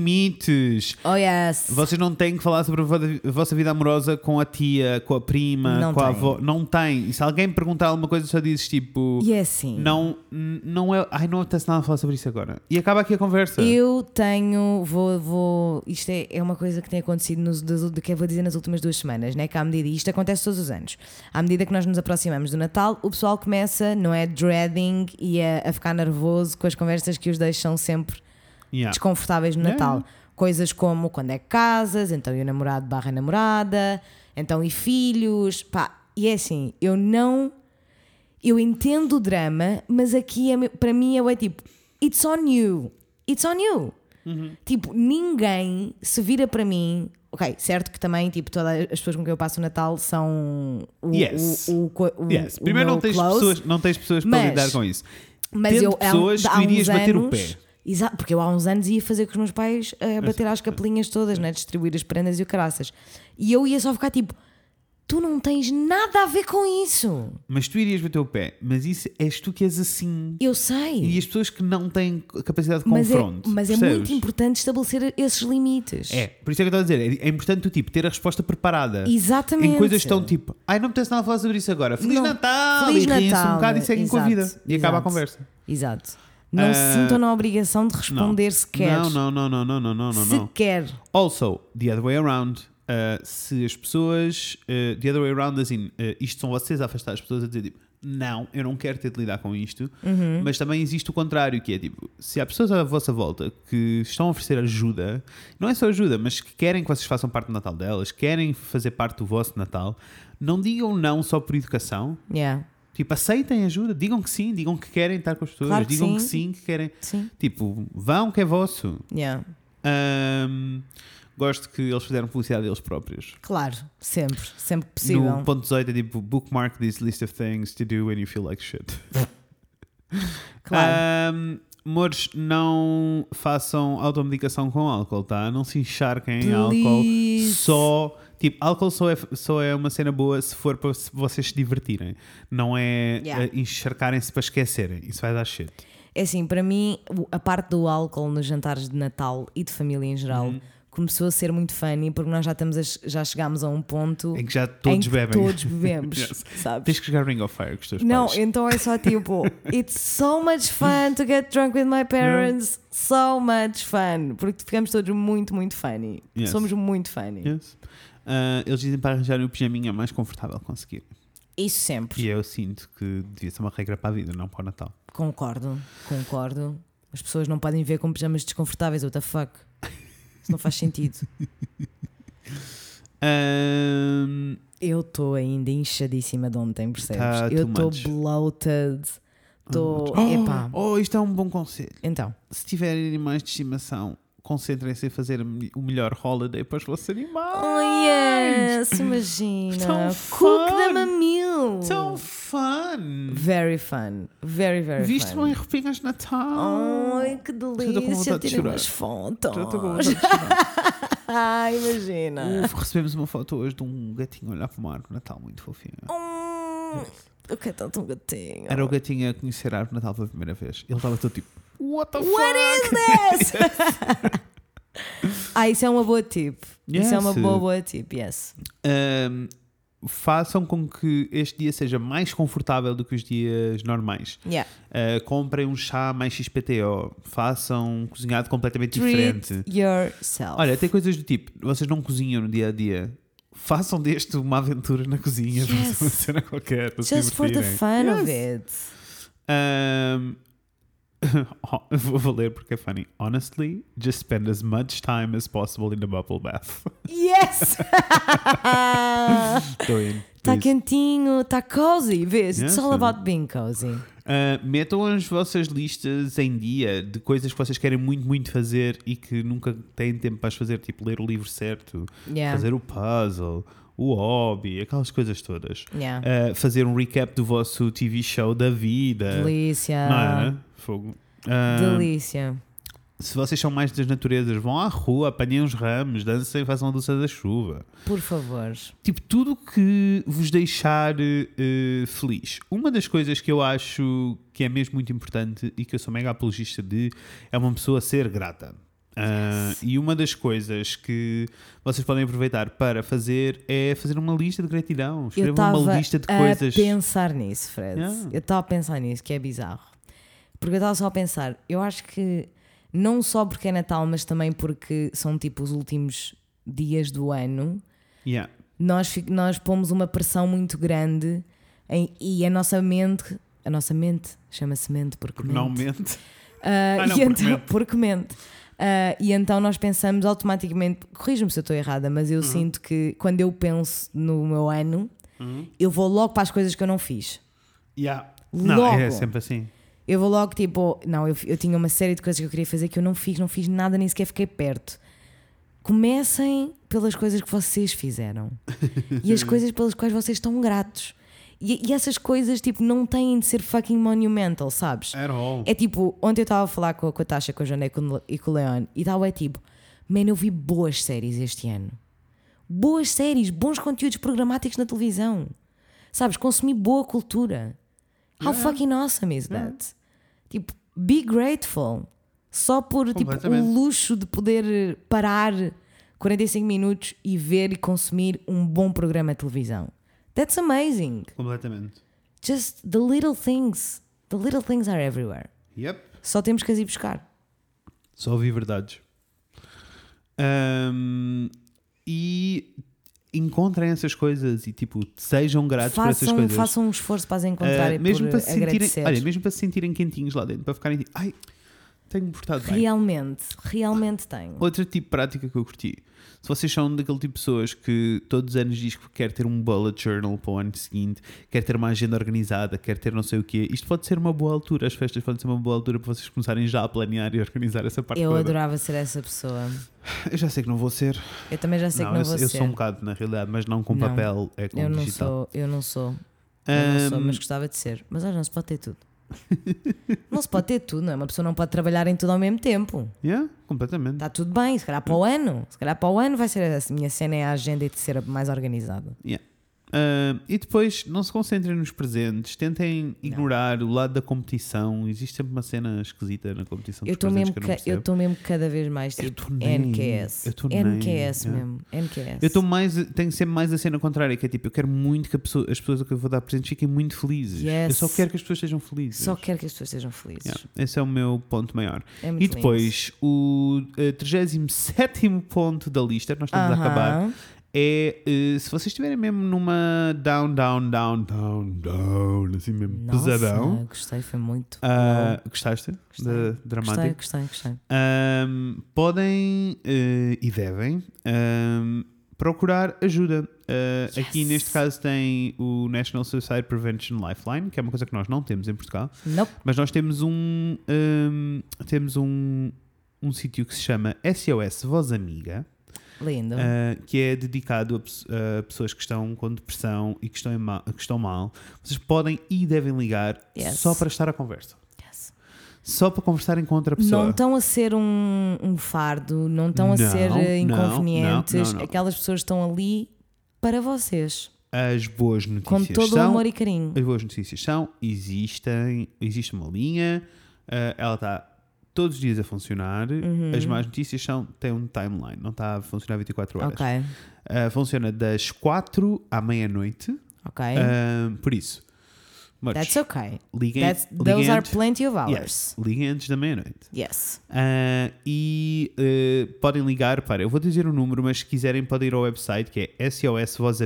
[SPEAKER 2] limites.
[SPEAKER 1] Oh, yes.
[SPEAKER 2] Vocês não têm que falar sobre a vo- a vossa vida amorosa com a tia, com a prima,
[SPEAKER 1] Não
[SPEAKER 2] com a
[SPEAKER 1] têm.
[SPEAKER 2] avó. Não tem. E se alguém perguntar alguma coisa, só dizes tipo.
[SPEAKER 1] E é assim.
[SPEAKER 2] Não, n- não é. Ai, não acontece nada a falar sobre isso agora. E acaba aqui a conversa.
[SPEAKER 1] Eu tenho, vou, vou isto é, é uma coisa que tem acontecido nos, das, do que eu vou dizer nas últimas duas semanas, né? Que à medida, isto acontece todos os anos, à medida que nós nos aproximamos do Natal, o pessoal começa, não é? Dreading e a, a ficar nervoso com as conversas que os deixam sempre
[SPEAKER 2] Yeah.
[SPEAKER 1] desconfortáveis no
[SPEAKER 2] Yeah,
[SPEAKER 1] Natal.
[SPEAKER 2] yeah.
[SPEAKER 1] Coisas como quando é que casas, então e o namorado barra namorada, então e filhos, pá. E é assim, eu não. Eu entendo o drama, mas aqui é, me- para mim é, o- é tipo, it's on you, it's on you.
[SPEAKER 2] Uhum.
[SPEAKER 1] Tipo, ninguém se vira para mim. Ok, certo que também, tipo, todas as pessoas com quem eu passo o Natal são o.
[SPEAKER 2] Yes.
[SPEAKER 1] o, o, co- o-
[SPEAKER 2] Yes.
[SPEAKER 1] o
[SPEAKER 2] Primeiro,
[SPEAKER 1] meu
[SPEAKER 2] não tens,
[SPEAKER 1] close.
[SPEAKER 2] pessoas, não tens pessoas para
[SPEAKER 1] Mas-
[SPEAKER 2] lidar com isso.
[SPEAKER 1] Mas
[SPEAKER 2] Tendo
[SPEAKER 1] eu há- um-
[SPEAKER 2] pessoas,
[SPEAKER 1] há
[SPEAKER 2] tu irias
[SPEAKER 1] uns
[SPEAKER 2] bater o
[SPEAKER 1] anos-
[SPEAKER 2] pé.
[SPEAKER 1] Exato, porque eu há uns anos ia fazer com os meus pais a bater
[SPEAKER 2] é.
[SPEAKER 1] às capelinhas todas, né? distribuir as prendas e o caraças. E eu ia só ficar tipo: tu não tens nada a ver com isso.
[SPEAKER 2] Mas tu irias bater o pé. Mas isso és tu que és assim.
[SPEAKER 1] Eu sei.
[SPEAKER 2] E as pessoas que não têm capacidade de
[SPEAKER 1] mas é,
[SPEAKER 2] confronto.
[SPEAKER 1] mas é
[SPEAKER 2] percebes?
[SPEAKER 1] muito importante estabelecer esses limites.
[SPEAKER 2] É, por isso é que eu estou a dizer, é é importante tu tipo, ter a resposta preparada.
[SPEAKER 1] Exatamente.
[SPEAKER 2] Em coisas que estão tipo, ai, não me nada a falar sobre isso agora. Feliz
[SPEAKER 1] Não.
[SPEAKER 2] Natal!
[SPEAKER 1] Feliz
[SPEAKER 2] e riem-se um
[SPEAKER 1] Natal.
[SPEAKER 2] bocado e seguem com a vida.
[SPEAKER 1] Exato,
[SPEAKER 2] E acaba a
[SPEAKER 1] exato.
[SPEAKER 2] conversa. Ah,
[SPEAKER 1] Exato. Não se sintam na obrigação de responder sequer.
[SPEAKER 2] Não, não, não, não, não, não, não, não, não.
[SPEAKER 1] Sequer.
[SPEAKER 2] Also, the other way around. uh, se as pessoas. uh, the other way around, assim, uh, isto são vocês a afastar as pessoas a dizer tipo, não, eu não quero ter de lidar com isto.
[SPEAKER 1] Uhum.
[SPEAKER 2] Mas também existe o contrário, que é tipo, se há pessoas à vossa volta que estão a oferecer ajuda, não é só ajuda, mas que querem que vocês façam parte do Natal delas, querem fazer parte do vosso Natal, não digam não só por educação.
[SPEAKER 1] Yeah.
[SPEAKER 2] Tipo, aceitem ajuda, digam que sim, digam que querem estar com as pessoas,
[SPEAKER 1] Claro que
[SPEAKER 2] digam
[SPEAKER 1] sim.
[SPEAKER 2] que sim, que querem.
[SPEAKER 1] Sim.
[SPEAKER 2] Tipo, vão que é vosso.
[SPEAKER 1] Yeah.
[SPEAKER 2] Ahm, gosto que eles fizeram publicidade deles próprios.
[SPEAKER 1] Claro, sempre, sempre que possível.
[SPEAKER 2] No ponto 18 é tipo bookmark this list of things to do when you feel like shit.
[SPEAKER 1] Claro.
[SPEAKER 2] Ahm, Amores, não façam automedicação com álcool, tá? Não se encharquem em
[SPEAKER 1] Please.
[SPEAKER 2] álcool. Só. Tipo, álcool só é, só é uma cena boa se for para se- vocês se divertirem. Não é
[SPEAKER 1] Yeah.
[SPEAKER 2] eh, encharcarem-se para esquecerem. Isso vai dar shit.
[SPEAKER 1] É assim, para mim, o- a parte do álcool nos jantares de Natal e de família em geral
[SPEAKER 2] Uhum.
[SPEAKER 1] começou a ser muito funny porque nós já, estamos a che- já chegámos a um ponto
[SPEAKER 2] Em É que já todos
[SPEAKER 1] em que
[SPEAKER 2] bebem.
[SPEAKER 1] Todos bebemos,
[SPEAKER 2] Yes.
[SPEAKER 1] sabes?
[SPEAKER 2] Tens que jogar Ring of Fire com os teus
[SPEAKER 1] Não,
[SPEAKER 2] pais.
[SPEAKER 1] então é só tipo, it's so much fun to get drunk with my parents, so much fun, porque ficamos todos muito, muito funny.
[SPEAKER 2] Yes.
[SPEAKER 1] Somos muito funny.
[SPEAKER 2] Yes. Ah, eles dizem para arranjar o pijaminha mais confortável que conseguir.
[SPEAKER 1] Isso sempre.
[SPEAKER 2] E eu sinto que devia ser uma regra para a vida, não para o Natal.
[SPEAKER 1] Concordo, concordo. As pessoas não podem ver com pijamas desconfortáveis, what the fuck? Isso não faz sentido.
[SPEAKER 2] Ahm, Ah,
[SPEAKER 1] Eu estou ainda inchadíssima de ontem, percebes?
[SPEAKER 2] Tá
[SPEAKER 1] eu
[SPEAKER 2] too
[SPEAKER 1] estou
[SPEAKER 2] much.
[SPEAKER 1] bloated, Estou.
[SPEAKER 2] Oh,
[SPEAKER 1] Epá.
[SPEAKER 2] oh, isto é um bom conselho.
[SPEAKER 1] Então,
[SPEAKER 2] Se tiverem animais de estimação, concentrem-se em fazer a me- o melhor holiday para os vossos animais.
[SPEAKER 1] oh yes, imagina.
[SPEAKER 2] Tão
[SPEAKER 1] Cook
[SPEAKER 2] fun.
[SPEAKER 1] da Mamil.
[SPEAKER 2] Tão fun!
[SPEAKER 1] Very fun. Very, very
[SPEAKER 2] Vistam
[SPEAKER 1] fun.
[SPEAKER 2] em roupinhas de Natal.
[SPEAKER 1] Ai, que
[SPEAKER 2] tô com
[SPEAKER 1] delícia.
[SPEAKER 2] vontade de
[SPEAKER 1] Tirei
[SPEAKER 2] chorar.
[SPEAKER 1] umas fotos.
[SPEAKER 2] Já estou com vontade de chorar.
[SPEAKER 1] Ai, imagina.
[SPEAKER 2] Uf, recebemos uma foto hoje de um gatinho a olhar para uma árvore de Natal muito fofinho.
[SPEAKER 1] Hum, eu quero tanto um gatinho.
[SPEAKER 2] Era o gatinho a conhecer a árvore de Natal pela primeira vez. Ele estava todo tipo, What the
[SPEAKER 1] What
[SPEAKER 2] fuck?
[SPEAKER 1] is this? ah, isso é uma boa tip. Isso é uma
[SPEAKER 2] Yes.
[SPEAKER 1] boa, boa tip, yes.
[SPEAKER 2] Ahm, façam com que este dia seja mais confortável do que os dias normais.
[SPEAKER 1] Yeah.
[SPEAKER 2] Ah, comprem um chá mais XPTO. Façam um cozinhado completamente diferente.
[SPEAKER 1] Treat yourself.
[SPEAKER 2] Olha, tem coisas do tipo: vocês não cozinham no dia a dia. Façam deste uma aventura na cozinha,
[SPEAKER 1] Yes.
[SPEAKER 2] façam uma cena qualquer. Para se
[SPEAKER 1] Just for the
[SPEAKER 2] divertirem.
[SPEAKER 1] fun of it.
[SPEAKER 2] Um, oh, vou vou ler porque é funny. Honestly, just spend as much time as possible in the bubble bath.
[SPEAKER 1] Yes!
[SPEAKER 2] Estou in.
[SPEAKER 1] Está
[SPEAKER 2] please.
[SPEAKER 1] quentinho, está cozy, vês? It's
[SPEAKER 2] Yes.
[SPEAKER 1] all about being cozy.
[SPEAKER 2] Uh, metam as vossas listas em dia de coisas que vocês querem muito, muito fazer e que nunca têm tempo para as fazer, tipo ler o livro certo,
[SPEAKER 1] Yeah.
[SPEAKER 2] fazer o puzzle, o hobby, aquelas coisas todas.
[SPEAKER 1] Yeah.
[SPEAKER 2] Uh, fazer um recap do vosso TV show da vida.
[SPEAKER 1] Delícia.
[SPEAKER 2] Não é? Fogo. Uh,
[SPEAKER 1] Delícia.
[SPEAKER 2] Se vocês são mais das naturezas, vão à rua, apanhem uns ramos, dancem, façam a doça da chuva.
[SPEAKER 1] Por favor.
[SPEAKER 2] Tipo, tudo que vos deixar eh, feliz. Uma das coisas que eu acho que é mesmo muito importante e que eu sou mega apologista de é uma pessoa ser grata. Ah, E uma das coisas que vocês podem aproveitar para fazer é fazer uma lista de gratidão.
[SPEAKER 1] Eu
[SPEAKER 2] Escrevam
[SPEAKER 1] estava
[SPEAKER 2] uma
[SPEAKER 1] a
[SPEAKER 2] lista de coisas.
[SPEAKER 1] pensar nisso, Fred.
[SPEAKER 2] Yeah.
[SPEAKER 1] Eu estava a pensar nisso, que é bizarro. Porque eu estava só a pensar, eu acho que não só porque é Natal, mas também porque são tipo os últimos dias do ano,
[SPEAKER 2] Yeah.
[SPEAKER 1] nós, fi- nós pomos uma pressão muito grande em- e a nossa mente, a nossa mente chama-se mente porque, mente.
[SPEAKER 2] Não mente.
[SPEAKER 1] Ah, e
[SPEAKER 2] Ah, não, porque
[SPEAKER 1] então,
[SPEAKER 2] mente.
[SPEAKER 1] porque mente. Ah, e então nós pensamos automaticamente, corrijo-me se eu estou errada, mas
[SPEAKER 2] Uhum.
[SPEAKER 1] eu sinto que quando eu penso no meu ano,
[SPEAKER 2] Uhum.
[SPEAKER 1] eu vou logo para as coisas que eu não fiz.
[SPEAKER 2] Yeah. Não,
[SPEAKER 1] Logo.
[SPEAKER 2] é sempre assim.
[SPEAKER 1] Eu vou logo tipo, não, eu, eu tinha uma série de coisas que eu queria fazer que eu não fiz, não fiz nada, nem sequer fiquei perto. Comecem pelas coisas que vocês fizeram e as coisas pelas quais vocês estão gratos. E, e essas coisas, tipo, não têm de ser fucking monumental, sabes?
[SPEAKER 2] At all.
[SPEAKER 1] É tipo, ontem eu estava a falar com, a- com a Tasha, com a Joana e com, o Le- e com o Leon e tal, é tipo, man, eu vi boas séries este ano. Boas séries, bons conteúdos programáticos na televisão. Sabes, consumi boa cultura. How fucking awesome is that? Tipo, be grateful. Só por tipo,
[SPEAKER 2] Completamente.
[SPEAKER 1] o luxo de poder eh, parar 45 minutos e ver e consumir um bom programa de televisão. That's amazing.
[SPEAKER 2] Completamente.
[SPEAKER 1] Just the little things. The little things are everywhere.
[SPEAKER 2] Yep.
[SPEAKER 1] Só temos que as ir buscar.
[SPEAKER 2] Só ouvi verdades. Ahm, e encontrem essas coisas e tipo, sejam gratos por essas
[SPEAKER 1] Façam,
[SPEAKER 2] coisas.
[SPEAKER 1] façam um esforço para as encontrar
[SPEAKER 2] Ah,
[SPEAKER 1] e
[SPEAKER 2] mesmo
[SPEAKER 1] por
[SPEAKER 2] para se sentirem,
[SPEAKER 1] agradecer.
[SPEAKER 2] olha, mesmo para se sentirem quentinhos lá dentro, para ficarem tipo, ai, tenho-me portado bem.
[SPEAKER 1] realmente, realmente tenho.
[SPEAKER 2] Outro tipo de prática que eu curti. Se vocês são daquele tipo de pessoas que todos os anos diz que quer ter um bullet journal para o ano seguinte, quer ter uma agenda organizada, quer ter não sei o quê, isto pode ser uma boa altura. As festas podem ser uma boa altura para vocês começarem já a planear e organizar essa parte
[SPEAKER 1] Eu
[SPEAKER 2] toda.
[SPEAKER 1] adorava ser essa pessoa.
[SPEAKER 2] Eu já sei que não vou ser.
[SPEAKER 1] Eu também já sei
[SPEAKER 2] não,
[SPEAKER 1] que não
[SPEAKER 2] eu,
[SPEAKER 1] vou
[SPEAKER 2] eu
[SPEAKER 1] ser.
[SPEAKER 2] sou um bocado na realidade, mas não com
[SPEAKER 1] Não.
[SPEAKER 2] papel, é com
[SPEAKER 1] eu não
[SPEAKER 2] digital.
[SPEAKER 1] sou, eu não sou. Eu não sou,
[SPEAKER 2] Ahm,
[SPEAKER 1] mas gostava de ser. Mas olha, não se pode ter tudo. não se pode ter tudo, não é? Uma pessoa não pode trabalhar em tudo ao mesmo tempo.
[SPEAKER 2] Yeah, completamente.
[SPEAKER 1] Está tudo bem, se calhar para o ano. Se calhar para o ano vai ser a minha cena é a agenda e de ser mais organizada.
[SPEAKER 2] Yeah. Ah, e depois não se concentrem nos presentes, tentem ignorar o lado da competição. Existe sempre uma cena esquisita na competição
[SPEAKER 1] Eu
[SPEAKER 2] dos
[SPEAKER 1] estou
[SPEAKER 2] presentes
[SPEAKER 1] mesmo,
[SPEAKER 2] que eu
[SPEAKER 1] ca-
[SPEAKER 2] não
[SPEAKER 1] eu
[SPEAKER 2] percebo.
[SPEAKER 1] estou mesmo cada vez mais
[SPEAKER 2] Eu
[SPEAKER 1] tipo
[SPEAKER 2] tô nem,
[SPEAKER 1] NQS.
[SPEAKER 2] eu tô nem,
[SPEAKER 1] NQS
[SPEAKER 2] é.
[SPEAKER 1] mesmo. NQS.
[SPEAKER 2] Eu estou mais, tenho sempre mais a cena contrária, que é tipo, eu quero muito que a pessoa- as pessoas a que eu vou dar presentes fiquem muito felizes.
[SPEAKER 1] Yes.
[SPEAKER 2] Eu só quero que as pessoas sejam felizes.
[SPEAKER 1] Só quero que as pessoas sejam felizes.
[SPEAKER 2] Yeah, Esse é o meu ponto maior.
[SPEAKER 1] É muito
[SPEAKER 2] e depois, o eh, 37 ponto da lista, nós estamos a
[SPEAKER 1] Aham.
[SPEAKER 2] acabar, é eh, se vocês estiverem mesmo numa down, down, down, down, down, assim mesmo
[SPEAKER 1] Nossa,
[SPEAKER 2] pesadão.
[SPEAKER 1] Gostei, foi muito.
[SPEAKER 2] Ah, gostaste da
[SPEAKER 1] gostei,
[SPEAKER 2] dramática?
[SPEAKER 1] gostei, gostei.
[SPEAKER 2] Ahm, podem eh, e devem ahm, procurar ajuda. Ah, Uh, Aqui neste caso tem o National Suicide Prevention Lifeline, que é uma coisa que nós não temos em Portugal,
[SPEAKER 1] Nope.
[SPEAKER 2] mas nós temos um, um, temos um, um sítio que se chama SOS Voz Amiga,
[SPEAKER 1] Lindo.
[SPEAKER 2] uh, que é dedicado a, pes- a pessoas que estão com depressão e que estão, em ma- que estão mal. Vocês podem e devem ligar
[SPEAKER 1] Yes.
[SPEAKER 2] só para estar à conversa,
[SPEAKER 1] Yes.
[SPEAKER 2] só para conversarem com outra pessoa.
[SPEAKER 1] Não estão a ser um, um fardo, não estão a
[SPEAKER 2] Não,
[SPEAKER 1] ser eh,
[SPEAKER 2] não, não,
[SPEAKER 1] inconvenientes.
[SPEAKER 2] não, não.
[SPEAKER 1] Aquelas pessoas estão ali para vocês,
[SPEAKER 2] As boas
[SPEAKER 1] com
[SPEAKER 2] notícias
[SPEAKER 1] todo o
[SPEAKER 2] são
[SPEAKER 1] amor e carinho.
[SPEAKER 2] As boas notícias são: existem, existe uma linha, eh, ela está todos os dias a funcionar.
[SPEAKER 1] Uhum.
[SPEAKER 2] As más notícias são: tem um timeline, não está a funcionar 24 horas.
[SPEAKER 1] Ok,
[SPEAKER 2] Eh, funciona das 4 à meia-noite.
[SPEAKER 1] ok.
[SPEAKER 2] eh, por isso, mas
[SPEAKER 1] That's okay.
[SPEAKER 2] liguem,
[SPEAKER 1] That's,
[SPEAKER 2] liguem
[SPEAKER 1] those are
[SPEAKER 2] antes-
[SPEAKER 1] plenty of
[SPEAKER 2] Yes,
[SPEAKER 1] hours.
[SPEAKER 2] liguem antes da meia-noite.
[SPEAKER 1] Yes.
[SPEAKER 2] Ah, e eh, podem ligar para, eu vou dizer o número, mas se quiserem podem ir ao website que é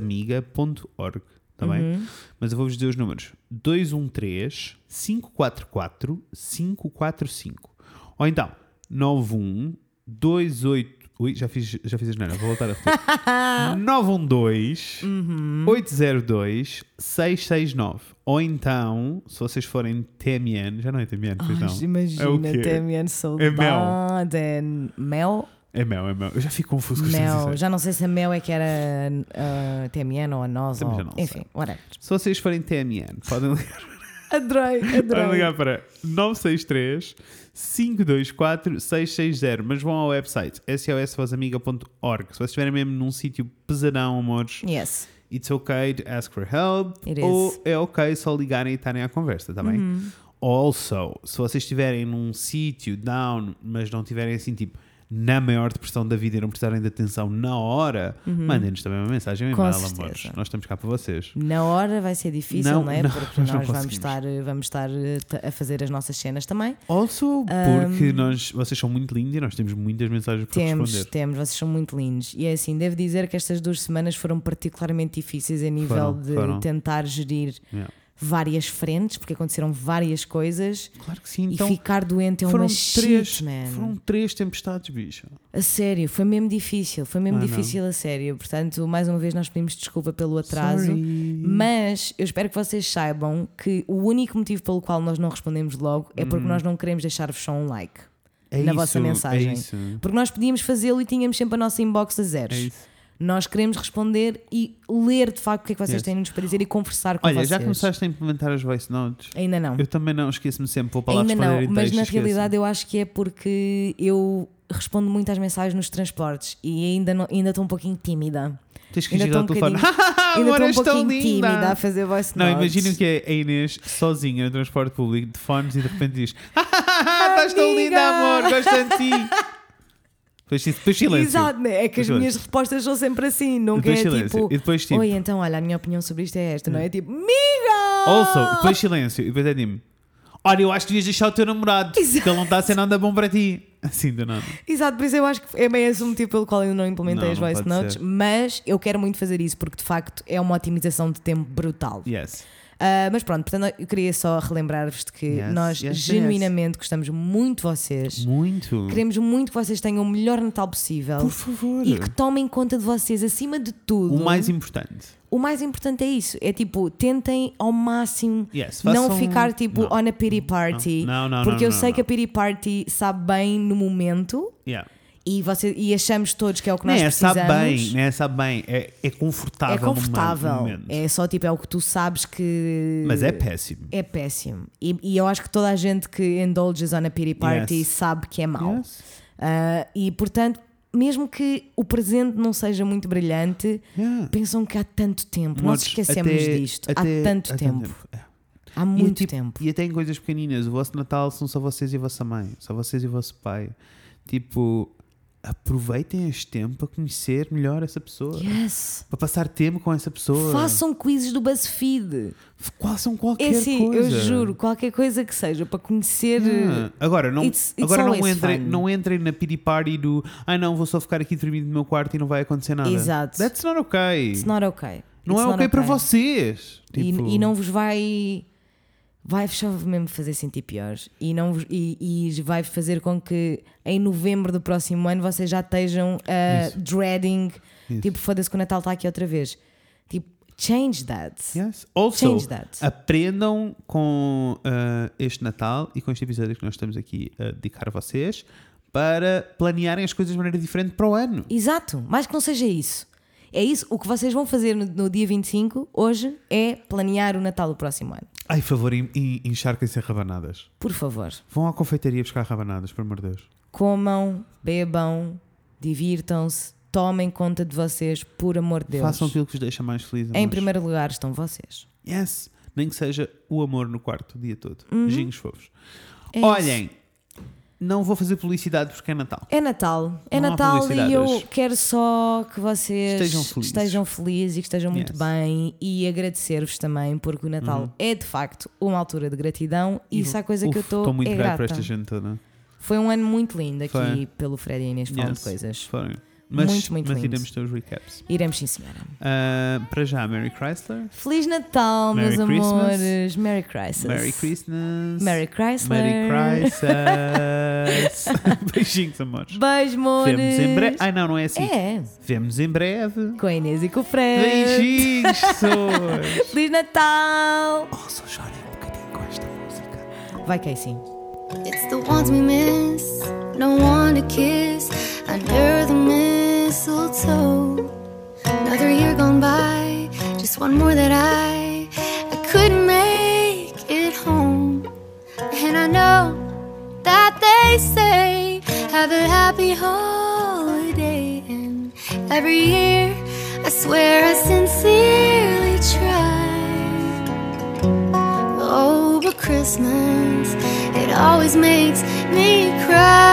[SPEAKER 2] sosvozamiga.org também. tá Mas eu vou-vos dizer os números: 213 544 545. Ou então 91 28. Ui, já fiz, já fiz a janela, vou voltar a repetir. 912 802 669. Ou então, se vocês forem TMN, já não é TMN, pois não. é o quê?
[SPEAKER 1] Damian, saudade. Ah, Mel?
[SPEAKER 2] É mel, é mel. Eu já fico confuso com estas
[SPEAKER 1] Mel.
[SPEAKER 2] coisas.
[SPEAKER 1] Já não sei se a Mel é que era uh, TMN ou a nós.
[SPEAKER 2] Também
[SPEAKER 1] Ou...
[SPEAKER 2] já não
[SPEAKER 1] Enfim, whatever.
[SPEAKER 2] Se vocês forem TMN, podem ligar,
[SPEAKER 1] Adorei,
[SPEAKER 2] podem
[SPEAKER 1] adorei.
[SPEAKER 2] ligar para 963 524 660, mas vão ao website sosvozamiga.org. Se vocês estiverem mesmo num sítio pesadão, amores,
[SPEAKER 1] Yes.
[SPEAKER 2] it's okay to ask for help.
[SPEAKER 1] It
[SPEAKER 2] ou
[SPEAKER 1] is. Uhum.
[SPEAKER 2] é ok só ligarem e estarem à conversa, tá bem? Also, se vocês estiverem num sítio down, mas não tiverem assim tipo na maior depressão da vida e não precisarem de atenção na hora, mandem-nos também uma mensagem, um
[SPEAKER 1] Uhum. Com
[SPEAKER 2] e-mail,
[SPEAKER 1] certeza.
[SPEAKER 2] amores. Nós estamos cá para vocês.
[SPEAKER 1] Na hora vai ser difícil,
[SPEAKER 2] Não,
[SPEAKER 1] não, é?
[SPEAKER 2] não,
[SPEAKER 1] Porque
[SPEAKER 2] nós
[SPEAKER 1] nós,
[SPEAKER 2] não
[SPEAKER 1] vamos,
[SPEAKER 2] conseguimos.
[SPEAKER 1] estar, vamos estar eh, t- a fazer as nossas cenas também.
[SPEAKER 2] Also, porque nós, vocês são muito lindos e nós temos muitas mensagens para
[SPEAKER 1] Temos,
[SPEAKER 2] responder.
[SPEAKER 1] temos, vocês são muito lindos. E é assim, devo dizer que estas duas semanas foram particularmente difíceis a nível
[SPEAKER 2] Foram,
[SPEAKER 1] de
[SPEAKER 2] foram.
[SPEAKER 1] tentar gerir
[SPEAKER 2] Yeah.
[SPEAKER 1] várias frentes, porque aconteceram várias coisas.
[SPEAKER 2] Claro que sim, então
[SPEAKER 1] e ficar doente é
[SPEAKER 2] foram,
[SPEAKER 1] uma
[SPEAKER 2] três,
[SPEAKER 1] shit, man.
[SPEAKER 2] foram três tempestades, bicho.
[SPEAKER 1] A sério, foi mesmo difícil, foi mesmo
[SPEAKER 2] Ah, não.
[SPEAKER 1] difícil a sério. Portanto, mais uma vez nós pedimos desculpa pelo atraso. Mas eu espero que vocês saibam que o único motivo pelo qual nós não respondemos logo é
[SPEAKER 2] Uhum.
[SPEAKER 1] porque nós não queremos deixar-vos só um like
[SPEAKER 2] É
[SPEAKER 1] na
[SPEAKER 2] isso,
[SPEAKER 1] vossa mensagem.
[SPEAKER 2] É isso.
[SPEAKER 1] Porque nós podíamos fazê-lo e tínhamos sempre a nossa inbox a zeros.
[SPEAKER 2] É isso.
[SPEAKER 1] Nós queremos responder e ler de facto o que é que vocês
[SPEAKER 2] Yes.
[SPEAKER 1] têm a nos para dizer e conversar com
[SPEAKER 2] Olha,
[SPEAKER 1] vocês.
[SPEAKER 2] já começaste a implementar as voice notes?
[SPEAKER 1] Ainda não.
[SPEAKER 2] Eu também não, esqueço-me sempre, vou para lá
[SPEAKER 1] Ainda
[SPEAKER 2] responder
[SPEAKER 1] não,
[SPEAKER 2] em
[SPEAKER 1] mas
[SPEAKER 2] texto,
[SPEAKER 1] na
[SPEAKER 2] esqueço-me.
[SPEAKER 1] realidade eu acho que é porque eu respondo muitas mensagens nos transportes e ainda não- ainda estou um pouquinho tímida.
[SPEAKER 2] Tens que
[SPEAKER 1] ainda
[SPEAKER 2] chegar ao
[SPEAKER 1] estou um Ainda
[SPEAKER 2] telefone.
[SPEAKER 1] estou
[SPEAKER 2] Agora
[SPEAKER 1] um
[SPEAKER 2] estou
[SPEAKER 1] pouquinho tímida a
[SPEAKER 2] linda.
[SPEAKER 1] fazer voice
[SPEAKER 2] Não,
[SPEAKER 1] notes.
[SPEAKER 2] imagino que é a Inês sozinha no transporte público de fones e de repente diz: "Ah, Estás tão
[SPEAKER 1] Amiga!
[SPEAKER 2] linda, amor, gosto tanto de ti. Depois, depois silêncio.
[SPEAKER 1] Exato, né? é que as
[SPEAKER 2] Silêncio.
[SPEAKER 1] minhas respostas são sempre assim, nunca é
[SPEAKER 2] Depois silêncio.
[SPEAKER 1] tipo,
[SPEAKER 2] E depois tipo- Hum.
[SPEAKER 1] Oi, então, olha, a minha opinião sobre isto é esta, não é? Tipo, miga!
[SPEAKER 2] Also, depois silêncio. E depois é me Olha, eu acho que devias deixar o teu namorado,
[SPEAKER 1] Exato.
[SPEAKER 2] que ele não está a ser nada bom para ti. Assim do nada.
[SPEAKER 1] Exato, por isso eu acho que é bem esse o motivo pelo qual eu não implementei
[SPEAKER 2] Não,
[SPEAKER 1] as
[SPEAKER 2] não
[SPEAKER 1] voice
[SPEAKER 2] pode
[SPEAKER 1] notes,
[SPEAKER 2] ser.
[SPEAKER 1] mas eu quero muito fazer isso porque de facto é uma otimização de tempo brutal.
[SPEAKER 2] Yes.
[SPEAKER 1] Ah, mas pronto, portanto, eu queria só relembrar-vos de que
[SPEAKER 2] Yes,
[SPEAKER 1] nós
[SPEAKER 2] yes, yes.
[SPEAKER 1] genuinamente gostamos muito de vocês.
[SPEAKER 2] Muito.
[SPEAKER 1] Queremos muito que vocês tenham o melhor Natal possível
[SPEAKER 2] Por favor.
[SPEAKER 1] e que tomem conta de vocês acima de tudo.
[SPEAKER 2] O mais importante.
[SPEAKER 1] O mais importante é isso: é tipo, tentem ao máximo
[SPEAKER 2] Yes, façam- um-
[SPEAKER 1] não ficar tipo
[SPEAKER 2] Não.
[SPEAKER 1] on a pity party.
[SPEAKER 2] Não, não, não,
[SPEAKER 1] porque eu
[SPEAKER 2] não,
[SPEAKER 1] sei
[SPEAKER 2] não.
[SPEAKER 1] que a pity party sabe bem no momento
[SPEAKER 2] Yeah.
[SPEAKER 1] e, você, e achamos todos que é o que
[SPEAKER 2] Não
[SPEAKER 1] nós
[SPEAKER 2] é,
[SPEAKER 1] precisamos.
[SPEAKER 2] sabe bem, não é, sabe bem. É, é confortável.
[SPEAKER 1] é
[SPEAKER 2] no momento- no
[SPEAKER 1] confortável.
[SPEAKER 2] momento.
[SPEAKER 1] É só tipo, é o que tu sabes que.
[SPEAKER 2] Mas é péssimo.
[SPEAKER 1] É péssimo. E, e eu acho que toda a gente que indulges on a pity party
[SPEAKER 2] Yes.
[SPEAKER 1] sabe que é mau.
[SPEAKER 2] Yes.
[SPEAKER 1] Ah, e portanto, mesmo que o presente não seja muito brilhante,
[SPEAKER 2] Yeah.
[SPEAKER 1] pensam que há tanto tempo. Nós
[SPEAKER 2] Modos,
[SPEAKER 1] esquecemos
[SPEAKER 2] até-
[SPEAKER 1] disto.
[SPEAKER 2] até-
[SPEAKER 1] há tanto
[SPEAKER 2] até
[SPEAKER 1] tempo.
[SPEAKER 2] É.
[SPEAKER 1] Há
[SPEAKER 2] E é
[SPEAKER 1] muito
[SPEAKER 2] tipo-
[SPEAKER 1] tempo.
[SPEAKER 2] E até em coisas pequeninas. O vosso Natal são só vocês e a vossa mãe. Só vocês e o vosso pai. Tipo, aproveitem este tempo para conhecer melhor essa pessoa.
[SPEAKER 1] Yes.
[SPEAKER 2] Para passar tempo com essa pessoa.
[SPEAKER 1] Façam quizzes do BuzzFeed.
[SPEAKER 2] Façam
[SPEAKER 1] É
[SPEAKER 2] qualquer
[SPEAKER 1] assim,
[SPEAKER 2] coisa.
[SPEAKER 1] eu juro, qualquer coisa que seja para conhecer. eh,
[SPEAKER 2] Yeah. Agora, não,
[SPEAKER 1] It's- it's
[SPEAKER 2] agora não,
[SPEAKER 1] always
[SPEAKER 2] entrem,
[SPEAKER 1] fun.
[SPEAKER 2] não entrem na pity party do ai não, vou só ficar aqui dormindo no meu quarto e não vai acontecer nada.
[SPEAKER 1] Exato.
[SPEAKER 2] That's not okay.
[SPEAKER 1] It's not okay.
[SPEAKER 2] não
[SPEAKER 1] It's
[SPEAKER 2] é
[SPEAKER 1] not
[SPEAKER 2] ok para vocês.
[SPEAKER 1] E-
[SPEAKER 2] Tipo,
[SPEAKER 1] E, não vos vai. Vai-vos só mesmo fazer sentir piores e, não vos- e, e vai fazer com que em novembro do eh, próximo ano vocês já estejam a dreading, tipo, foda-se que o Natal está aqui outra vez. Change that.
[SPEAKER 2] Yes. Also,
[SPEAKER 1] Change that.
[SPEAKER 2] aprendam com ah, este Natal e com este episódio que nós estamos aqui a dedicar a vocês para planearem as coisas de maneira diferente para o ano.
[SPEAKER 1] Exato, mais que não seja isso. É isso, o que vocês vão fazer no, no dia 25, hoje, é planear o Natal do próximo ano.
[SPEAKER 2] Ai, favor, en- en- encharquem-se em rabanadas.
[SPEAKER 1] Por favor,
[SPEAKER 2] Vão à confeitaria buscar rabanadas, pelo amor de Deus.
[SPEAKER 1] comam, bebam, divirtam-se, tomem conta de vocês, por amor de Deus.
[SPEAKER 2] Façam aquilo que vos deixa mais felizes.
[SPEAKER 1] em
[SPEAKER 2] mas-
[SPEAKER 1] primeiro lugar estão vocês.
[SPEAKER 2] Yes. Nem que seja o amor no quarto o dia todo.
[SPEAKER 1] Uhum.
[SPEAKER 2] Beijinhos fofos.
[SPEAKER 1] É
[SPEAKER 2] Olhem, não vou fazer publicidade porque é Natal.
[SPEAKER 1] É Natal, é
[SPEAKER 2] Não há
[SPEAKER 1] Natal
[SPEAKER 2] publicidade
[SPEAKER 1] e eu
[SPEAKER 2] hoje.
[SPEAKER 1] quero só que vocês
[SPEAKER 2] Estejam felizes.
[SPEAKER 1] estejam felizes e que estejam muito
[SPEAKER 2] Yes. Uhum.
[SPEAKER 1] bem e agradecer-vos também, porque o Natal é de facto uma altura de gratidão e isso é a coisa que eu
[SPEAKER 2] Uf,
[SPEAKER 1] estou
[SPEAKER 2] muito
[SPEAKER 1] é grata.
[SPEAKER 2] grato por esta gente toda.
[SPEAKER 1] Foi um ano muito lindo aqui
[SPEAKER 2] Foi.
[SPEAKER 1] pelo Fred e a Inês falando
[SPEAKER 2] Yes,
[SPEAKER 1] de coisas.
[SPEAKER 2] Foram. Mas,
[SPEAKER 1] Muito, muito
[SPEAKER 2] mas
[SPEAKER 1] lindo.
[SPEAKER 2] iremos ter os recaps.
[SPEAKER 1] Iremos sim, senhora.
[SPEAKER 2] Ah, para já, Merry Chrysler.
[SPEAKER 1] Feliz Natal,
[SPEAKER 2] Merry
[SPEAKER 1] meus
[SPEAKER 2] Christmas.
[SPEAKER 1] amores. Merry Christmas.
[SPEAKER 2] Merry Christmas.
[SPEAKER 1] Merry Chrysler.
[SPEAKER 2] Merry Christmas. Beijinhos, amores.
[SPEAKER 1] Beijo, amores.
[SPEAKER 2] Vemos em breve. Ai, não, não é assim.
[SPEAKER 1] É,
[SPEAKER 2] Vemos em breve.
[SPEAKER 1] com a Inês e com o Fred.
[SPEAKER 2] Beijinhos, pessoas.
[SPEAKER 1] Feliz Natal.
[SPEAKER 2] Ouçam, chorem um bocadinho com esta música.
[SPEAKER 1] Vai que é sim.
[SPEAKER 4] It's the ones we miss, no one to kiss under the mistletoe. Another year gone by, just one more that I I couldn't make it home. And I know that they say have a happy holiday. And every year, I swear I sincerely try. Oh, but Christmas, it always makes me cry.